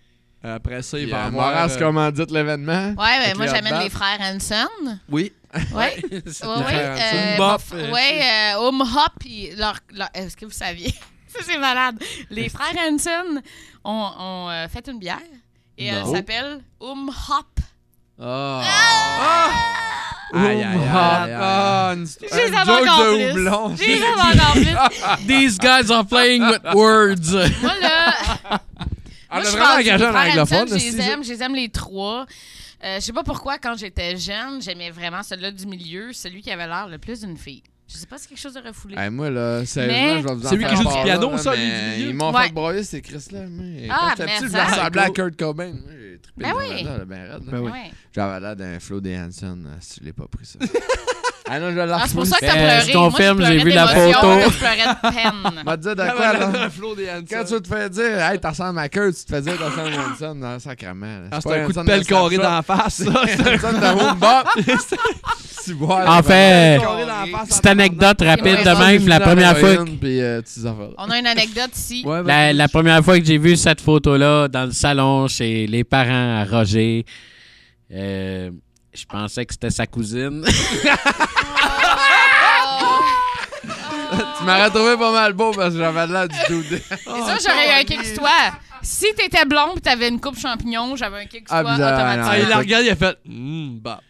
C: Euh, Après ça, il
E: Puis,
C: va
E: euh,
C: avoir
E: Moras
C: euh,
E: commandite l'événement.
B: Ouais, ben,
E: Avec
B: moi
E: les
B: j'amène
E: hot
B: les frères Hanson.
A: Oui.
B: Ouais.
D: C'est-
B: Ouais,
C: Les
B: ouais.
C: frères Hanson.
B: euh,
D: Home Hop,
B: f-
D: euh,
B: ouais, euh, Home Hop, ils- leur, leur- est-ce que vous saviez? Ça, c'est malade. Les frères Hanson ont, ont, euh, fait une bière et euh, elle
D: Non.
B: s'appelle Home Hop.
E: Ah.
B: Ah!
C: Aïe, aïe, aïe, aïe, aïe.
E: Ah,
B: Je
E: une histoire-
B: les
E: une
B: avais
E: joke
B: encore
E: de
B: plus.
E: houblon.
B: Je les avais encore plus.
D: These guys are playing with words.
B: Moi, là.
C: On
B: Moi,
C: a
B: je
C: vraiment
B: suis rendue
C: engagé un
B: frère Hanson,
C: anglophone.
B: Je les
C: hostie.
B: aime, je les aime les trois. Euh, je sais pas pourquoi, quand j'étais jeune, j'aimais vraiment celui-là du milieu, celui qui avait l'air le plus d'une fille. Je sais pas, c'est quelque chose de refoulé.
C: Ah,
E: Hey, moi, là, sérieusement,
B: Mais-
E: je vais vous en
C: C'est lui
E: faire
C: qui joue du
E: part,
C: piano,
E: là,
C: ça, lui,
E: mais
C: du milieu.
E: Ils m'ont
B: Ouais.
E: fait broyer, ces Chris-là. mais
B: Ah,
E: Quand j'étais
B: mais
E: petit, je
B: ça.
E: ressemblais à Kurt Cobain. Moi, J'ai trippé
B: Ben
E: dans
B: oui.
E: la- dans le ben raide, là.
A: Ben oui.
B: Ouais.
E: J'avais l'air d'un Flo des Hanson, là, si tu l'ai pas pris, ça. ah non, je l'ai
B: Ah, c'est pour ça que t'as
D: Ben,
B: pleuré.
D: je confirme,
B: Moi, je
D: j'ai vu la
B: pleurais
D: photo.
B: d'émotion, Je pleurais de peine.
E: M'a dit de
C: Ah,
E: quoi,
C: voilà,
E: là?
C: le flow des Hanson.
E: Quand tu te fais dire, hey, t'en ressembles à Kurt, tu te fais dire, t'en ressembles à Hanson, non, sacrément. là.
C: Ah,
E: C'est
C: c'est
E: pas
C: un coup de
E: Hanson
C: pelle carré
E: Snapchat,
C: dans la face, ça.
E: c'est un Hanson de Wombat. Tu vois, là,
D: En fait,
C: Carré dans la face,
D: petite
C: en
D: anecdote rapide
B: Ouais,
E: ben,
D: de même, la
E: dans
D: première fois
E: l'héroïne, Puis, euh, tu sais, ça va, là.
B: On a une anecdote ici.
A: Ouais, ben,
D: La, la première fois que j'ai vu cette photo-là dans le salon chez les parents à Roger, euh, je pensais que c'était sa cousine.
C: Oh.
E: Tu m'aurais trouvé pas mal beau parce que j'avais l'air du tout.
B: Et ça, j'aurais eu un kick sur toi. Si t'étais blonde et t'avais une coupe champignon, j'avais un kick sur
E: Ah,
B: toi
E: bizarre,
C: Ah, il
B: automatiquement.
C: la regarde, il a fait. Hum, bah.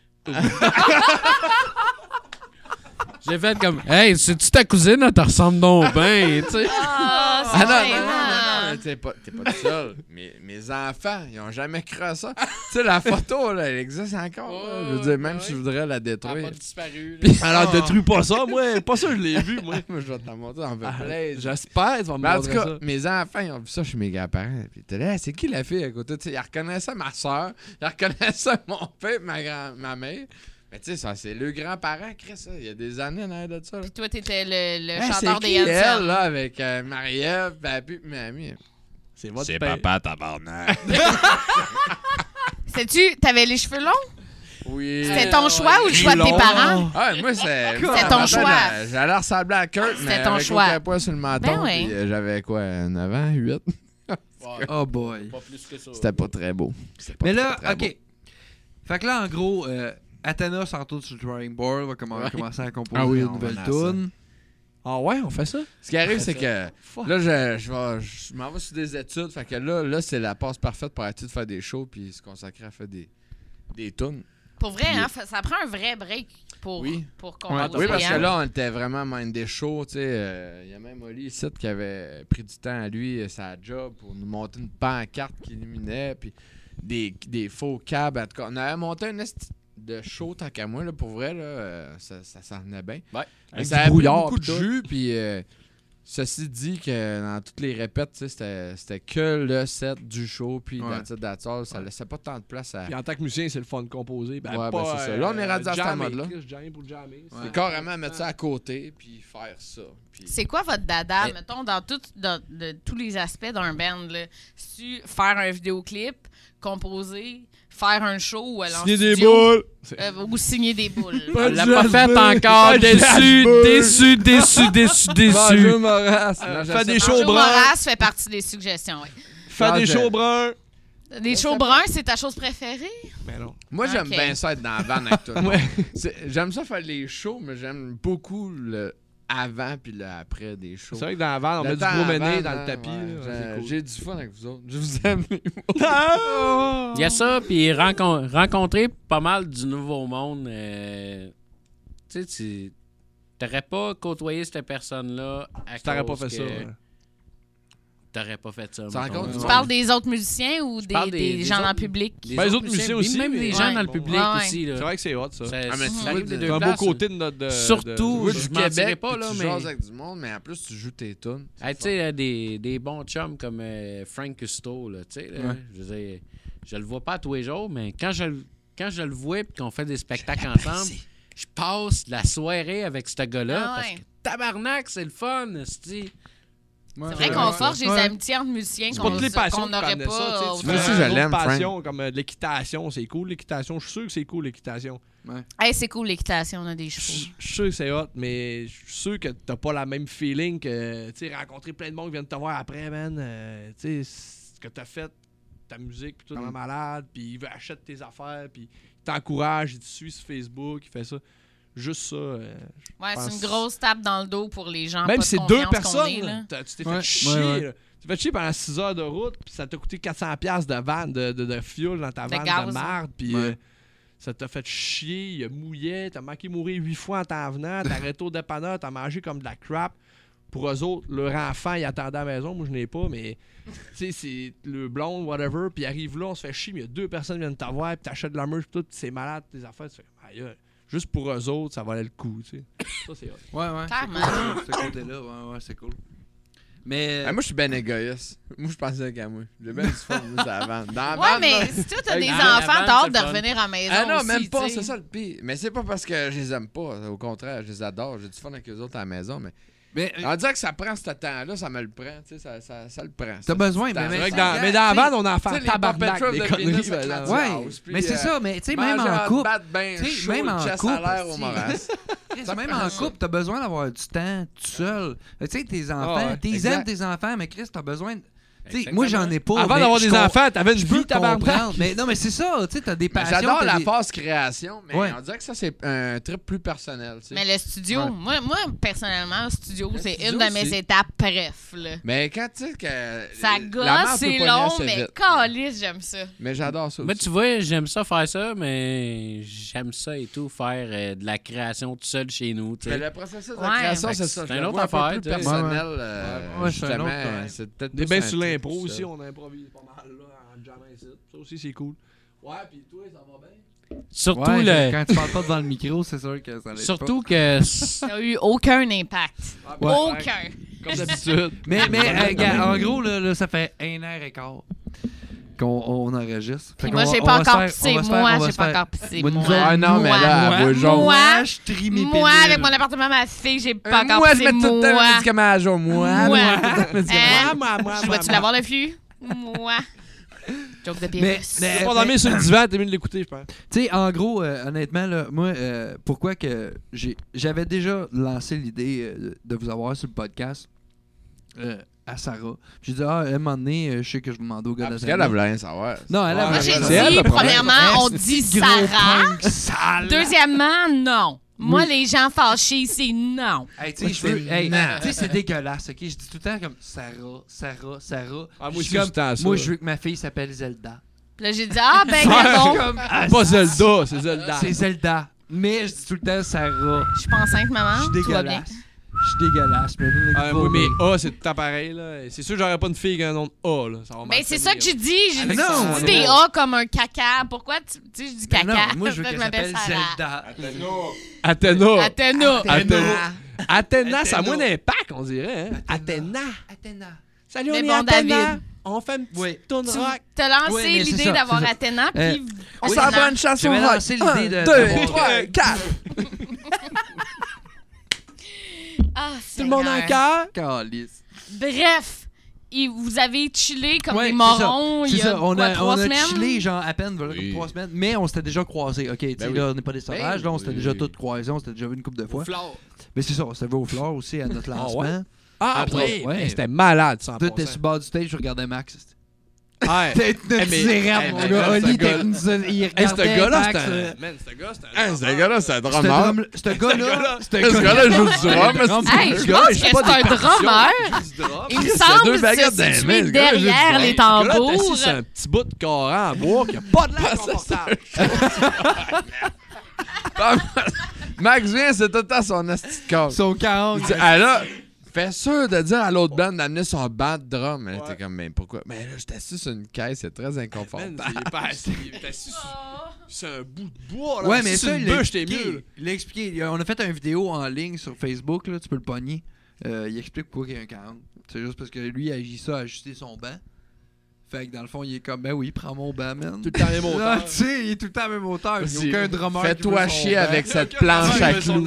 D: J'ai fait comme Hey, c'est-tu ta cousine? Elle te ressemble donc bien, tu sais.
B: Ah,
E: Ah
B: c'est
E: non, non, non, non, non,
B: gênant.
E: t'es pas, t'es pas tout seul. mes, mes enfants, ils ont jamais cru à ça. tu sais, la photo, là, elle existe encore. là. Je veux dire, même
D: Ouais,
E: si je voudrais la détruire.
C: Ah,
D: disparu.
C: Alors, détruis pas ça, moi. Pas ça, je l'ai vu, moi.
E: Moi, je vais t'en montrer, en
C: Ah,
E: fait plaisir.
C: J'espère, tu vas
E: Mais
C: me
E: en tout
C: montrer
E: cas,
C: ça.
E: mes enfants, ils ont vu ça chez mes grands-parents. Puis t'es là, c'est qui la fille à côté? Tu sais, ils reconnaissaient ma soeur, ils reconnaissaient mon père, ma, grand- ma mère. Mais tu sais, ça, c'est le grand-parent, Chris, ça. Il y a des années en arrière de ça. là.
B: Puis toi, t'étais le, le
E: Hey,
B: chanteur
E: c'est
B: des
E: qui, elle,
B: Hanson.
E: là, avec euh, Marie-Ève, Babu, mamie.
C: C'est votre
E: C'est
C: père.
E: papa, tabarnak.
B: Sais-tu, t'avais les cheveux longs?
E: oui.
B: C'était ton choix ou le choix de tes
C: Long.
B: parents?
E: Ah, moi, c'est.
B: C'était
E: moi, ça
B: ton
E: m'attend,
B: choix.
E: là, J'allais ressembler à Kurt, mais.
B: C'était ton
E: avec
B: choix.
E: aucun poil sur le menton.
B: Ben oui.
E: puis, euh, J'avais quoi, 9 ans, 8?
A: Oh boy.
E: C'était pas très beau. C'était pas
A: Mais
E: très,
A: là,
E: très
A: ok.
E: beau.
A: Fait que là, en gros, euh, Athena s'entoure sur le drawing board, va commen-
E: Ouais.
A: commencer à composer
E: Ah oui,
A: une
E: on
A: nouvelle
E: va lancer.
A: tune.
C: Ah ouais, on fait ça?
E: Ce qui arrive, c'est que.
C: Fuck.
E: Là, je, je, vais- je m'en vais sur des études. Fait que là, là c'est la passe parfaite pour arrêter de faire des shows puis se consacrer à faire des, des tunes.
B: Pour vrai, hein, fa- ça prend un vrai break pour,
E: Oui.
B: pour
A: Ouais,
B: composer.
E: Oui, parce que
B: hein.
E: là, on était vraiment mind des shows. tu sais, euh, Il y a même Oli ici qui avait pris du temps à lui, euh, sa job, pour nous monter une pancarte qui illuminait, puis des, des faux câbles. En tout cas, on avait monté un esti de show, tant qu'à moi, là, pour vrai, là, euh, ça, ça s'en venait bien. Mais
C: Avec du
E: ça a pris
C: brouillard,
E: beaucoup de
C: pis tout.
E: jus, puis euh, ceci dit que dans toutes les répètes, tu sais, c'était c'était que le set du show, puis
A: Ouais.
E: that's it, that's all. ça laissait pas tant de place à...
C: Puis en tant que musicien, c'est le fun de composer. Ben,
E: Ouais, ben,
C: pas,
E: c'est ça. Là, on est rendu à cette
C: jammer,
E: mode-là.
C: Chris, jammer pour jammer.
A: Ouais.
E: C'est carrément mettre ça à côté, puis faire ça. puis-
B: C'est quoi votre dada,
E: Mais-
B: mettons, dans, tout, dans de- tous les aspects d'un band? Là? Tu faire un vidéoclip, composer, faire un show ou aller en
C: Signer des
B: studio,
C: boules.
B: euh, ou signer des boules.
D: Elle l'a pas fait encore.
C: Pas de
D: Déçu,
C: Jasper.
D: déçu, déçu, déçu, déçu.
E: Bonjour, Maurras.
C: Euh,
B: Ah,
E: Non, je
C: fais
E: sais
C: des shows.
E: pas.
B: Joe
C: Brun.
B: Moras fait partie des suggestions. oui.
C: Faire
E: Non,
C: des
E: je-
C: shows bruns.
B: Les shows bruns, c'est ta chose préférée?
C: Mais non.
E: Moi, j'aime
B: Ok.
E: bien ça être dans la vanne avec tout le monde. C'est- J'aime ça faire les shows, mais j'aime beaucoup le avant puis le après des shows.
C: C'est vrai que dans la vanne, on
E: Le
C: met du
E: temps
C: gros
E: avant,
C: mené dans
E: hein,
C: le tapis.
E: ouais,
C: là,
E: j'ai-
C: c'est cool.
E: J'ai du fun avec vous autres. Je vous aime. les mots.
C: Ah!
D: Il y a ça, puis rencon- rencontrer pas mal du nouveau monde. euh, tu sais, tu t'aurais pas côtoyé cette personne-là à
C: Je t'aurais pas
D: cause
C: fait ça.
D: que
C: ouais.
D: T'aurais pas fait ça.
E: Ça
D: mettons.
E: rencontre du
B: Tu
E: Ouais.
B: parles des autres musiciens ou des,
D: parle
B: des
D: des- des
B: gens dans
D: autres-
B: le public?
D: Les
C: Ben, les autres musiciens
D: puis
C: aussi,
D: Même les
C: mais-
D: gens
B: Ouais.
D: dans le public
B: Ouais, ouais.
D: aussi. Là.
C: C'est vrai que c'est hot, ça.
D: Ça-
E: Ah, mais tu
D: ça
E: vois,
D: arrive des
E: c'est
D: deux
C: C'est un beau
D: places,
C: côté de notre. de-
E: Tu
D: Surtout-
E: vois
D: Je
E: du
D: m'en dirais
E: Québec,
D: pas,
E: puis
D: là,
E: tu
D: mais-
E: jases avec du monde, mais en plus, tu joues tes tunes.
D: là. Hey, tu sais, là, des, des bons chums comme euh, Frank Custo, là, tu sais, là,
A: Ouais.
D: je veux dire, je le vois pas tous les jours, mais quand je, le- quand je le vois et qu'on fait des spectacles ensemble, je passe la soirée avec ce gars-là
B: Ah
D: parce
B: ouais.
D: que tabarnak, c'est le fun, esti.
A: Ouais.
B: C'est vrai
E: Ouais.
B: qu'on forge des
A: Ouais.
B: amitiés entre musiciens
C: C'est
B: qu'on
C: pas toutes les passions
B: qu'on
C: qui
B: n'aurait
C: t'amenaient ça.
B: pas.
C: tu sais, tu
B: autrement.
E: Moi aussi,
C: fais
E: je
C: une autre
E: l'aime, Frank.
C: passion comme euh, de l'équitation, c'est cool l'équitation. Je suis sûr que c'est cool l'équitation.
B: Hey, c'est cool l'équitation, on a des
C: Je
B: chevaux.
C: suis sûr que c'est hot, mais je suis sûr que t'as pas la même feeling que tu sais, rencontrer plein de monde qui viennent te voir après, man. euh, tu sais, ce que t'as fait, ta musique, puis tout dans la
A: Mm.
C: malade, puis il veut acheter tes affaires, puis il t'encourage, il te suit sur Facebook, il fait ça. Juste ça. euh,
B: Ouais, c'est
C: pense-
B: une grosse tape dans le dos pour les gens.
C: Même
B: pas
C: si
B: de
C: c'est deux
B: confiance qu'on
C: personnes,
B: est, là.
C: là, t'as- tu t'es
A: Ouais,
C: fait chier.
A: ouais, ouais.
C: là. Tu t'es fait chier pendant 6 heures de route, puis ça t'a coûté 400$ piastres de van, de, de, de fuel dans ta
B: De
C: vanne de
B: gaz. hein.
C: merde, puis
A: Ouais.
C: euh, Ça t'a fait chier, il a mouillé, t'as manqué mourir huit fois en t'en venant, t'as arrêté au dépanneur, t'as mangé comme de la crap. Pour eux autres, leur enfant, il attendait à la maison, moi je n'ai pas, mais tu sais, c'est le blond, whatever, puis il arrive là, on se fait chier, mais il y a deux personnes qui viennent t'avoir, puis t'achètes de la merch, puis tout, puis c'est malade, tes affaires, tu fais, aïe, aïe. juste pour eux autres, ça valait le coup, tu sais. Ça, c'est hot.
A: Ouais, ouais. c'est cool,
B: Clairement.
A: ça, ce côté-là, ouais, ouais, c'est cool. Mais.
C: euh,
E: Ah, moi, je suis ben égoïste. Moi, je pensais qu'à moi. J'ai bien du fun, moi, avant. Dans la
B: Ouais,
E: bande, là.
B: mais si toi, t'as
E: Hey,
B: des
E: dans
D: la
B: enfants, t'as
D: bande, c'est
B: hâte de
D: le fun.
B: revenir à la maison.
E: Ah non,
B: aussi,
E: même pas,
B: tu sais.
E: c'est ça le pire. Mais c'est pas parce que je les aime pas. Au contraire, je les adore. J'ai du fun avec eux autres à la maison. Mais
A: mais euh,
E: en disant que ça prend ce temps-là, ça me le prend. Tu sais, ça, ça, ça le prend.
A: t'as
E: ça.
A: besoin,
E: c'est
A: mais.
E: vrai
A: mais-
E: que dans-
C: mais dans la
E: tu sais,
C: bande, on en
E: Tu
C: fait
E: sais,
C: un
E: les
C: tabarnak
E: perpétuels
C: des
E: de
C: conneries.
E: Venus,
C: ben,
E: ça
C: là.
E: claque.
A: Ouais,
E: House, puis,
A: mais c'est
E: euh,
A: ça, mais tu sais, même
E: Manger
A: en
E: à
A: couple.
E: battre ben
A: Tu sais,
E: chaud,
A: même
E: le
A: en
E: chest
A: couple,
E: à l'air au
A: si.
E: Moras.
A: Ça, même en couple, t'as besoin d'avoir du temps tout seul. Tu sais, tes enfants,
C: ouais,
A: t'es
E: exact.
A: aimes tes enfants, mais Chris, t'as besoin. de- Tu sais, moi, j'en ai pas.
C: Avant
A: mais
C: d'avoir
A: je
C: des
A: com-
C: enfants, t'avais
A: je
C: une
A: peux
C: vie, tabarnak.
A: comprendre. Mais non, mais c'est ça, tu sais, t'as des
E: Mais
A: passions.
E: J'adore
A: t'as
E: la
A: des-
E: phase création, mais
A: Ouais.
E: on dirait que ça, c'est un trip plus personnel. tu sais.
B: Mais le studio,
E: Ouais.
B: moi, moi, personnellement, le studio,
E: Le
B: c'est
E: studio,
B: une de mes
E: c'est-
B: étapes préf. Là.
E: Mais quand tu sais que.
B: Ça
E: la
B: gosse,
E: marde
B: c'est
E: peut pogner
B: long,
E: assez
B: mais
E: vite.
B: calice, j'aime ça.
E: Mais j'adore ça.
D: Moi,
E: aussi.
D: tu vois, j'aime ça faire ça, mais j'aime ça et tout, faire euh, de la création tout seul chez nous. tu sais.
E: Mais le processus de
B: Ouais.
E: création,
D: Fait que
E: c'est ça.
D: c'est
E: je
D: une
E: le
D: autre
E: vois peu
D: affaire,
E: plus
D: tu sais.
E: personnel.
A: Ouais,
E: euh,
A: ouais. Ouais, c'est un
E: justement,
A: autre, ouais.
E: c'est peut-être
C: Des
E: plus
C: bains
E: un
C: sur
E: trip
C: l'impro
E: tout
C: aussi,
E: seul.
C: on improvise pas mal là, en jammant ici. Ça aussi, c'est cool. Ouais, puis toi, ça va bien?
D: Surtout,
A: Ouais,
D: le,
A: Quand tu parles pas devant le micro, c'est sûr que ça l'aide
D: surtout que s-
B: Ça n'a eu aucun impact.
C: Ah, ben, ouais,
B: Aucun.
C: Comme d'habitude.
A: pas. Mais, mais euh, regarde, en gros, là, là, ça fait un heure et quart qu'on on enregistre. Fait
B: Puis moi,
A: qu'on-
B: j'ai
A: on
B: pas
A: va se
B: encore
A: faire- on
B: pissé.
A: va se faire- on
B: Moi,
A: va
B: j'ai
A: se
B: pas
A: faire-
B: encore pissé.
A: Moi,
B: Moi,
A: nous autres- Ah
E: non, mais
B: moi,
E: là,
B: moi,
E: elle boit jaune.
B: moi,
A: Moi, je trimais
B: moi, avec mon appartement, ma fille, j'ai
E: Euh,
B: pas encore
E: moi, je
B: pissé.
E: mets tout le temps
B: Moi,
E: mes médicaments à jour. Moi,
B: Moi.
E: moi, tout le temps mes
B: Hein?
E: médicaments.
C: Ah, moi, moi,
B: je
C: moi,
B: vois-tu
C: moi.
B: l'avoir le flux? Moi. Joke de
A: Mais-
B: virus.
A: mais-
C: T'es pas dormi sur le divan, t'es mieux de l'écouter, je pense.
A: Tu sais, en gros, euh, honnêtement, là, moi, euh, pourquoi que j'ai- j'avais déjà lancé l'idée euh, de vous avoir sur le podcast euh, à Sarah. J'ai dit, ah, à un moment donné, euh, je sais que je vous demandais au gars
E: Ah,
A: de la
E: parce qu'elle, elle voulait rien savoir.
A: Non, elle, elle
B: Moi,
A: voulait
B: j'ai
A: rien
B: dit,
A: savoir.
E: elle, le problème.
B: premièrement, on
A: Esti
B: dit
A: de gros
B: Sarah.
A: punk sale.
B: Deuxièmement, non. Moi,
A: Oui.
B: les gens fâchés, c'est non.
A: Hey, tu sais, je veux- hey, tu sais, c'est dégueulasse, ok? Je dis tout le temps comme Sarah, Sarah, Sarah.
C: Ah, moi
A: Je
C: aussi,
A: suis comme,
C: je tends ça.
A: Moi, je veux que ma fille s'appelle Zelda.
B: Puis là, j'ai dit, ah, ben,
C: Sarah.
B: Gabon,
A: Comme, ah,
C: Pas Zelda, c'est Zelda.
A: c'est Zelda. Mais je dis tout le temps Sarah.
B: je suis pas enceinte,
A: Je
B: maman.
A: suis
B: Hein? Tout va bien.
A: dégueulasse. Je suis dégueulasse. Mais là,
C: Ah,
A: il va
C: oui, mais
A: rire.
C: A, c'est tout pareil, là. Et C'est sûr, que j'aurais pas une fille qui a un nom de A, là. Ça va mal
B: Ben, c'est
C: finir.
B: ça que j'ai dit. J'ai dit,
A: Ah, Non,
B: tu
A: non.
B: dis des A comme un caca. Pourquoi tu tu sais, je dis
A: Mais
B: caca?
A: non, moi, je veux
B: Parce
A: qu'elle
B: je m'appelle
A: s'appelle Zelda.
C: Athéna.
B: Athéna.
C: Athéna. Athéna, ça a
A: Athéna.
C: moins d'impact, on dirait. hein.
A: Athéna.
C: Athéna.
A: Athéna.
C: Salut,
B: Mais
C: on est
B: bon,
C: Athéna.
B: David.
C: On fait une
A: Oui.
C: petite tourne
B: Tu
C: rock.
B: t'as lancé
A: Oui, mais c'est
B: l'idée
A: ça,
B: d'avoir
A: c'est ça.
B: Athéna,
A: Euh,
B: puis...
E: On
B: Athéna.
E: s'en va une chanson.
A: J'avais
E: rock.
A: lancé l'idée
E: Un,
A: de-
E: Deux,
A: d'avoir-
E: trois, quatre.
B: Ah,
C: Tout le monde en
B: Seigneur.
C: cœur.
A: Calice.
B: Bref, il- vous avez chillé comme
A: Ouais,
B: des
A: c'est
B: morons il
A: C'est
B: y a
A: ça, on
B: quoi,
A: a,
B: trois
A: on a
B: semaines?
A: chillé genre à peine, voilà,
E: Oui.
A: comme trois semaines, mais on s'était déjà croisés. Ok, tu sais,
E: Ben
A: là, on n'est pas des
E: Ben
A: sauvages, là, on s'était
E: oui.
A: déjà tous croisés, on s'était déjà vu une couple de fois. Mais c'est ça, on s'était vu au floor aussi à notre
C: Ah
A: lancement.
C: ouais? Ah,
A: Après,
C: oui.
A: ouais.
C: Hey, C'était malade, ça. en
A: Toi,
C: passant.
A: t'es sur le bord du stage, je regardais Max.
C: Ouais.
A: T'es
C: mais-
A: notre
C: hey,
A: mon
C: mais
A: gars.
C: là, ce
A: Oli,
C: gars-
A: t'es- il
C: Hey, ce
A: regardait
C: gars-là,
A: Max,
C: c'est un.
A: euh,
C: Man, ce gars, c'est un.
E: Hey, ce gars-là, c'est un
A: ce
E: drummer.
A: drum- Ce gars-là,
C: gars-là-
A: ce
E: Ce gars-là
A: gars-là,
E: joue du drum.
A: Hey,
B: Hey, je pense que c'est un drummer. Il me
E: Chris,
B: semble
E: c'est deux
B: se
E: baguettes dans les
B: situer
E: mains, le gars, juste
B: derrière
E: du
B: les
C: Le gars, t'as
B: tambours. euh.
C: assis sur un petit bout de carré en bois qui a pas de l'air
E: Ah, ça,
C: confortable.
E: Max vient, c'est tout le temps son esti de corps.
A: son
E: Il
A: 40.
E: dit, ah là, fais sûr de dire à l'autre band d'amener son banc de drum. Mais T'es comme, mais pourquoi? Mais là, je t'assure sur une caisse, c'est très
C: Man,
E: inconfortable.
C: il est pas assis, il est assis sur- sur un bout de bois. là.
A: Ouais,
C: Assis
A: mais
C: sur
A: ça,
C: une
A: il l'a
C: bûche, t'es
A: expliqué.
C: mieux.
A: Il l'a expliqué. Il a- On a fait une vidéo en ligne sur Facebook, là, tu peux le pogner. Euh, il explique pourquoi il y a un 40. C'est juste parce que lui, il agit ça à ajuster son banc. Fait que dans le fond, il est comme, ben oui, prends mon banc, man.
C: Tout le temps même
A: Ah,
C: hauteur.
A: tu sais, il est tout le temps à la même hauteur. Il n'y a aucun drummer. qui
E: Fais-toi
A: veut son
E: chier
A: banc.
E: avec cette planche à clous.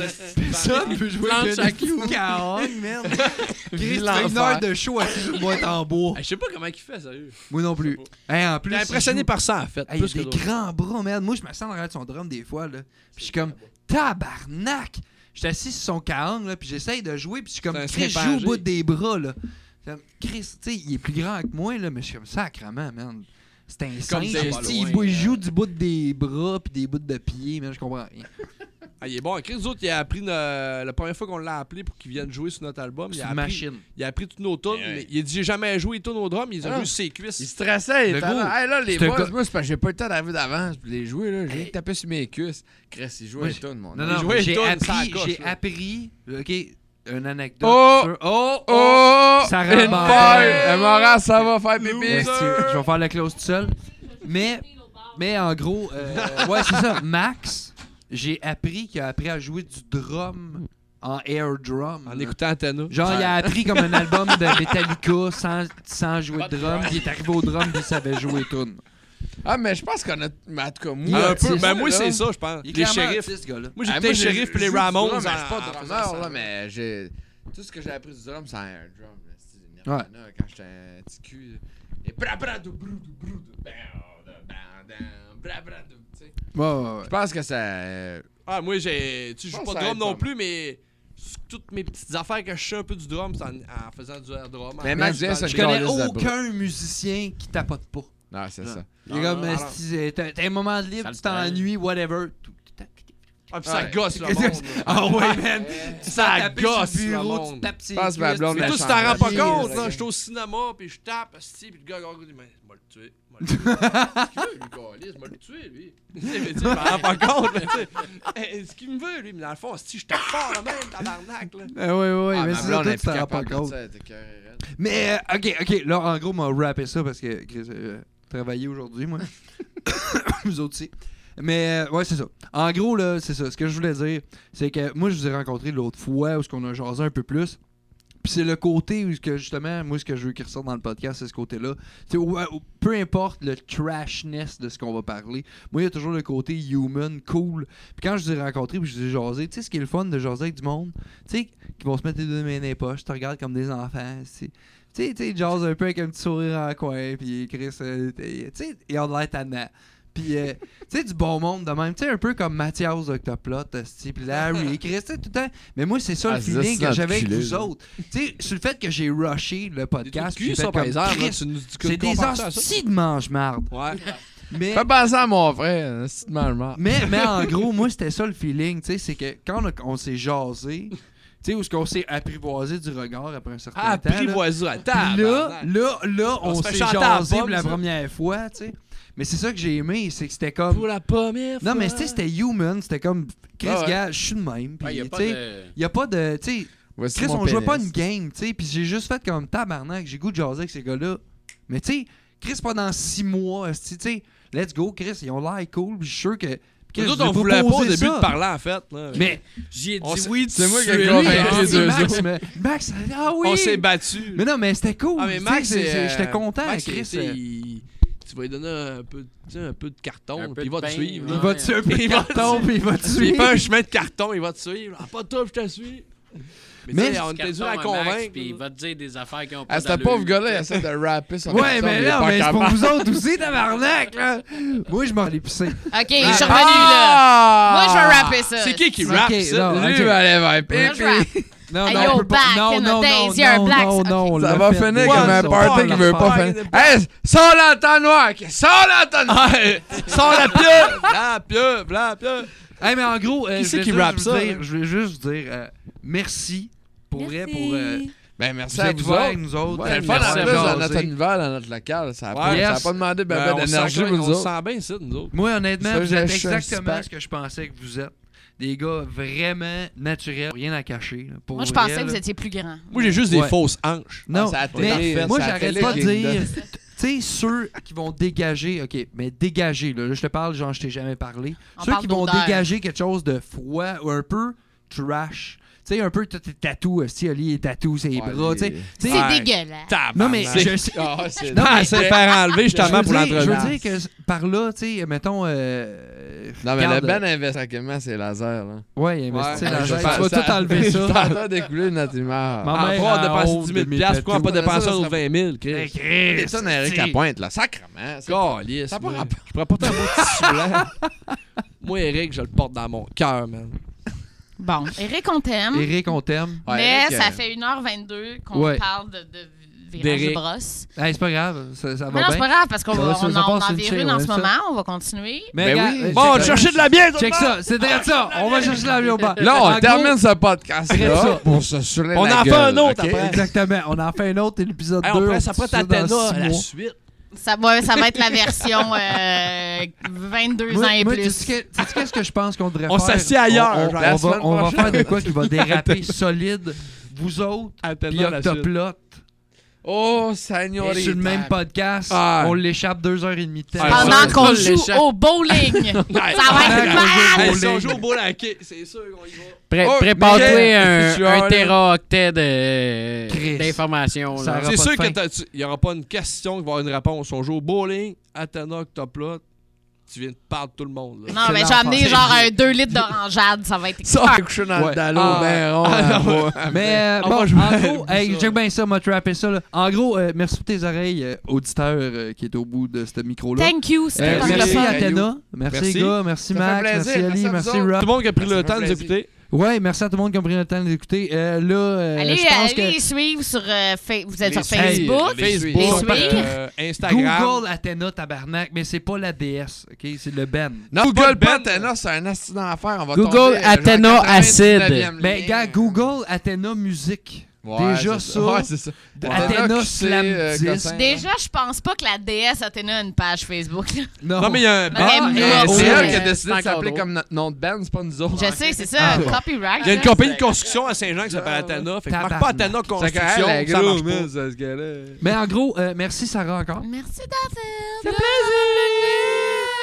A: Ça, il peut jouer avec
D: Planche à
A: un clou 40, man. Chris, tu
E: Vilain
A: fais une
E: enfer.
A: heure de show assis sur une boîte en bois.
C: Hey, Je sais pas comment il fait, sérieux.
A: Moi non plus. Hey, en plus,
C: T'es impressionné
A: il joue-
C: par ça, en fait.
A: Hey,
C: plus
A: il a
C: que
A: des
C: d'autres.
A: grands bras, merde. Moi, je me sens en arrière de son drum des fois, là. Puis je suis comme, tabarnak! Je suis assis sur son caong, là, puis j'essaye de jouer, puis je suis comme,
C: C'est un
A: Chris,
C: serpent
A: joue au
C: âgé.
A: bout des bras, là. Comme, Chris, tu sais, il est plus grand que moi, là, mais je suis comme, sacrement, man. C'est un singe,
C: des-
A: esti, il
C: loin,
A: bou-
C: là.
A: joue du bout des bras, puis des bouts de pieds, man, je comprends rien.
C: Hey, Ah, il est bon. Chris, nous autres, il a appris. euh, la première fois qu'on l'a appelé pour qu'il vienne jouer sur notre album, il
A: C'est
C: a,
A: une
C: appris,
A: machine.
C: il a appris toutes nos tunes.
E: Eh ouais.
C: mais Il a dit J'ai jamais joué les tunes au drum, ils ont
E: Ah.
C: vu ses cuisses.
E: Il stressait, il
A: Le
E: était
A: gros,
E: là, Hey, là, les
A: c'est un
E: boys,
A: gars-
E: moi, c'est parce que j'ai pas eu le temps d'arriver d'avance puis de les jouer, là. J'ai rien que tapé sur mes cuisses. Chris, il jouait
A: Oui,
E: un tonne, mon
A: Non,
E: homme.
A: non,
C: jouait
A: j'ai
C: une tonne sur la
A: appris,
C: coche,
A: j'ai
C: là.
A: appris, ok, une anecdote.
E: Oh!
A: sur- oh, oh,
E: Oh!
A: Ça
E: une faille!
A: rembarre.
E: Le moral, ça va faire
A: Merci,
E: bébé!
A: je vais faire la close tout seul. Mais, mais en gros, euh, ouais, c'est ça. Max, j'ai appris qu'il a appris à jouer du drum en air drum.
C: En écoutant Antenna.
A: Genre, il a appris comme un album de Metallica sans, sans jouer
E: Pas
A: de
E: de
A: drum.
E: drum.
A: puis Il est arrivé au drum puis il savait jouer tune.
E: Ah, mais je pense qu'on a. mais en tout cas,
A: Il
E: moi,
A: a
C: Ah, un peu.
A: c'est
C: Ben,
E: ça,
C: moi,
E: là.
C: c'est ça, je pense.
A: Il est
C: Les
A: clairement
C: shérifs.
A: autiste, ce gars-là.
C: Moi, j'ai
E: Ah,
C: écouté les
E: moi, j'ai-
C: shérifs et
E: j'ai
C: les
E: du drum,
C: Ramones.
E: mais Je suis
C: en-
E: pas
C: en
E: drummer,
C: faisant
E: là,
C: ça.
E: mais j'ai. Tout ce que j'ai appris du drum, c'est un drum. là. C'est du Nirvana, quand j'étais un petit cul. Et bra bra dou brou dou brou dou bam, dou bam, dam, bra bra dou, tu sais.
A: Ouais, ouais, ouais.
E: Je pense que ça. euh,
C: Ah, moi, j'ai. Tu
E: Je
C: joues
E: pense
C: pas de
E: que ça
C: drum
E: aide
C: non
E: pas
C: plus, mais. Toutes mes petites affaires que je sais un peu du drum, c'est en, en faisant du air drum. en-
E: Mais Max disait, c'est
A: Je
E: une
A: connais
E: calisse de brou-
A: aucun musicien qui tapote pas.
E: Non, c'est ça.
A: Il est
C: Non,
A: comme,
C: non, non.
A: esti, t'as t'as un moment de libre,
D: Ça
A: tu
D: le prend.
A: t'ennuies, whatever. Tout- tout-
C: Ah, puis ça
E: Ouais.
C: gosse le monde. là.
A: Ah ouais, man!
C: Tu ça
A: tapes sur le
C: gosse le
A: bureau, tu
C: monde.
A: tapes ses
E: Passe ma
A: cuisses,
E: blonde
A: tu
E: la
A: fais
C: Toi, tu
A: tout
E: chambre.
A: ça.
C: t'en rends pas
A: Yes.
C: compte, là. Je suis au cinéma, puis je tape, asti, puis le gars, il dit, mais, je vais le tuer. Je vais le tuer, lui, calisse, je vais le tuer, lui. Tu sais, mais tu sais, je m'en rends pas compte, là, tu sais. Eh, Ce qu'il me veut, lui, mais dans le fond, asti, je tape fort, là, même, tabarnak, là.
A: Eh ouais, ouais, ouais,
E: Ah,
A: mais
E: ma
A: c'est ça,
E: blonde
A: toi,
E: est
A: tu
E: plus
A: t'en rends pas
E: capable de
A: compte.
E: ça, elle était écoeurée.
A: Mais, euh, ok, ok, là, en gros, m'a rappé ça parce que Chris, euh, travaillé aujourd'hui, moi. Vous autres aussi. Mais, euh, ouais, c'est ça. En gros, là, c'est ça. Ce que je voulais dire, c'est que moi, je vous ai rencontré l'autre fois où ce qu'on a jasé un peu plus. Puis c'est le côté où, ce que, justement, moi, ce que je veux qu'il ressorte dans le podcast, c'est ce côté-là. C'est où- où- peu importe le trashness de ce qu'on va parler, moi, il y a toujours le côté human, cool. Puis quand je vous ai rencontré, puis je vous ai jasé, tu sais, ce qui est le fun de jaser avec du monde, tu sais, qui vont se mettre les deux mains dans les poches, te regardent comme des enfants, c'est- tu sais, tu sais, ils jasent un peu avec un petit sourire en coin, puis Chris, euh, t'es- tu sais, ils ont de l'air tannant. Puis, euh, tu sais, du bon monde de même, tu sais, un peu comme Mathias Octoplot, esti, puis Larry, Chris, tu sais, tout le temps. Mais moi, c'est ça
E: Ah,
A: le
E: c'est ça,
A: feeling
E: c'est
A: que j'avais avec
E: enculé,
A: vous
E: là.
A: autres. Tu sais, sur le fait que j'ai rushé le
C: Des trous de
A: podcast,
C: cul,
A: puis j'ai fait
C: ça, par
A: comme,
C: exemple, là,
A: Chris,
C: tu nous dis que
A: c'est des
C: compares ça à ça.
A: hosties de mange-marde.
C: Ouais.
A: Mais,
E: Fais penser à mon frère, c'est de mal mort.
A: mais, mais en gros, moi, c'était ça le feeling, tu sais, c'est que quand on, a- on s'est jasé, tu sais, ou ce qu'on s'est apprivoisé du regard après un certain
C: Ah,
A: temps. là,
C: privoiseau, attends.
A: Puis là, là, là,
C: On
A: on,
C: se fait
A: s'est
C: chanter à la
A: jasé pour
C: pomme,
A: la
C: ça.
A: première fois, tu sais. Mais c'est ça que j'ai aimé, c'est que c'était comme...
C: la première
A: Non, mais tu sais, c'était human, c'était comme... Chris,
E: Ah ouais.
A: gars, je suis de même,
D: Il
A: puis
D: n'y a
A: tu
D: pas
A: sais...
D: de.
A: Il a pas de... Tu sais,
E: Voici
A: Chris,
E: mon
A: on jouait
E: pénis.
A: pas une game, tu sais, puis j'ai juste fait comme tabarnak, j'ai goût de jaser avec ces gars-là. Mais tu sais, Chris, pendant six mois, esti, tu sais, let's go, Chris, ils ont l'air cool, puis je suis sûr que... Chris,
C: Nous
A: je vous
C: autres, on
A: ai
C: voulait pas au
A: proposé
C: début
A: ça.
C: de parler, en fait. là.
A: Mais
D: J'y ai dit
C: On s'est-
D: oui,
E: c'est moi
D: tu
E: qui ai
D: es-
A: lui,
E: convaincu
A: ah,
E: les deux
A: Max, mais- Max, ah oui!
C: On s'est battus.
A: Mais non, mais c'était cool.
C: Ah, mais
A: tu sais,
C: Max,
A: c'est-
C: c'est,
A: c'est-
C: euh,
A: j'étais content,
C: Max,
A: Chris. euh.
C: c'est- il- Tu vas lui donner un peu, de- tu sais, un peu de
D: Un
C: carton,
D: peu
C: puis il
D: de
C: va te
D: pain,
C: suivre.
D: ouais.
A: Il
C: là.
A: va te suivre
C: Il va te
A: carton,
C: suivre.
A: puis il va te
C: S'il fait
A: suivre.
C: un chemin de carton, il va te suivre. Ah, pas toi, je te suis. Mais,
A: Mais-
C: tu sais, on était dur à
D: carton à Max,
C: convaincre.
D: Puis il
C: là.
D: va te dire des affaires qui ont pas
E: Ah, ce
D: d'allure.
E: pauvre gars-là, il essaie de rapper son
A: Ouais,
E: garçon,
A: mais
E: il est
A: là,
E: pas
A: mais c'est pour
E: capable.
A: vous autres aussi, tabarnak, là. Moi, je m'en ai pissé.
B: OK, je suis revenu, là.
E: Ah!
B: Moi, je vais rapper ça.
C: C'est qui qui
A: Ok,
C: rappe ça?
A: non,
E: Lui,
A: ok.
E: il va aller vers
B: Moi, je rappe.
A: Non,
B: Hey,
A: non,
B: yo,
A: on peut pas.
B: back
A: Non,
B: in the
A: non, non,
B: days, you're
A: non,
B: black.
A: non,
B: Ok.
A: non, on
E: Ça
A: l'a
E: va
A: fait,
E: finir
A: les
E: comme
A: gars,
E: un
A: ça.
E: party
A: Oh,
E: qui veut
A: la
E: pas
A: fuck.
E: finir. Hey, sors l'entonnoir! noir! Sors l'entonnoir! noir!
C: Sors la pieuvre! La pieuvre! La
A: Ben,
C: pieuvre!
A: Hey, mais en gros, euh,
C: Qui
A: je
C: c'est
A: voulais
C: qui
A: juste
C: rappe
A: vous
C: ça,
A: dire-
C: hein?
A: Je voulais juste vous dire euh, merci pour vrai, pour euh,
E: Ben, merci
A: vous
E: à
A: êtes
E: vous
A: ouverts,
E: autres.
A: nous autres.
E: C'est le fun,
A: Merci
E: en
A: à
E: plus, dans
A: jaser.
E: notre univers, dans notre local. Ça a
C: Ouais,
E: pas- ça
A: yes.
E: a pas demandé
C: Ben,
E: ben
C: on
E: ben
C: se
E: d'énergie,
C: sent-
E: vous
C: On se
E: autres.
C: sent bien, ça, nous autres.
A: Moi, honnêtement,
E: Ça,
A: vous
E: j'ai
A: êtes
E: acheté un
A: exactement
E: six-pack.
A: ce que je pensais que vous êtes. Des gars vraiment naturels, rien à cacher. là, pour
B: Moi, je
A: vrai,
B: pensais que
A: là.
B: vous étiez plus grand.
C: Moi, j'ai juste
A: des
C: des
A: Ouais.
C: fausses hanches.
A: Non,
E: c'est à la
A: mais
E: télé,
A: moi
E: c'est à la
A: j'arrête
E: télé
A: pas de
E: qu'il
A: dire.
E: donne.
A: Tu sais, ceux qui vont dégager, ok, mais dégager, là, là, je te parle, genre je t'ai jamais parlé.
B: On
A: ceux qui
B: parle
A: vont
B: d'odeur.
A: dégager quelque chose de froid ou un peu trash. Tu sais, un peu tous tes tatous, si Ali est tatou, ses
E: Ouais,
A: bras, tu sais.
E: les-
A: Tu sais,
B: C'est
C: Ouais.
B: dégueulasse.
A: Non, mais
C: Tabarnak.
A: je sais.
E: Ah, c'est
A: Non, mais-
C: Ah, c'est faire enlever justement
A: je
C: pour
A: veux dire- Je veux
C: l'entrevue.
A: dire que par là, tu sais, mettons. euh,
E: Non, mais le
A: regarde,
E: Ben investit tranquillement, c'est laser, là.
A: Ouais, mais tu sais,
C: Ouais,
A: dans-
C: je
A: tu
C: pense
A: vas tout enlever
E: Je
A: ça.
E: t'entends découler notre humeur.
A: Ma
C: Ah,
A: mère,
C: pourquoi on
A: elle
C: dépense
A: ose
C: 10
A: de
C: 000
A: mes
C: piastres, pourquoi on
A: tatous.
C: pas dépenser
E: Ça, ça
C: autres
E: serait-
C: 20 000,
A: Hey,
C: Chris?
A: Chris,
E: C'est ça, Eric
A: tu sais.
E: Lapointe, là. Sacrement. c'est-
C: Calisse,
E: Ça a pas
C: moi.
E: rapport.
C: Je pourrais porter un beau tissu blanc. Moi, Eric, je le porte dans mon cœur, man.
B: Bon, Eric, on t'aime.
A: Eric, on t'aime.
E: Ouais,
B: mais
E: Eric,
B: ça
E: euh,
B: fait 1h22 qu'on
A: Ouais.
B: parle de, de virage de
C: Derek.
B: brosse.
A: Hey, c'est pas grave, ça, ça
B: Mais
A: va
B: non, c'est
A: bien.
B: pas grave parce qu'on
A: Ça
B: va-
A: va, ça-
B: on
A: ça
B: en, on
A: passe
B: en
A: une
B: vire
A: chaîne,
B: une en
A: ouais,
B: ce
A: ça.
B: moment. On va continuer.
A: Mais
E: Ben
A: regarde,
E: oui.
A: check
E: Bon,
C: Bon, on
A: ça.
C: chercher de la bière, tout le
A: Check
C: monde!
A: ça, c'est direct ça.
B: Ah,
A: On va chercher la viande au bar.
E: Là, on
A: En gros,
E: termine ce podcast
A: Reste ça.
E: pour se saouler
C: On
E: la
C: en fait
E: gueule,
C: un autre
E: ok?
C: après.
A: Exactement. On en fait un autre, et l'épisode 2.
C: Hey, on prend ça
A: dit
C: prête
A: ça dans
C: Athéna
A: six
C: à la
A: mois.
C: suite.
B: Ça, ouais, ça va être la version euh, 22 ans et
A: tu
B: plus.
A: sais que- tu sais qu'est-ce que je pense qu'on devrait
C: On
A: faire?
C: s'assied ailleurs,
A: On- On, on
C: genre,
E: la
A: va,
E: semaine
A: on va
E: prochaine.
A: faire de quoi qui va déraper solide, vous autres, puis
C: Athéna, la suite.
A: Octoplot.
E: Oh,
A: Sur
E: Señorita.
A: le même podcast,
C: Ah.
A: on l'échappe deux heures et demie de temps.
C: Ah,
B: Pendant
C: ouais.
B: qu'on
D: Ouais.
B: joue au bowling. ça va être
A: Pendant qu'on joue au
B: malade.
C: Hey, si on
A: bowling.
C: joue au boule à quai, c'est sûr qu'on y va.
D: Pré-
E: Oh,
D: Prépare-toi
E: Michel,
D: un,
E: tu
D: un
E: as-
D: téraoctet de-
A: Chris.
D: d'informations.
A: Ça
D: là.
A: aura
C: C'est
A: pas de
C: sûr
A: fin.
C: qu'il n'y aura pas une question qui va avoir une réponse. On joue au bowling, Athéna, Octoplot, tu viens de parler de tout le monde. là.
B: Non, mais
A: Excellent
B: j'ai amené
A: pensée.
B: genre un 2 litres d'orangeade. Ça va être
E: Ça, on va coucher dans
A: Ouais.
E: le dallot,
C: Ah.
E: ben rond,
C: Ah,
E: en
C: non.
E: bas.
A: Mais euh,
C: On
A: bon,
C: va jouer
A: en gros,
C: ça.
A: hey, check bien ça, on va te rapper ça. là. En gros, euh, merci pour tes oreilles, euh, auditeur euh, qui est au bout de ce micro-là.
B: Thank you.
A: Euh,
B: C'était
E: Thank you.
A: merci
B: le fun.
E: à-
A: Athéna, merci,
C: Merci.
A: les gars, merci
E: Ça fait
A: Max,
E: plaisir,
A: merci Ali,
E: merci à vous
A: merci
E: autres.
A: Rob.
C: Tout le monde qui a pris
E: Ça
C: le
E: fait
C: temps de nous
E: plaisir.
C: écouter.
A: Ouais, merci à tout le monde qui a pris le temps de l'écouter. Euh, là, euh,
B: Allez,
A: je pense
B: allez
A: que
B: suivre sur, euh, fa- vous êtes
E: Les
B: sur Facebook.
E: suivre, les
C: Facebook,
B: suivre. Les suivre.
C: euh, Instagram.
A: Google Athéna Tabarnak, mais c'est pas la DS, ok? C'est le Ben.
E: Non,
C: Google
E: Google
C: Ben.
E: Patena, c'est un accident d'affaires. On va
D: Google
E: tomber, euh, genre
D: Athena
E: 99e
D: acide.
E: lien.
A: Mais Ben,
C: Ben,
A: gars, Google Athéna Musique.
E: Ouais,
A: Déjà
E: c'est
A: ça.
E: Ouais, c'est ça.
A: De-
E: Ouais.
A: Athena
E: QC,
A: Slam
E: euh,
A: 10.
E: Cossin.
B: Déjà, je pense pas que la DS Athéna a une page Facebook.
C: Non, mais il y a
B: Ah,
C: un
E: Ah,
B: mais
E: mais
B: non,
E: c'est
B: ouais.
E: elle qui a
D: C'est
E: décidé de
D: encore
E: s'appeler
D: drôle.
E: comme notre nom de band, c'est pas nous autres.
B: Je sais, c'est ça,
A: Ah.
B: copyright.
C: Il y a une
B: là.
C: compagnie de construction à Saint-Jean qui s'appelle Athéna. Fait que marque pas
A: Tabarnak.
C: Athéna
E: C'est quand
C: Construction,
E: même
C: ça marche
E: gros,
C: pas.
E: man, ça, ce gars-là.
A: Mais en gros, euh, merci Sarah encore.
B: Merci, David.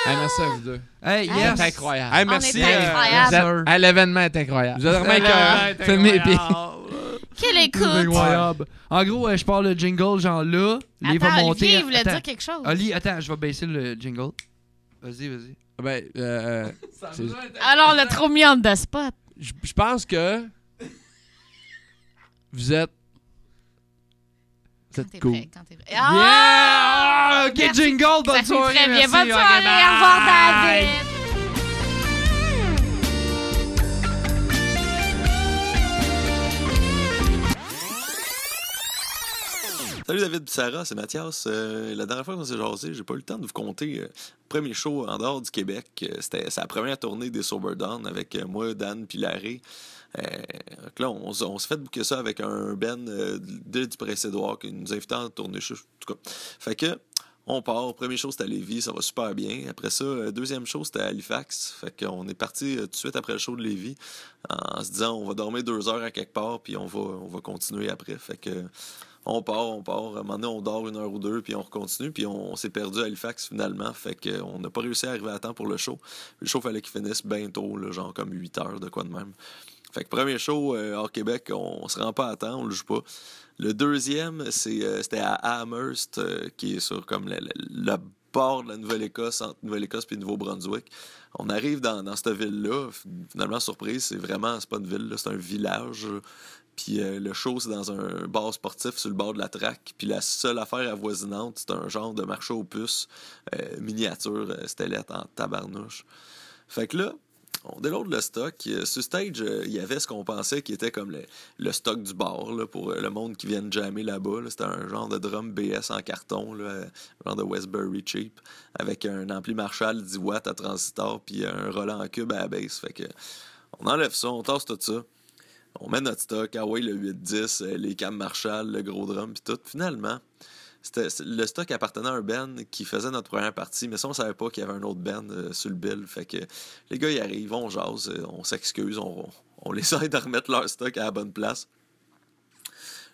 E: Ah, merci à vous deux.
A: Hey,
B: Ah,
A: yes.
E: C'est incroyable.
C: Hey,
B: On
C: merci.
B: est
C: euh,
B: incroyable.
E: Vous êtes- ah, L'événement est incroyable.
C: Vous êtes vraiment écœurants.
E: Fais mes pieds.
B: Quelle
A: C'est
B: écoute.
A: incroyable. En gros, euh, je pars le jingle, genre là. Les va
B: Attends,
A: monter.
B: Olivier, il voulait
A: attends.
B: dire quelque chose.
A: Oli, attends, je vais baisser le jingle. Vas-y, vas-y.
C: Ben, euh, c'est-
B: Alors, Ah on l'a trop mis en the spot.
C: je je pense que vous êtes. Vous
B: Quand t'es
C: êtes cool.
B: prêt, quand t'es prêt. Ah!
A: Yeah! Ok,
B: Merci.
A: jingle, bonne
B: Ça fait
A: soirée.
B: très bien.
A: merci,
B: Bonne
A: ok,
B: soirée. Au revoir,
A: bye.
B: David.
F: Salut David puis Sarah, c'est Mathias. Euh, la dernière fois qu'on s'est jasé, j'ai pas eu le temps de vous compter. euh, premier show en dehors du Québec, euh, c'était sa première tournée des Sober Down avec euh, moi, Dan puis Larry. Euh, donc là, on, s- on s'est fait bouquer ça avec un Ben euh, d'Île du Prince-Édouard qui nous invitait à tourner show. En tout cas, fait que on part. Premier show, c'était à Lévis, ça va super bien. Après ça, euh, deuxième show, c'était à Halifax. Fait qu'on est parti euh, tout de suite après le show de Lévis en se disant on va dormir deux heures à quelque part puis on va, on va continuer après. Fait que on part, on part. À un moment donné, on dort une heure ou deux, puis on continue. Puis on, s'est perdu à Halifax finalement. Fait qu'on n'a pas réussi à arriver à temps pour le show. Le show fallait qu'il finisse bientôt, là, genre comme 8 heures, de quoi de même. Fait que premier show euh, hors Québec, on se rend pas à temps, on le joue pas. Le deuxième, c'est, euh, c'était à Amherst, euh, qui est sur comme le, le- le bord de la Nouvelle-Écosse, entre Nouvelle-Écosse et Nouveau-Brunswick. On arrive dans, dans cette ville-là. Finalement, surprise, c'est vraiment, c'est pas une ville, là, c'est un village. Puis euh, le show, c'est dans un bar sportif sur le bord de la traque. Puis la seule affaire avoisinante, c'est un genre de marché aux puces euh, miniature, euh, c'était lettre en tabarnouche. Fait que là, on déloade le stock. Euh, sur stage, euh, il y avait ce qu'on pensait qui était comme le, le stock du bar là, pour euh, le monde qui vient de jammer là-bas. là. C'était un genre de drum BS en carton, là, euh, genre de Westbury cheap, avec un ampli Marshall 10 watts à transistor, puis un Roland en cube à la base. Fait que on enlève ça, on tasse tout ça. On met notre stock, ah ouais, le 8-10, euh, les cams Marshall, le gros drum, puis tout. Finalement, c'était- c'est- le stock appartenait à un band qui faisait notre première partie, mais ça, on savait pas qu'il y avait un autre band euh, sur le bill. Fait que les gars, ils arrivent, on jase, euh, on s'excuse, on, on les aide à remettre leur stock à la bonne place.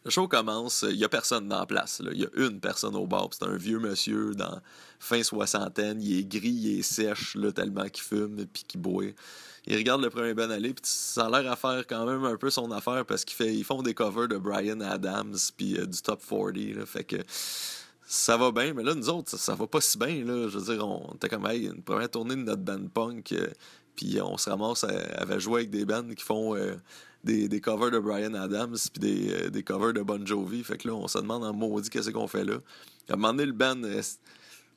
F: Le show commence, il n'y a personne dans la place. Il y a une personne au bar, puis c'est un vieux monsieur dans fin soixantaine. Il est gris, il est sèche, là, tellement qu'il fume puis qu'il boit il regarde le premier Ben aller, puis ça a l'air à faire quand même un peu son affaire parce qu'ils fait, ils font des covers de Brian Adams puis euh, du top 40. Là, fait que ça va bien, mais là, nous autres, ça, ça va pas si bien. Là, je veux dire, on était comme, hey, une première tournée de notre band punk, euh, puis on se ramasse à, à jouer avec des bands qui font euh, des, des covers de Brian Adams puis des, euh, des covers de Bon Jovi. Fait que là, on se demande en maudit qu'est-ce qu'on fait là. À un moment donné, le band. euh,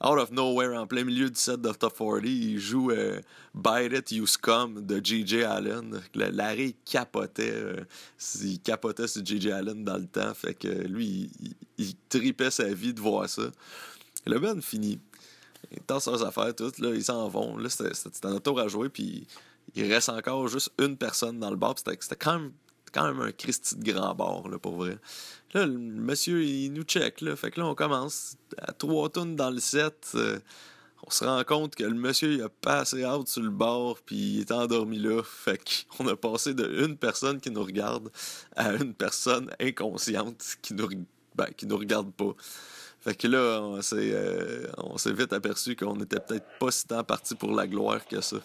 F: Out of nowhere, en plein milieu du set de Top 40, il joue euh, Bite It, You Scum de J.J. Allen. Le- Larry capotait. euh, il capotait sur J.J. Allen dans le temps. Fait que lui, il, il- il tripait sa vie de voir ça. Le band finit. Il tente leurs affaires toutes, là, ils s'en vont. Là, c'était c'était- c'était notre tour à jouer, puis il reste encore juste une personne dans le bar. puis C'était c'était quand même, quand même un Christy de grand bar, là, pour vrai. Là, le monsieur, il nous check, là. Fait que là, on commence à trois tonnes dans le set. euh, on se rend compte que le monsieur, il a passé out sur le bord, puis il est endormi là. Fait qu'on a passé de une personne qui nous regarde à une personne inconsciente qui nous, re- ben, qui nous regarde pas. Fait que là, on s'est, euh, on s'est vite aperçu qu'on était peut-être pas si tant parti pour la gloire que ça.